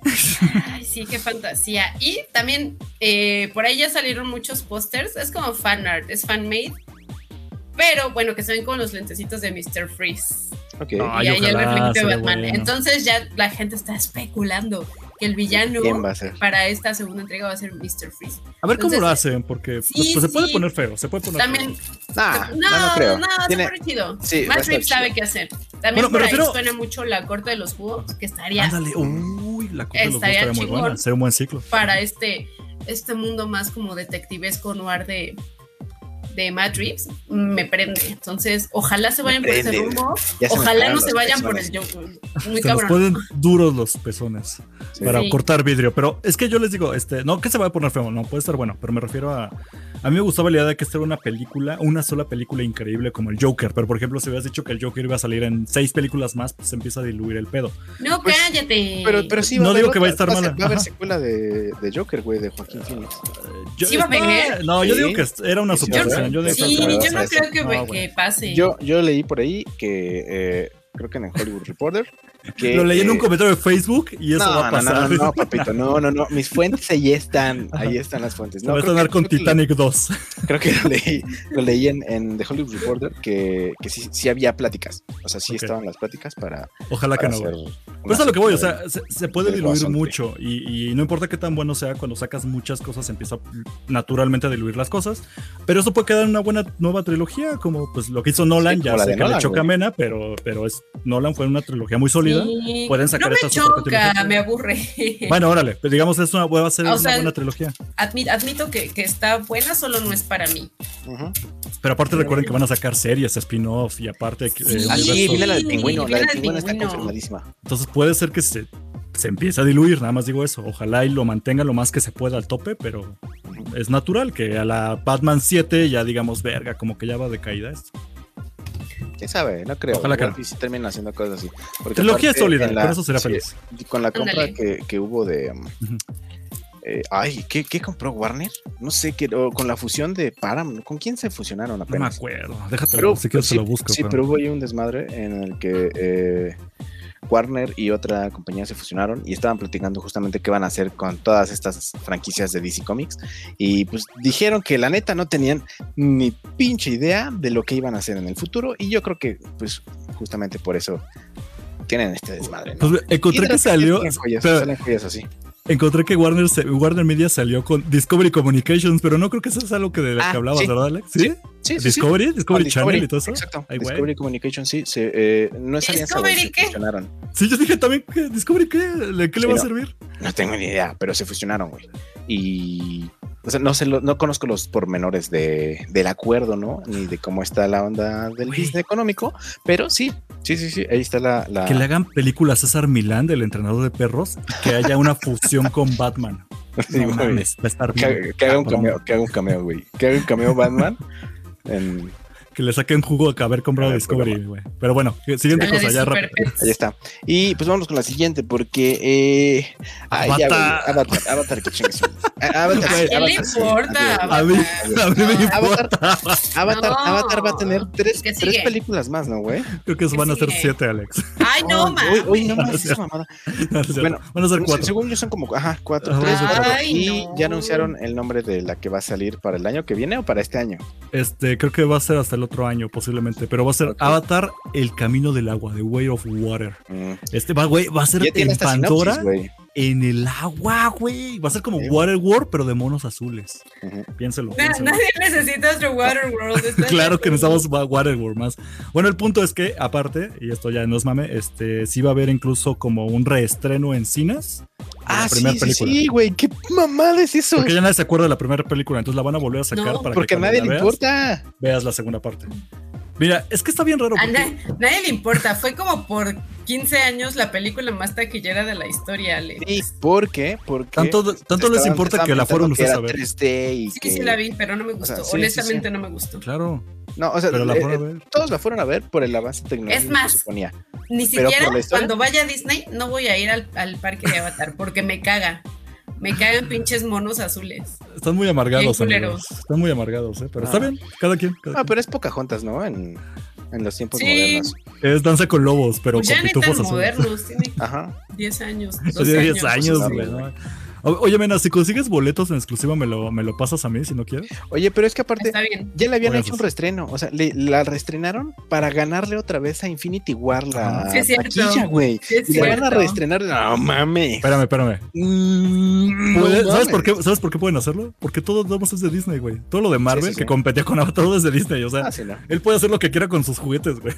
[SPEAKER 4] Ay, sí, qué fantasía. Y también eh, por ahí ya salieron muchos pósters. Es como fan art, es fan made. Pero bueno, que se ven con los lentecitos de Mr. Freeze.
[SPEAKER 2] Ok.
[SPEAKER 3] Ay,
[SPEAKER 4] y ahí el
[SPEAKER 3] ojalá,
[SPEAKER 4] reflejo de
[SPEAKER 3] sería
[SPEAKER 4] Batman.
[SPEAKER 3] bueno.
[SPEAKER 4] Entonces ya la gente está especulando que el villano
[SPEAKER 2] ¿Quién va a ser?
[SPEAKER 4] para esta segunda entrega va a ser Mr. Freeze.
[SPEAKER 3] A ver cómo
[SPEAKER 4] Entonces-
[SPEAKER 3] lo hacen, porque pues,
[SPEAKER 4] Sí,
[SPEAKER 3] pues, se puede
[SPEAKER 4] sí.
[SPEAKER 3] poner feo, se puede poner
[SPEAKER 4] También.
[SPEAKER 3] feo.
[SPEAKER 2] Nah,
[SPEAKER 4] no,
[SPEAKER 2] Ah, no, no creo.
[SPEAKER 4] no,
[SPEAKER 2] Tiene-
[SPEAKER 4] súper chido.
[SPEAKER 2] sí, va a
[SPEAKER 4] Matt
[SPEAKER 2] estar
[SPEAKER 4] Reeves
[SPEAKER 2] chido.
[SPEAKER 4] sabe qué hacer. También
[SPEAKER 3] Bueno, me
[SPEAKER 4] por ahí
[SPEAKER 3] refiero-
[SPEAKER 4] suena mucho la corte de los búhos, que estaría
[SPEAKER 3] Ándale, uy, la cosa de los dos
[SPEAKER 4] Estaría
[SPEAKER 3] estaría muy
[SPEAKER 4] chingón.
[SPEAKER 3] buena, sería un buen ciclo.
[SPEAKER 4] para este, este mundo más como detectivesco noir de, de Matt Reeves, me prende. Entonces, ojalá se vayan
[SPEAKER 2] Me
[SPEAKER 4] por ese
[SPEAKER 2] prende.
[SPEAKER 4] rumbo.
[SPEAKER 2] Ya se me
[SPEAKER 4] Ojalá
[SPEAKER 2] pararon
[SPEAKER 4] no
[SPEAKER 2] los
[SPEAKER 4] se vayan por
[SPEAKER 2] pezones.
[SPEAKER 4] el yo. Muy
[SPEAKER 3] se nos
[SPEAKER 4] cabrón.
[SPEAKER 3] ponen duros los pezones
[SPEAKER 2] Sí.
[SPEAKER 3] para
[SPEAKER 4] Sí.
[SPEAKER 3] cortar vidrio. Pero es que yo les digo, este, no que se va a poner feo, no puede estar bueno, pero me refiero a. A mí me gustaba la idea de que esta era una película, una sola película increíble como el Joker. Pero por ejemplo, si hubieras dicho que el Joker iba a salir en seis películas más, pues se empieza a diluir el pedo.
[SPEAKER 4] No,
[SPEAKER 2] Pues,
[SPEAKER 4] cállate.
[SPEAKER 2] Pero, pero sí, va
[SPEAKER 3] No
[SPEAKER 2] a haber
[SPEAKER 3] digo que
[SPEAKER 2] otra-
[SPEAKER 3] vaya a estar
[SPEAKER 2] a ser-
[SPEAKER 3] mala.
[SPEAKER 2] Va a haber
[SPEAKER 3] Ajá.
[SPEAKER 2] secuela de, de Joker, güey, de Joaquín Phoenix.
[SPEAKER 3] Yo-
[SPEAKER 4] ¿Sí va a venir?
[SPEAKER 3] No, yo
[SPEAKER 2] Sí.
[SPEAKER 3] digo que era una
[SPEAKER 2] Sí,
[SPEAKER 3] suposición. Yo digo
[SPEAKER 4] sí,
[SPEAKER 3] que era
[SPEAKER 4] yo no
[SPEAKER 3] una
[SPEAKER 4] creo que,
[SPEAKER 3] suposición.
[SPEAKER 4] que
[SPEAKER 3] No, güey.
[SPEAKER 4] pase.
[SPEAKER 2] Yo, yo leí por ahí que, eh, creo que en el Hollywood Reporter, que...
[SPEAKER 3] Lo leí en un
[SPEAKER 2] eh,
[SPEAKER 3] comentario de Facebook y eso
[SPEAKER 2] no,
[SPEAKER 3] va a pasar.
[SPEAKER 2] No, no, no, papito, no, no, no. Mis fuentes ahí están,
[SPEAKER 3] Ajá.
[SPEAKER 2] ahí están las fuentes.
[SPEAKER 3] Se
[SPEAKER 2] No,
[SPEAKER 3] va a
[SPEAKER 2] creo
[SPEAKER 3] estrenar
[SPEAKER 2] que-
[SPEAKER 3] con
[SPEAKER 2] creo que-
[SPEAKER 3] Titanic 2.
[SPEAKER 2] Creo que lo leí, lo leí en, en The Hollywood Reporter que, que sí, sí había pláticas. O sea, sí
[SPEAKER 3] Ok.
[SPEAKER 2] estaban las pláticas para,
[SPEAKER 3] Ojalá que
[SPEAKER 2] para
[SPEAKER 3] no. güey.
[SPEAKER 2] hacer
[SPEAKER 3] Pues a
[SPEAKER 2] una
[SPEAKER 3] lo que voy, o
[SPEAKER 2] secuela.
[SPEAKER 3] sea, se, se puede
[SPEAKER 2] del
[SPEAKER 3] diluir
[SPEAKER 2] Guasón, sí.
[SPEAKER 3] mucho y, y no importa qué tan bueno sea, cuando sacas muchas cosas empieza naturalmente a diluir las cosas, pero eso puede quedar en una buena nueva trilogía, como pues lo que hizo Nolan,
[SPEAKER 2] Sí,
[SPEAKER 3] ya
[SPEAKER 2] como la
[SPEAKER 3] sé
[SPEAKER 2] de
[SPEAKER 3] que le
[SPEAKER 2] Nolan,
[SPEAKER 3] choca
[SPEAKER 2] güey.
[SPEAKER 3] amena, pero, pero es, Nolan fue una trilogía muy sólida.
[SPEAKER 4] Sí.
[SPEAKER 3] pueden sacar
[SPEAKER 4] no me
[SPEAKER 3] estas
[SPEAKER 4] choca,
[SPEAKER 3] oportunidades.
[SPEAKER 4] me aburre.
[SPEAKER 3] Bueno, órale, pues digamos es una, puede ser
[SPEAKER 4] O
[SPEAKER 3] una
[SPEAKER 4] sea,
[SPEAKER 3] buena trilogía,
[SPEAKER 4] Admit- admito que, que está buena, solo no es para mí.
[SPEAKER 2] Ujú.
[SPEAKER 3] pero aparte recuerden que van a sacar series, spin-off y aparte... que-
[SPEAKER 4] Sí.
[SPEAKER 3] eh,
[SPEAKER 2] Ah, sí,
[SPEAKER 3] universos.
[SPEAKER 2] viene la del pingüino. La
[SPEAKER 4] viene
[SPEAKER 2] del
[SPEAKER 4] la del
[SPEAKER 2] pingüino está
[SPEAKER 4] pingüino.
[SPEAKER 2] confirmadísima.
[SPEAKER 3] Entonces puede ser que se, se empiece a diluir, nada más digo eso. Ojalá y lo mantenga lo más que se pueda al tope, pero es natural que a la Batman 7 ya digamos, verga, como que ya va de caída esto.
[SPEAKER 2] Pues ¿Quién sabe? No creo.
[SPEAKER 3] Ojalá que
[SPEAKER 2] Igual
[SPEAKER 3] no.
[SPEAKER 2] y sí terminan haciendo cosas así. Porque
[SPEAKER 3] Trilogía
[SPEAKER 2] aparte,
[SPEAKER 3] sólida,
[SPEAKER 2] en la-
[SPEAKER 3] por eso será
[SPEAKER 2] sí,
[SPEAKER 3] feliz.
[SPEAKER 2] Con la compra
[SPEAKER 4] Ándale.
[SPEAKER 2] que, que hubo de. um,
[SPEAKER 3] Ujú.
[SPEAKER 2] eh, ay, ¿qué, qué compró Warner? No sé, que, o con la fusión de Paramount. ¿Con quién se fusionaron
[SPEAKER 3] No me
[SPEAKER 2] apenas?
[SPEAKER 3] acuerdo, déjatelo,
[SPEAKER 2] Pero-
[SPEAKER 3] si quieres
[SPEAKER 2] sí,
[SPEAKER 3] te lo busco.
[SPEAKER 2] Sí, pero, hubo ahí un desmadre en el que eh, Warner y otra compañía se fusionaron y estaban platicando justamente qué van a hacer con todas estas franquicias de DC Comics. Y pues dijeron que la neta no tenían ni pinche idea de lo que iban a hacer en el futuro. Y yo creo que, pues, justamente por eso tienen este desmadre. ¿no?
[SPEAKER 3] Pues ve,
[SPEAKER 2] Y de
[SPEAKER 3] encontré que
[SPEAKER 2] repente
[SPEAKER 3] salió,
[SPEAKER 2] salen joyas,
[SPEAKER 3] pero
[SPEAKER 2] salen joyas así.
[SPEAKER 3] encontré que Warner, se- Warner Media salió con Discovery Communications, pero no creo que eso es algo que de lo
[SPEAKER 2] Ah,
[SPEAKER 3] que hablabas,
[SPEAKER 2] sí.
[SPEAKER 3] ¿verdad, Alex?
[SPEAKER 2] Sí,
[SPEAKER 3] ¿Sí?
[SPEAKER 2] Sí, sí, sí.
[SPEAKER 3] Discovery,
[SPEAKER 2] Con
[SPEAKER 3] Discovery Channel y todo eso.
[SPEAKER 2] Exacto.
[SPEAKER 3] Ay, güey.
[SPEAKER 2] Discovery Communication, sí. Se, eh, no es alianza, güey,
[SPEAKER 4] ¿Discovery
[SPEAKER 2] se
[SPEAKER 4] qué?
[SPEAKER 2] fusionaron.
[SPEAKER 3] Sí, yo dije también que Discovery qué, ¿De qué le
[SPEAKER 2] Sí,
[SPEAKER 3] va a
[SPEAKER 2] no.
[SPEAKER 3] servir?
[SPEAKER 2] No tengo ni idea, pero se fusionaron, güey. Y. O sea, no, sé, lo- no conozco los pormenores de, del acuerdo, ¿no? Ni de cómo está la onda del
[SPEAKER 3] Güey.
[SPEAKER 2] business económico, pero sí, sí, sí, sí, ahí está la... la-
[SPEAKER 3] Que le hagan película a César Milán del entrenador de perros, que haya una fusión con Batman.
[SPEAKER 2] sí,
[SPEAKER 3] No
[SPEAKER 2] güey.
[SPEAKER 3] mames, Ah, va a estar
[SPEAKER 2] que,
[SPEAKER 3] bien,
[SPEAKER 2] haga- que haga un
[SPEAKER 3] cabrón.
[SPEAKER 2] cameo, que haga un cameo, güey. Que haga un cameo Batman. en-
[SPEAKER 3] Que le saquen jugo de haber comprado
[SPEAKER 2] A ver,
[SPEAKER 3] Discovery, güey. Pero bueno, eh, siguiente
[SPEAKER 4] La de
[SPEAKER 3] cosa, ya
[SPEAKER 4] Super
[SPEAKER 3] rápido.
[SPEAKER 4] Pets.
[SPEAKER 2] ahí está. Y pues vámonos con la siguiente, porque... Eh, ay, ya, güey,
[SPEAKER 3] Avatar.
[SPEAKER 2] Avatar, Avatar, que chingue su- A- Avatar,
[SPEAKER 4] ¿A
[SPEAKER 2] sí,
[SPEAKER 4] quién le
[SPEAKER 2] Avatar, sí.
[SPEAKER 4] importa?
[SPEAKER 2] Adiós,
[SPEAKER 3] A mí, a mí me
[SPEAKER 4] Avatar.
[SPEAKER 3] importa.
[SPEAKER 2] Avatar,
[SPEAKER 4] No.
[SPEAKER 2] Avatar va a tener tres,
[SPEAKER 4] ¿Qué
[SPEAKER 2] tres
[SPEAKER 4] sigue?
[SPEAKER 2] películas más, ¿no, güey?
[SPEAKER 3] Creo que van a ser
[SPEAKER 4] sigue?
[SPEAKER 3] siete, Alex.
[SPEAKER 4] Ay, no,
[SPEAKER 2] Ay,
[SPEAKER 4] ma.
[SPEAKER 2] uy, uy, no más esa mamada.
[SPEAKER 3] No es cierto.
[SPEAKER 2] Bueno,
[SPEAKER 3] van a ser
[SPEAKER 2] Según-
[SPEAKER 3] cuatro.
[SPEAKER 2] Según yo son como, ajá, cuatro,
[SPEAKER 3] Ajá,
[SPEAKER 2] tres,
[SPEAKER 3] van a ser
[SPEAKER 2] cuatro.
[SPEAKER 4] cuatro.
[SPEAKER 2] y
[SPEAKER 4] Ay, no.
[SPEAKER 2] ya anunciaron el nombre de la que va a salir para el año que viene o para este año.
[SPEAKER 3] Este, creo que va a ser hasta el otro año, posiblemente. Pero va a ser
[SPEAKER 2] Ok.
[SPEAKER 3] Avatar, el camino del agua, The Way of Water.
[SPEAKER 2] Mm.
[SPEAKER 3] Este va, güey, va a ser
[SPEAKER 2] Ya tiene
[SPEAKER 3] en
[SPEAKER 2] esta sinopsis,
[SPEAKER 3] Pandora,
[SPEAKER 2] güey.
[SPEAKER 3] en el agua, güey. Va a ser como
[SPEAKER 2] Sí,
[SPEAKER 3] Water War, pero de monos azules.
[SPEAKER 2] Ujú.
[SPEAKER 3] Piénselo.
[SPEAKER 4] Na-
[SPEAKER 3] piénselo.
[SPEAKER 4] nadie necesita otro Waterworld. está
[SPEAKER 3] Claro que
[SPEAKER 4] bien.
[SPEAKER 3] necesitamos wa- Waterworld más. Bueno, el punto es que, aparte, y esto ya no es mame, este, sí va a haber incluso como un reestreno en cines. de
[SPEAKER 2] Ah,
[SPEAKER 3] la
[SPEAKER 2] sí,
[SPEAKER 3] primera
[SPEAKER 2] sí,
[SPEAKER 3] película.
[SPEAKER 2] sí, güey, qué mamada es eso.
[SPEAKER 3] Porque ya nadie se acuerda de la primera película, entonces la van a volver a sacar
[SPEAKER 4] No,
[SPEAKER 3] para
[SPEAKER 2] Porque a
[SPEAKER 3] que cuando
[SPEAKER 2] nadie
[SPEAKER 3] la
[SPEAKER 2] le
[SPEAKER 3] veas,
[SPEAKER 2] importa.
[SPEAKER 3] veas la segunda parte. Mira, es que está bien raro.
[SPEAKER 4] A
[SPEAKER 3] porque-
[SPEAKER 4] na- nadie le importa. Fue como por 15 años la película más taquillera de la historia, Alex.
[SPEAKER 2] Sí, ¿por qué? Porque
[SPEAKER 3] Tanto, tanto les
[SPEAKER 2] estaban-
[SPEAKER 3] importa
[SPEAKER 2] estaban
[SPEAKER 3] que la fueron
[SPEAKER 2] pintando que
[SPEAKER 3] ustedes a
[SPEAKER 2] era
[SPEAKER 3] ver.
[SPEAKER 2] 3D y
[SPEAKER 4] Sí,
[SPEAKER 2] que-
[SPEAKER 4] sí la vi, pero no me gustó.
[SPEAKER 2] sea, sí, sí,
[SPEAKER 4] Honestamente
[SPEAKER 2] sí.
[SPEAKER 4] no me gustó.
[SPEAKER 3] Claro,
[SPEAKER 2] No, o sea,
[SPEAKER 3] pero la
[SPEAKER 2] eh,
[SPEAKER 3] fueron a
[SPEAKER 2] eh,
[SPEAKER 3] ver.
[SPEAKER 2] todos la fueron a ver por el avance tecnológico.
[SPEAKER 4] Es más,
[SPEAKER 2] que suponía.
[SPEAKER 4] Ni
[SPEAKER 2] Pero por
[SPEAKER 4] siquiera
[SPEAKER 2] la historia.
[SPEAKER 4] cuando vaya a Disney no voy a ir al, al parque de Avatar porque me caga. Me cagan pinches monos azules.
[SPEAKER 3] Están muy amargados,
[SPEAKER 4] Bien
[SPEAKER 3] amigos. Están muy amargados, ¿eh? Pero
[SPEAKER 2] Ah.
[SPEAKER 3] está bien, cada quien. cada
[SPEAKER 2] Ah, pero es Pocahontas, ¿no? En, en los tiempos
[SPEAKER 4] Sí.
[SPEAKER 2] modernos.
[SPEAKER 3] quien. Es danza con lobos, pero
[SPEAKER 4] Pues ya
[SPEAKER 3] con
[SPEAKER 4] ni tan
[SPEAKER 3] pitufos azules.
[SPEAKER 4] modernos, tiene
[SPEAKER 2] Ajá.
[SPEAKER 4] 10 años.
[SPEAKER 3] Hace
[SPEAKER 4] 12
[SPEAKER 3] 10 años,
[SPEAKER 2] años,
[SPEAKER 3] güey.
[SPEAKER 2] güey.
[SPEAKER 3] ¿no? O- Oye, mena, si consigues boletos en exclusiva, me lo, me lo pasas a mí si no quieres.
[SPEAKER 2] Oye, pero es que aparte
[SPEAKER 4] Está bien.
[SPEAKER 2] ya le habían
[SPEAKER 3] Bueno,
[SPEAKER 2] hecho un
[SPEAKER 3] pues-
[SPEAKER 2] reestreno. O sea, le- la reestrenaron para ganarle otra vez a Infinity War la
[SPEAKER 3] Ah.
[SPEAKER 4] Sí, es cierto.
[SPEAKER 2] taquilla, güey.
[SPEAKER 4] Sí, es
[SPEAKER 2] Y la van a
[SPEAKER 4] cierto.
[SPEAKER 2] reestrenar. No mames.
[SPEAKER 3] Espérame, espérame.
[SPEAKER 2] Mm, no
[SPEAKER 3] Puede- ¿sabes,
[SPEAKER 2] mames.
[SPEAKER 3] por qué, ¿Sabes por qué pueden hacerlo? Porque todo lo demás es de Disney, güey. Todo lo de Marvel
[SPEAKER 2] sí, sí.
[SPEAKER 3] que competía con Avatar todo es de Disney. O sea,
[SPEAKER 2] Ah, sí, no.
[SPEAKER 3] él puede hacer lo que quiera con sus juguetes, güey.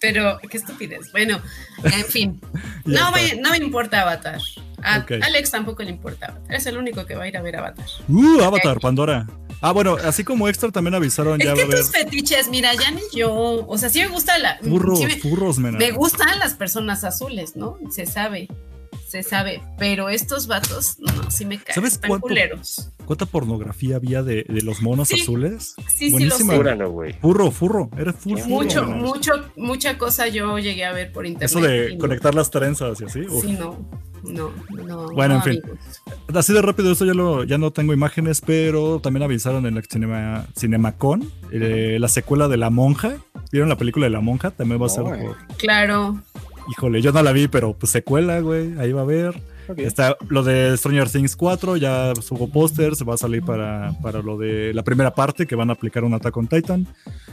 [SPEAKER 4] Pero qué estupidez. Bueno, en fin.
[SPEAKER 3] Y ya
[SPEAKER 4] No,
[SPEAKER 3] está.
[SPEAKER 4] vaya- no me importa Avatar. A
[SPEAKER 3] Ok.
[SPEAKER 4] Alex tampoco le importa Avatar. Es el único que va a ir a ver Avatar.
[SPEAKER 3] Uh, Avatar, Pandora. Ah, bueno, así como extra también avisaron ya
[SPEAKER 4] es
[SPEAKER 3] va a
[SPEAKER 4] que
[SPEAKER 3] haber
[SPEAKER 4] tus fetiches, mira, ya ni yo. O sea, sí me gusta la.
[SPEAKER 3] furros,
[SPEAKER 4] mm, sí me-
[SPEAKER 3] furros, mena.
[SPEAKER 4] Me gustan las personas azules, ¿no? Se sabe, se sabe. Pero estos vatos, no, sí me caen.
[SPEAKER 3] ¿Sabes
[SPEAKER 4] Están
[SPEAKER 3] cuánto?
[SPEAKER 4] culeros.
[SPEAKER 3] ¿Cuánta pornografía había de, de los monos
[SPEAKER 4] Sí.
[SPEAKER 3] azules?
[SPEAKER 4] Sí,
[SPEAKER 3] Buenísima.
[SPEAKER 4] sí, lo sé.
[SPEAKER 2] Júralo, güey.
[SPEAKER 3] Furro, furro. Era full
[SPEAKER 2] Sí,
[SPEAKER 3] furro,
[SPEAKER 4] Mucho,
[SPEAKER 3] mena.
[SPEAKER 4] mucho, mucha cosa yo llegué a ver por internet.
[SPEAKER 3] Eso de
[SPEAKER 4] y no.
[SPEAKER 3] conectar las trenzas y así. uf.
[SPEAKER 4] Sí, no, no, no.
[SPEAKER 3] Bueno,
[SPEAKER 4] no,
[SPEAKER 3] en fin.
[SPEAKER 4] amigos.
[SPEAKER 3] Así de rápido, eso ya, lo, ya no tengo imágenes, pero también avisaron en la cinema, Cinemacon eh, la secuela de La Monja. ¿Vieron la película de La Monja? También va a
[SPEAKER 2] No,
[SPEAKER 3] ser.
[SPEAKER 2] güey.
[SPEAKER 3] por-
[SPEAKER 4] Claro.
[SPEAKER 3] Híjole, yo no la vi, pero pues secuela, güey. Ahí va a haber.
[SPEAKER 2] Ok.
[SPEAKER 3] Está lo de Stranger Things 4, ya subo póster, se va a salir para, para lo de la primera parte que van a aplicar un Attack on Titan.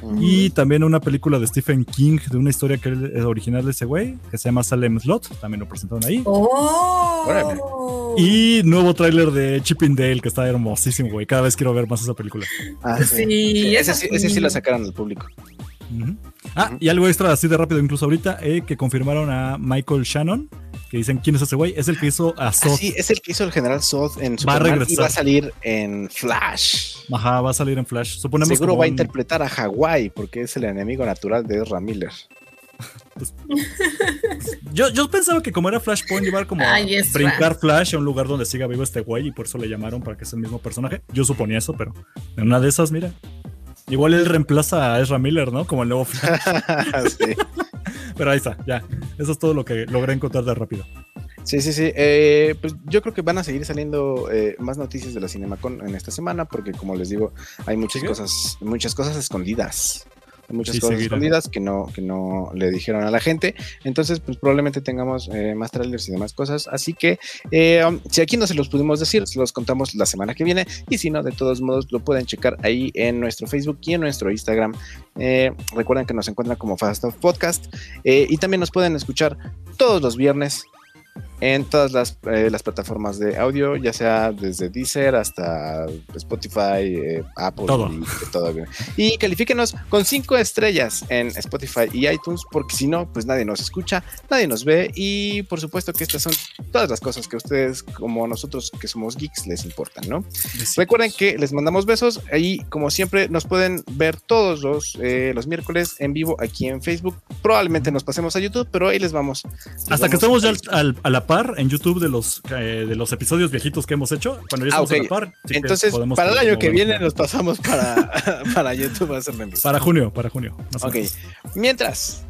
[SPEAKER 2] Mm.
[SPEAKER 3] Y también una película de Stephen King, de una historia que es original de ese güey, que se llama Salem Slot, también lo presentaron ahí.
[SPEAKER 2] Órale.
[SPEAKER 4] Oh.
[SPEAKER 3] Y nuevo tráiler de Chipping Dale, que está hermosísimo, güey. Cada vez quiero ver más esa película.
[SPEAKER 2] Ah,
[SPEAKER 4] Sí,
[SPEAKER 2] sí. Ese,
[SPEAKER 4] esa
[SPEAKER 2] sí, ese sí lo sacaron al público.
[SPEAKER 3] Ujú. Ah, y algo extra así de rápido, incluso ahorita, eh, que confirmaron a Michael Shannon, que dicen quién es ese güey. Es el que hizo a
[SPEAKER 2] Ah,
[SPEAKER 3] Zod.
[SPEAKER 2] sí, es el que hizo el general Zod en
[SPEAKER 3] Va a
[SPEAKER 2] Superman y
[SPEAKER 3] regresar.
[SPEAKER 2] va a salir en Flash.
[SPEAKER 3] Ajá, va a salir en Flash. Suponemos
[SPEAKER 2] Seguro
[SPEAKER 3] como
[SPEAKER 2] va a
[SPEAKER 3] un-
[SPEAKER 2] interpretar a Hawái porque es el enemigo natural de Ezra Miller.
[SPEAKER 3] yo, yo pensaba que como era Flashpoint, iba a como a
[SPEAKER 4] Ay, es
[SPEAKER 3] brincar Flash a un lugar donde siga vivo este güey y por eso le llamaron para que sea el mismo personaje. Yo suponía eso, pero en una de esas, mira. Igual él reemplaza a Ezra Miller, ¿no? Como el nuevo Flash.
[SPEAKER 2] sí.
[SPEAKER 3] Pero ahí está, ya. Eso es todo lo que logré encontrar de rápido.
[SPEAKER 2] Sí, sí, sí. Eh, pues yo creo que van a seguir saliendo eh, más noticias de la CinemaCon en esta semana, porque como les digo, hay muchas
[SPEAKER 3] ¿Sí?
[SPEAKER 2] cosas, muchas cosas escondidas. Hay muchas
[SPEAKER 3] Sí,
[SPEAKER 2] cosas
[SPEAKER 3] seguirá.
[SPEAKER 2] escondidas que no, que no le dijeron a la gente. Entonces, pues probablemente tengamos eh, más trailers y demás cosas. Así que eh, um, si aquí no se los pudimos decir, se los contamos la semana que viene. Y si no, de todos modos, lo pueden checar ahí en nuestro Facebook y en nuestro Instagram. Eh, recuerden que nos encuentran como Fast Off Podcast. eh, y también nos pueden escuchar todos los viernes en todas las, eh, las plataformas de audio, ya sea desde Deezer hasta Spotify, eh, Apple,
[SPEAKER 3] Todo.
[SPEAKER 2] Y, de todo. Y califíquenos con cinco estrellas en Spotify y iTunes, porque si no, pues nadie nos escucha, nadie nos ve y por supuesto que estas son todas las cosas que a ustedes, como nosotros que somos geeks, les importan, ¿no?
[SPEAKER 3] pues.
[SPEAKER 2] Recuerden que les mandamos besos y como siempre nos pueden ver todos los, eh, los miércoles en vivo aquí en Facebook. Probablemente nos pasemos a YouTube, pero ahí les vamos. Les
[SPEAKER 3] Hasta que
[SPEAKER 2] vamos
[SPEAKER 3] estamos ya al- al- a la par en YouTube de los, eh, de los episodios viejitos que hemos hecho, cuando ya
[SPEAKER 2] Ah,
[SPEAKER 3] estamos
[SPEAKER 2] ok.
[SPEAKER 3] a la par. sí que
[SPEAKER 2] Entonces,
[SPEAKER 3] podemos
[SPEAKER 2] para el año que
[SPEAKER 3] movernos.
[SPEAKER 2] viene nos pasamos para, para YouTube a hacerlo en vivo.
[SPEAKER 3] Para junio, para junio. más o
[SPEAKER 2] Ok.
[SPEAKER 3] menos.
[SPEAKER 2] Mientras,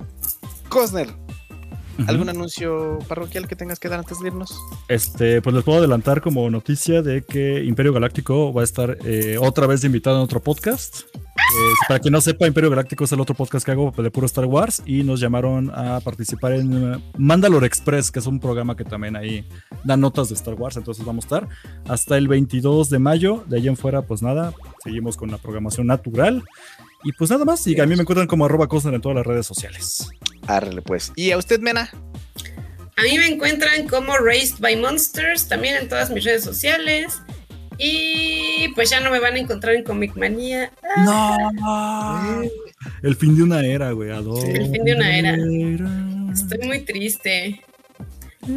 [SPEAKER 2] Cosner,
[SPEAKER 3] Ujú.
[SPEAKER 2] ¿algún anuncio parroquial que tengas que dar antes de irnos?
[SPEAKER 3] Este, pues les puedo adelantar como noticia de que Imperio Galáctico va a estar eh, otra vez invitado en otro podcast. Eh, para quien no sepa, Imperio Galáctico es el otro podcast que hago de puro Star Wars y nos llamaron a participar en eh, Mandalore Express, que es un programa que también ahí da notas de Star Wars. Entonces vamos a estar hasta el 22 de mayo. De ahí en fuera, pues nada, seguimos con la programación natural. Y pues nada más, y a mí me encuentran como arroba Cosner en todas las redes sociales.
[SPEAKER 2] Arrele pues. ¿Y a usted, Mena?
[SPEAKER 4] A mí me encuentran como Raised by Monsters, también en todas mis redes sociales. Y pues ya no me van a encontrar en Comic Manía. Ah,
[SPEAKER 3] No. Eh, El fin de una era, güey. ¿a
[SPEAKER 2] Sí, el
[SPEAKER 4] fin de una era.
[SPEAKER 3] dónde
[SPEAKER 4] Estoy muy triste.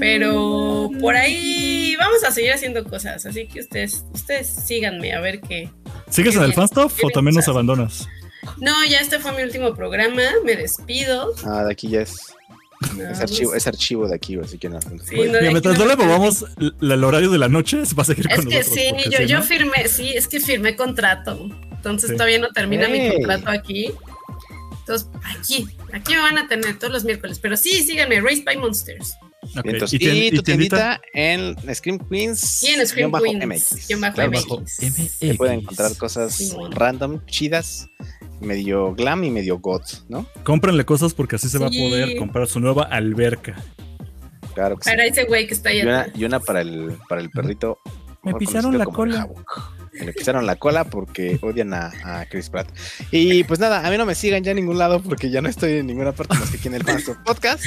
[SPEAKER 4] Pero por ahí vamos a seguir haciendo cosas. Así que ustedes, ustedes síganme a ver qué.
[SPEAKER 3] ¿Sigues en el fan stuff o también nos
[SPEAKER 4] Gracias.
[SPEAKER 3] abandonas?
[SPEAKER 4] No, ya este fue mi último programa. Me despido.
[SPEAKER 2] Ah, de aquí ya es. Es archivo, es archivo de aquí, así que no. no se
[SPEAKER 4] Sí,
[SPEAKER 2] puede.
[SPEAKER 4] no-
[SPEAKER 3] Mira, mientras no le probamos el horario de la noche, se va a seguir
[SPEAKER 4] Es
[SPEAKER 3] con
[SPEAKER 4] que
[SPEAKER 3] nosotros.
[SPEAKER 4] sí,
[SPEAKER 3] porque
[SPEAKER 4] yo,
[SPEAKER 3] si
[SPEAKER 4] yo
[SPEAKER 3] no-
[SPEAKER 4] firmé, sí, es que firmé contrato. Entonces
[SPEAKER 3] Sí.
[SPEAKER 4] todavía no termina mi
[SPEAKER 2] Ey.
[SPEAKER 4] contrato aquí. Entonces, aquí, aquí me van a tener todos los miércoles. Pero sí, síganme, Raised by Monsters.
[SPEAKER 3] Ok,
[SPEAKER 2] Vientos. y,
[SPEAKER 3] tien-
[SPEAKER 2] tu tiendita, en Scream Queens.
[SPEAKER 4] Y en
[SPEAKER 2] guión
[SPEAKER 4] Scream
[SPEAKER 2] bajo
[SPEAKER 4] Queens,
[SPEAKER 2] MX.
[SPEAKER 4] guión bajo
[SPEAKER 2] Claro,
[SPEAKER 4] MX.
[SPEAKER 2] bajo-
[SPEAKER 4] MX.
[SPEAKER 2] Se pueden encontrar cosas
[SPEAKER 4] Sí.
[SPEAKER 2] random, chidas, medio glam y medio goth, ¿no?
[SPEAKER 3] Cómprenle cosas porque así se va a
[SPEAKER 4] Sí.
[SPEAKER 3] poder comprar su nueva alberca.
[SPEAKER 2] Claro que sí.
[SPEAKER 4] Para ese güey que está ahí
[SPEAKER 2] Y una,
[SPEAKER 4] atrás.
[SPEAKER 2] y una para el para el perrito.
[SPEAKER 3] Me
[SPEAKER 2] mejor
[SPEAKER 3] pisaron
[SPEAKER 2] conocido
[SPEAKER 3] la
[SPEAKER 2] como el
[SPEAKER 3] cola.
[SPEAKER 2] Havoc. Me pisaron la cola porque odian a, a Chris Pratt. Y pues nada, a mí no me sigan ya en ningún lado porque ya no estoy en ninguna parte más que aquí en el Fans Podcast.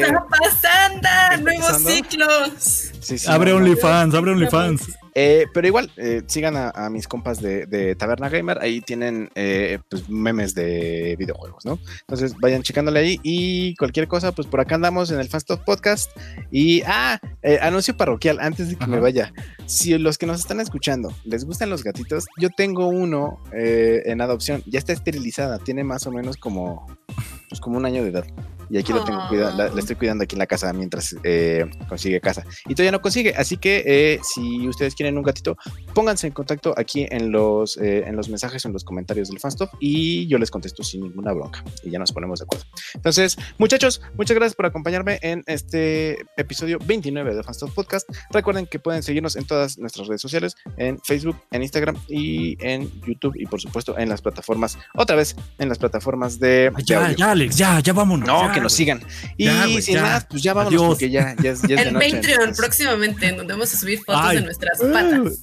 [SPEAKER 2] Eh,
[SPEAKER 4] está pasando? Nuevos
[SPEAKER 2] pasando?
[SPEAKER 4] ciclos.
[SPEAKER 2] sí, sí,
[SPEAKER 3] abre
[SPEAKER 2] no, no.
[SPEAKER 3] OnlyFans, abre OnlyFans.
[SPEAKER 2] Eh, pero igual, eh, sigan a, a mis compas de, de Taberna Gamer, ahí tienen eh, pues, memes de videojuegos, ¿no? Entonces vayan checándole ahí y cualquier cosa, pues por acá andamos en el Fanstop Podcast. Y, ah, eh, anuncio parroquial, antes de que me
[SPEAKER 3] Ajá.
[SPEAKER 2] vaya, si los que nos están escuchando les gustan los gatitos, yo tengo uno eh, en adopción, ya está esterilizada, tiene más o menos como, pues, como un año de edad. Y aquí la, tengo
[SPEAKER 4] Aw.
[SPEAKER 2] cuida- la, la estoy cuidando aquí en la casa mientras eh, consigue casa. Y todavía no consigue, así que eh, si ustedes quieren un gatito, pónganse en contacto aquí en los, eh, en los mensajes o en los comentarios del Fanstop y yo les contesto sin ninguna bronca y ya nos ponemos de acuerdo. Entonces, muchachos, muchas gracias por acompañarme en este episodio 29 de Fanstop Podcast. Recuerden que pueden seguirnos en todas nuestras redes sociales, en Facebook, en Instagram y en YouTube y por supuesto en las plataformas, otra vez en las plataformas de...
[SPEAKER 3] Ay,
[SPEAKER 2] de
[SPEAKER 3] Ah, Ya,
[SPEAKER 2] audio.
[SPEAKER 3] ya, Alex, ya, ya vámonos.
[SPEAKER 2] No,
[SPEAKER 3] ya,
[SPEAKER 2] que nos
[SPEAKER 3] güey.
[SPEAKER 2] sigan. Y
[SPEAKER 3] Ya, güey,
[SPEAKER 2] sin
[SPEAKER 3] ya.
[SPEAKER 2] más, pues ya vámonos
[SPEAKER 3] Adiós.
[SPEAKER 2] porque ya, ya es, ya es de
[SPEAKER 4] En
[SPEAKER 2] noche.
[SPEAKER 4] Patreon
[SPEAKER 2] entonces-
[SPEAKER 4] próximamente, en donde vamos a subir fotos
[SPEAKER 3] Ay.
[SPEAKER 4] de nuestras
[SPEAKER 2] Uh,
[SPEAKER 4] patas.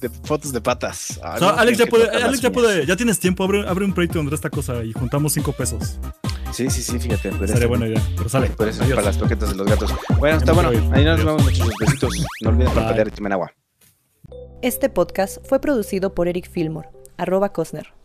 [SPEAKER 2] de fotos de patas. Ay,
[SPEAKER 3] O sea,
[SPEAKER 2] no,
[SPEAKER 3] Alex,
[SPEAKER 2] tienen
[SPEAKER 3] ya
[SPEAKER 2] que
[SPEAKER 3] puede,
[SPEAKER 2] cortar las
[SPEAKER 3] Alex ya
[SPEAKER 2] uñas.
[SPEAKER 3] puede, ya tienes tiempo, abre, abre un Patreon de esta cosa y juntamos cinco pesos.
[SPEAKER 2] Sí, sí, sí, fíjate. podría
[SPEAKER 3] Sería
[SPEAKER 2] ser.
[SPEAKER 3] buena idea, pero sale.
[SPEAKER 2] Por eso,
[SPEAKER 3] Adiós.
[SPEAKER 2] para las croquetas de los gatos. Bueno, está
[SPEAKER 3] me
[SPEAKER 2] bueno.
[SPEAKER 3] quiero ir.
[SPEAKER 2] Ahí nos
[SPEAKER 3] Adiós.
[SPEAKER 2] vemos, muchachos. Besitos. No olviden
[SPEAKER 3] Bye.
[SPEAKER 2] pelear y tomen agua.
[SPEAKER 1] Este podcast fue producido por Eric Fillmore, arroba Cosner.